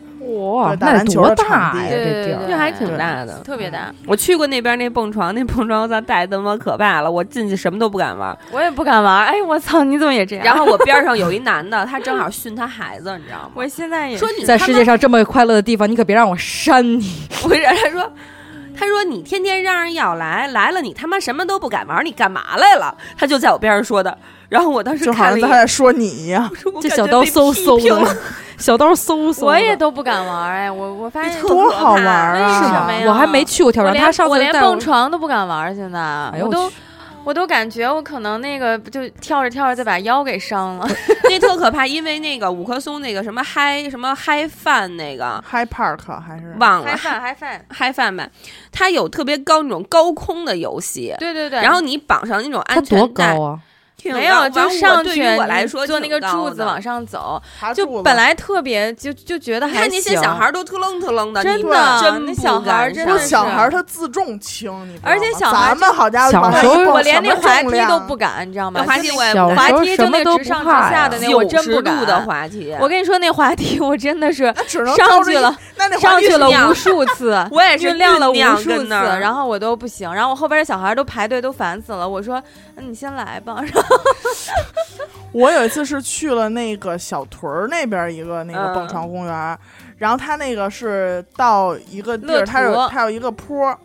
S3: 哇
S1: 对，打
S3: 那
S1: 篮
S3: 得
S1: 球
S3: 多
S1: 的
S3: 大
S1: 场
S3: 呀
S1: 地
S3: 这
S4: 对
S3: 地
S4: 对
S3: 儿
S4: 对
S2: 这还挺大的。
S4: 特别大。
S2: 我去过那边那蹦床，那蹦床咱带他妈可怕了，我进去什么都不敢玩。
S4: 我也不敢玩，哎，我操，你怎么也这样？
S2: 然后我边上有一男的，他正好训他孩子，你知道吗？
S4: 我现在也
S2: 说你
S3: 在
S2: 他
S3: 世
S2: 妈
S3: 界上这么快乐的地方，你可别让我扇你。
S2: 不是，他说，他说你天天嚷嚷要来，来了你他妈什么都不敢玩，你干嘛来了？他就在我边上说的，然后我当时
S1: 就好
S2: 看
S1: 像
S2: 了一
S1: 他
S2: 眼，
S1: 在说你一 样
S2: 我。说我
S3: 这
S2: 感
S3: 小
S2: 觉
S3: 刀
S2: 被
S3: 嗖
S2: 批
S3: 嗖
S2: 评了
S3: 的， 小刀嗖嗖的，
S4: 我也都不敢玩，哎，我我发现
S2: 特
S1: 多
S2: 可
S1: 好
S2: 怕
S1: 玩啊
S2: 为
S3: 是
S2: 什
S3: 吗
S2: 么呀？
S3: 我还没去过跳
S4: 我
S3: 绳，
S4: 连
S3: 他上
S4: 我
S3: 次
S4: 连
S3: 带
S4: 蹦床都不敢玩，现在
S3: 哎呦
S4: 我
S3: 我
S4: 都
S3: 去
S4: 我都感觉我可能那个就跳着跳着再把腰给伤了。
S2: 那特可怕，因为那个五棵松那个什么嗨什么嗨饭那个
S1: High Park 还是
S2: 忘
S4: 嗨
S2: 了
S4: 饭嗨 饭，
S2: 嗯嗨饭吧，它有特别高那种高空的游戏，
S4: 对对对，
S2: 然后你绑上那种
S3: 他
S2: 安全
S3: 多高
S2: 带，
S3: 啊？
S2: 挺
S4: 没有
S2: 高反
S4: 就
S2: 正我
S4: 上
S2: 对
S4: 去
S2: 于我来说
S4: 你坐那
S2: 挺
S4: 个
S2: 高
S4: 柱子
S2: 的啊
S4: 往上走，
S1: 爬
S4: 就
S1: 柱子
S4: 本来特别就就觉得
S2: 你
S4: 还
S2: 看那些
S4: 行
S2: 小孩儿都特楞特楞的，
S4: 真
S2: 你
S4: 的
S2: 真
S4: 那
S2: 不
S4: 小孩儿
S2: 敢
S4: 真
S1: 不
S4: 的
S2: 上
S4: 是
S1: 小孩儿他自重轻，你知道吗
S4: 而且小孩儿
S1: 咱们好家伙，
S3: 小
S1: 往上
S3: 时候
S1: 一蹦
S4: 我连那
S1: 什么
S4: 滑
S1: 重
S4: 梯
S1: 量
S4: 都不敢，你知道吗？
S2: 那滑
S4: 就
S2: 梯
S4: 那
S2: 我也
S3: 小
S2: 不
S3: 时
S4: 滑
S3: 候
S4: 梯
S3: 什
S4: 就
S3: 么
S4: 那
S3: 都
S4: 直
S3: 不
S4: 上直
S3: 怕
S4: 下
S3: 呀
S4: 的那，我
S2: 九
S4: 真
S2: 十
S4: 不敢
S2: 度。的滑梯，
S4: 我跟你说，那滑梯我 真的是
S1: 那只能
S4: 上
S1: 照
S4: 去
S1: 着一
S4: 了，
S1: 那那
S4: 上
S1: 滑梯
S4: 去了
S2: 酝酿。
S4: 无数次
S2: 我也是
S4: 酝酿了无
S2: 酝酿
S4: 数
S2: 跟
S4: 次，
S2: 那儿
S4: 然后我都不行，然后我后边的小孩都排队都烦死了。我说：“嗯你先来吧。”然后
S1: 我有一次是去了那个小屯儿那边一个那个蹦
S2: 嗯
S1: 床公园儿，然后它那个是到一个地
S2: 乐
S1: 儿，它有
S2: 途
S1: 它有一个坡儿，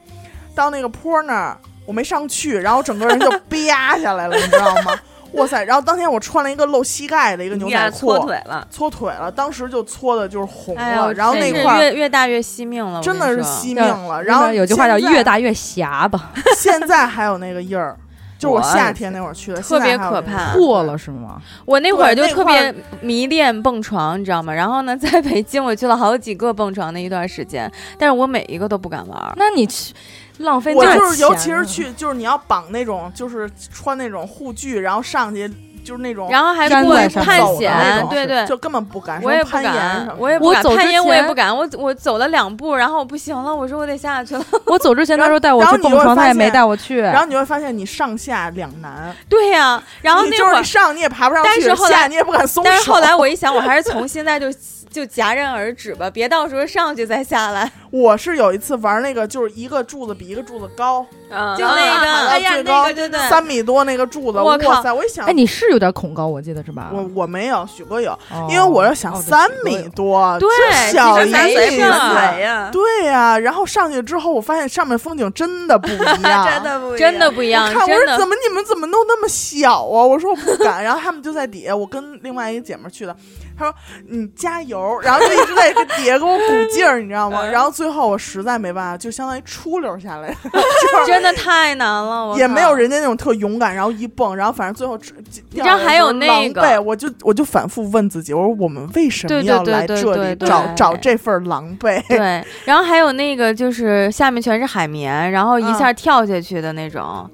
S1: 到那个坡儿那儿我没上去，然后整个人 就吧下来了，你知道吗？哇塞！然后当天我穿了一个露膝盖的一个牛
S2: 你
S1: 仔
S2: 俩
S1: 裤
S2: 搓，腿了，
S1: 搓腿了，当时就搓的就是红
S4: 哎呀
S1: 了，，然后那
S4: 真是
S1: 块儿
S4: 越越大越惜命了，我
S1: 真的
S4: 跟你
S1: 是
S4: 说
S1: 惜命了。然后
S3: 有句话叫“
S1: 现在
S3: 越 大越狭”吧，
S1: 现在还有那个印儿，就是我夏天那会儿去的，
S4: 特别
S1: 现在还有
S4: 可
S1: 那个印
S4: 怕
S1: 儿
S3: 破了是吗？
S4: 我那会儿就特
S1: 对
S4: 别迷恋蹦床，你知道吗？然后呢，在北京我去了好几个蹦床那一段时间，但是我每一个都不敢玩儿。
S3: 那你去浪费
S1: 我
S3: 那
S1: 就是，
S3: 钱
S1: 尤其
S3: 啊
S1: 是去，就是你要绑那种，就是穿那种护具，然后上去就是那种
S4: 然后还
S3: 站
S4: 过
S3: 在上
S4: 探
S1: 走的那
S4: 险
S1: 种，
S4: 对对，
S1: 就根本不敢，
S4: 我也
S1: 什
S4: 不
S1: 么攀岩
S4: 敢
S1: 什，么
S4: 我也
S1: 的
S4: 不敢
S3: 我走之
S4: 攀岩，我也
S3: 前
S4: 不敢，我我走了两步，然后我不行了，我说我得下去了。
S3: 我走之前他说带我
S1: 然后你
S3: 去蹦
S1: 就会
S3: 床，
S1: 发
S3: 他也没
S1: 现
S3: 带我去。
S1: 然后你会发现你上下两难，
S4: 对呀、然后
S1: 你
S4: 那
S1: 就
S4: 会
S1: 是
S4: 儿
S1: 你，上你也爬不上去，
S4: 但是后来
S1: 下你也不敢松手。
S4: 但是后来我一想，我还是从现在就就戛然而止吧，别到时候上去再下来。
S1: 我是有一次玩那个，就是一个柱子比一个柱子高，
S2: 嗯
S4: 就那个，
S1: 啊
S4: 哎呀
S1: 最，
S4: 那
S1: 高
S4: 个真的，
S1: 三米多那个柱子，
S4: 我靠
S1: 哇塞！我一想
S3: 哎，，你是有点恐高，我记得是吧？
S1: 我我没有，许哥有，
S3: 哦
S1: 因为我要想
S3: 哦对
S1: 三
S3: 是我
S1: 米
S3: 有
S1: 多，
S4: 对
S1: 这小
S4: 这
S1: 一
S4: 是没
S1: 米
S4: 事儿
S1: 四
S4: 啊
S2: 谁哎呀？
S1: 对呀、然后上去之后，我发现上面风景真的不一样，
S2: 真的不一样
S4: 真的不一样，
S1: 看我
S4: 真
S1: 说
S4: 的
S1: 怎么你们怎么弄那么小啊？我说我不 敢，然后他们就在底下，我跟另外一个姐们儿去的，她说你加油，然后就一直在这底下给我鼓劲儿，你知道
S4: 嗯
S1: 吗？然后最后我实在没办法，就相当于出溜下 来，就是
S4: 真的太难了，我
S1: 也没有
S4: 靠。
S1: 人家那种特勇敢，然后一蹦，然后反正最后只
S4: 你知道还有那个
S1: 狼狈，我就我就反复问自己，我说我们为什么
S4: 对对
S1: 要
S4: 对
S1: 来
S4: 对
S1: 这
S4: 对
S1: 里
S4: 对
S1: 找
S4: 对
S1: 找这份儿狼狈？
S4: 对，然后还有那个就是下面全是海绵，然后一
S1: 嗯
S4: 下跳下去的那种，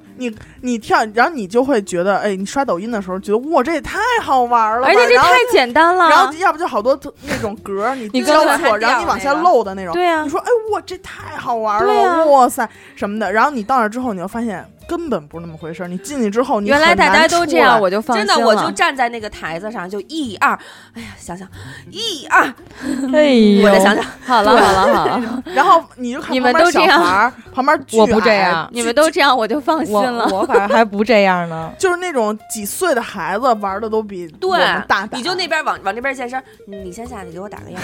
S1: 你跳，然后你就会觉得，哎，你刷抖音的时候觉得，哇，这也太好玩了吧，
S4: 而且这
S1: 然后
S4: 太简
S1: 然
S4: 单
S1: 后
S4: 了。啊
S1: 要不就好多特那种格儿， 你
S3: 你
S1: 交
S3: 刚才
S1: 错，
S2: 还
S1: 然后你
S2: 掉
S1: 往下
S2: 那个
S1: 漏的那种。
S4: 对啊呀、
S1: 你说，哎，哇，这太好玩
S4: 对
S1: 了，
S4: 啊
S1: 哇塞什么的。然后你到那之后，你就发现根本不是那么回事儿。你进去之后，你
S4: 原来
S1: 很
S4: 大家
S1: 难啊
S4: 都
S1: 出
S4: 这样，
S1: 来
S4: 我就放
S2: 真
S4: 心
S2: 的，
S4: 了。
S2: 我就站在那个台子上，就一二，哎呀，想想一二，
S3: 哎呦，
S2: 我再想想，
S4: 好了好了好 了，
S1: 然后你就看
S4: 你
S1: 旁
S4: 们
S1: 边
S4: 都
S1: 小
S4: 这样
S1: 孩儿， 旁边巨
S3: 我不这
S1: 矮。
S3: 样
S4: 你们都这样，我就放心
S3: 我
S4: 了。
S3: 我反正还不这样 呢
S1: 就是那种几岁的孩子玩的都比我
S2: 对
S1: 们大，胆
S2: 你就那边往往这边健身，你先下去给我打个样，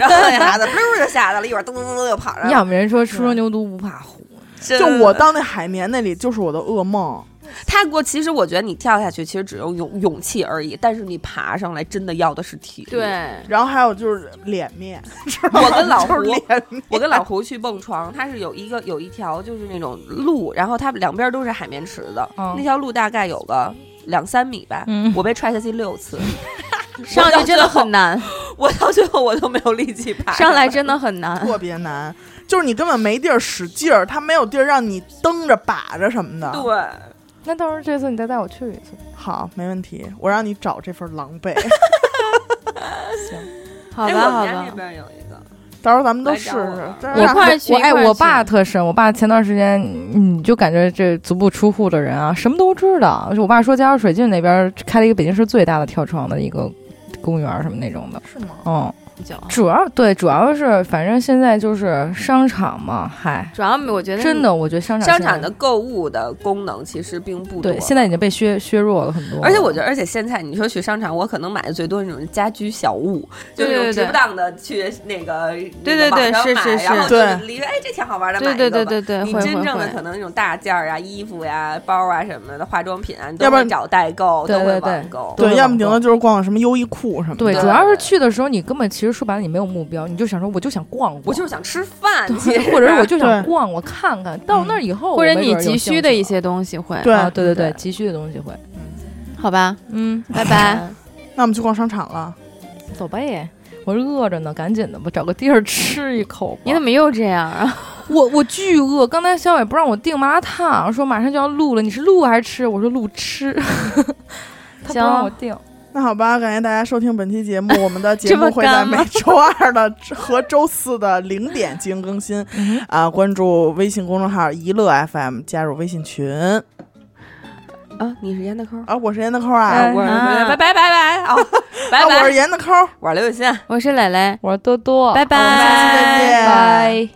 S2: 然后那孩子溜就下来了，一会儿噔噔噔噔就跑上
S3: 你
S2: 了。
S3: 要没人说初生牛犊不怕虎，
S2: 真
S1: 就
S2: 的
S1: 我到那海绵那里就是我的噩梦。
S2: 他给我，其实我觉得你跳下去其实只有勇勇气而已，但是你爬上来真的要的是体力。，
S4: 对，
S1: 然后还有就是脸面， 知道吗
S2: 我跟老
S1: 就是
S2: 胡
S1: 脸面
S2: 我跟老胡去蹦床，它是有一个有一条就是那种路，然后它两边都是海绵池子，
S3: 哦
S2: 那条路大概有个两三米吧，
S3: 嗯
S2: 我被踹下去六次，
S4: 上去真的很难，
S2: 我到最后我都没有力气爬
S4: 上来真的很
S2: 哎
S4: 难。
S1: 特别难，就是你根本没地儿使劲儿，它没有地儿让你蹬着把着什么的。
S2: 对。
S3: 那到时候这次你再带我去一次。
S1: 好，没问题，我让你找这份狼狈，
S4: 好
S2: 哎我
S4: 吧好
S2: 们家那
S4: 吧，
S2: 边有一个，
S1: 到时候咱们都
S2: 来
S1: 试
S2: 找我
S1: 试。但是
S3: 我
S1: 让
S4: 块
S1: 他
S4: 儿去
S3: 我
S4: 一
S3: 哎，
S4: 块儿
S3: 我
S4: 去
S3: 爸特深，我爸前段时间，你就感觉这足不出户的人啊，什么都知道。就我爸说，加州水郡那边开了一个北京市最大的跳床的一个公园儿什么那种的，
S1: 是吗？
S3: 嗯，主要对，主要是反正现在就是商场嘛，嗨，
S4: 主要我觉得
S3: 真的，我觉得商场
S2: 商
S3: 现在
S2: 场的购物的功能其实并不多。
S3: 对，现在已经被削削弱了很多。
S4: 哦
S2: 而且我觉得，而且现在你说去商场，我可能买的最多是那种家居小物，
S4: 对
S2: 就是那种
S4: 对
S2: 值
S4: 对
S2: 不当的去那个
S4: 对
S2: 那个
S4: 对
S2: 网
S4: 对
S2: 上
S4: 是
S2: 买
S4: 是
S2: 然后
S1: 是
S2: 就是离哎这挺好玩的，
S4: 对
S2: 买一
S4: 对
S2: 个
S4: 对
S2: 吧
S4: 对 对，
S2: 你
S4: 会
S2: 真
S4: 会
S2: 正的
S4: 会
S2: 可能那种大件儿啊、衣服呀、包啊什么的、化妆品啊，你
S1: 要
S2: 都
S1: 不
S2: 会
S1: 然
S2: 找代购，
S3: 对
S2: 都
S3: 对
S2: 会
S3: 对
S2: 网购。
S1: 对，
S3: 对
S1: 要么顶多就是逛什么优衣库什么的。
S3: 对，
S2: 对
S3: 主要是去的时候，你根本其实说白了，你没有目标，你就想说，我就想逛逛，
S2: 我就是想吃饭，其
S3: 对
S2: 实
S3: 或者是我就想
S1: 对
S3: 逛逛看看，到那儿以后，
S4: 或者你急需的一，些东西会，
S1: 对
S3: 啊，对对对，
S1: 对
S3: 急需的东西会，
S4: 好 吧，
S3: 嗯，
S4: 拜拜。
S1: 那我们去逛商场了。
S3: 走吧也。我是饿着呢，赶紧的吧，找个地儿吃一口吧。
S4: 你怎么又这样啊？
S3: 我我巨饿，刚才小伟不让我订麻辣烫，说马上就要录了，你是录还是吃？我说录吃， 他不
S4: 行
S3: 让我订。
S1: 那好吧，感谢大家收听本期节 目。我们的节
S4: 这
S1: 目
S4: 么
S1: 会在
S4: 干
S1: 每
S4: 吗
S1: 周二的和周四的零点进行更新。
S2: 嗯
S1: 啊、关注微信公众号“一乐 FM”，加入微信群。
S2: 啊，你是烟的抠，
S1: 啊，我是严德抠啊，
S3: 哎
S2: 我是
S4: 啊
S2: 拜拜拜拜 啊，拜
S1: 啊，我
S2: 嗯拜
S1: 是，严德抠，
S2: 我是刘雨欣。
S4: 我是蕾蕾，
S3: 我说多多，
S4: 拜拜，
S1: 下期再见
S3: 拜。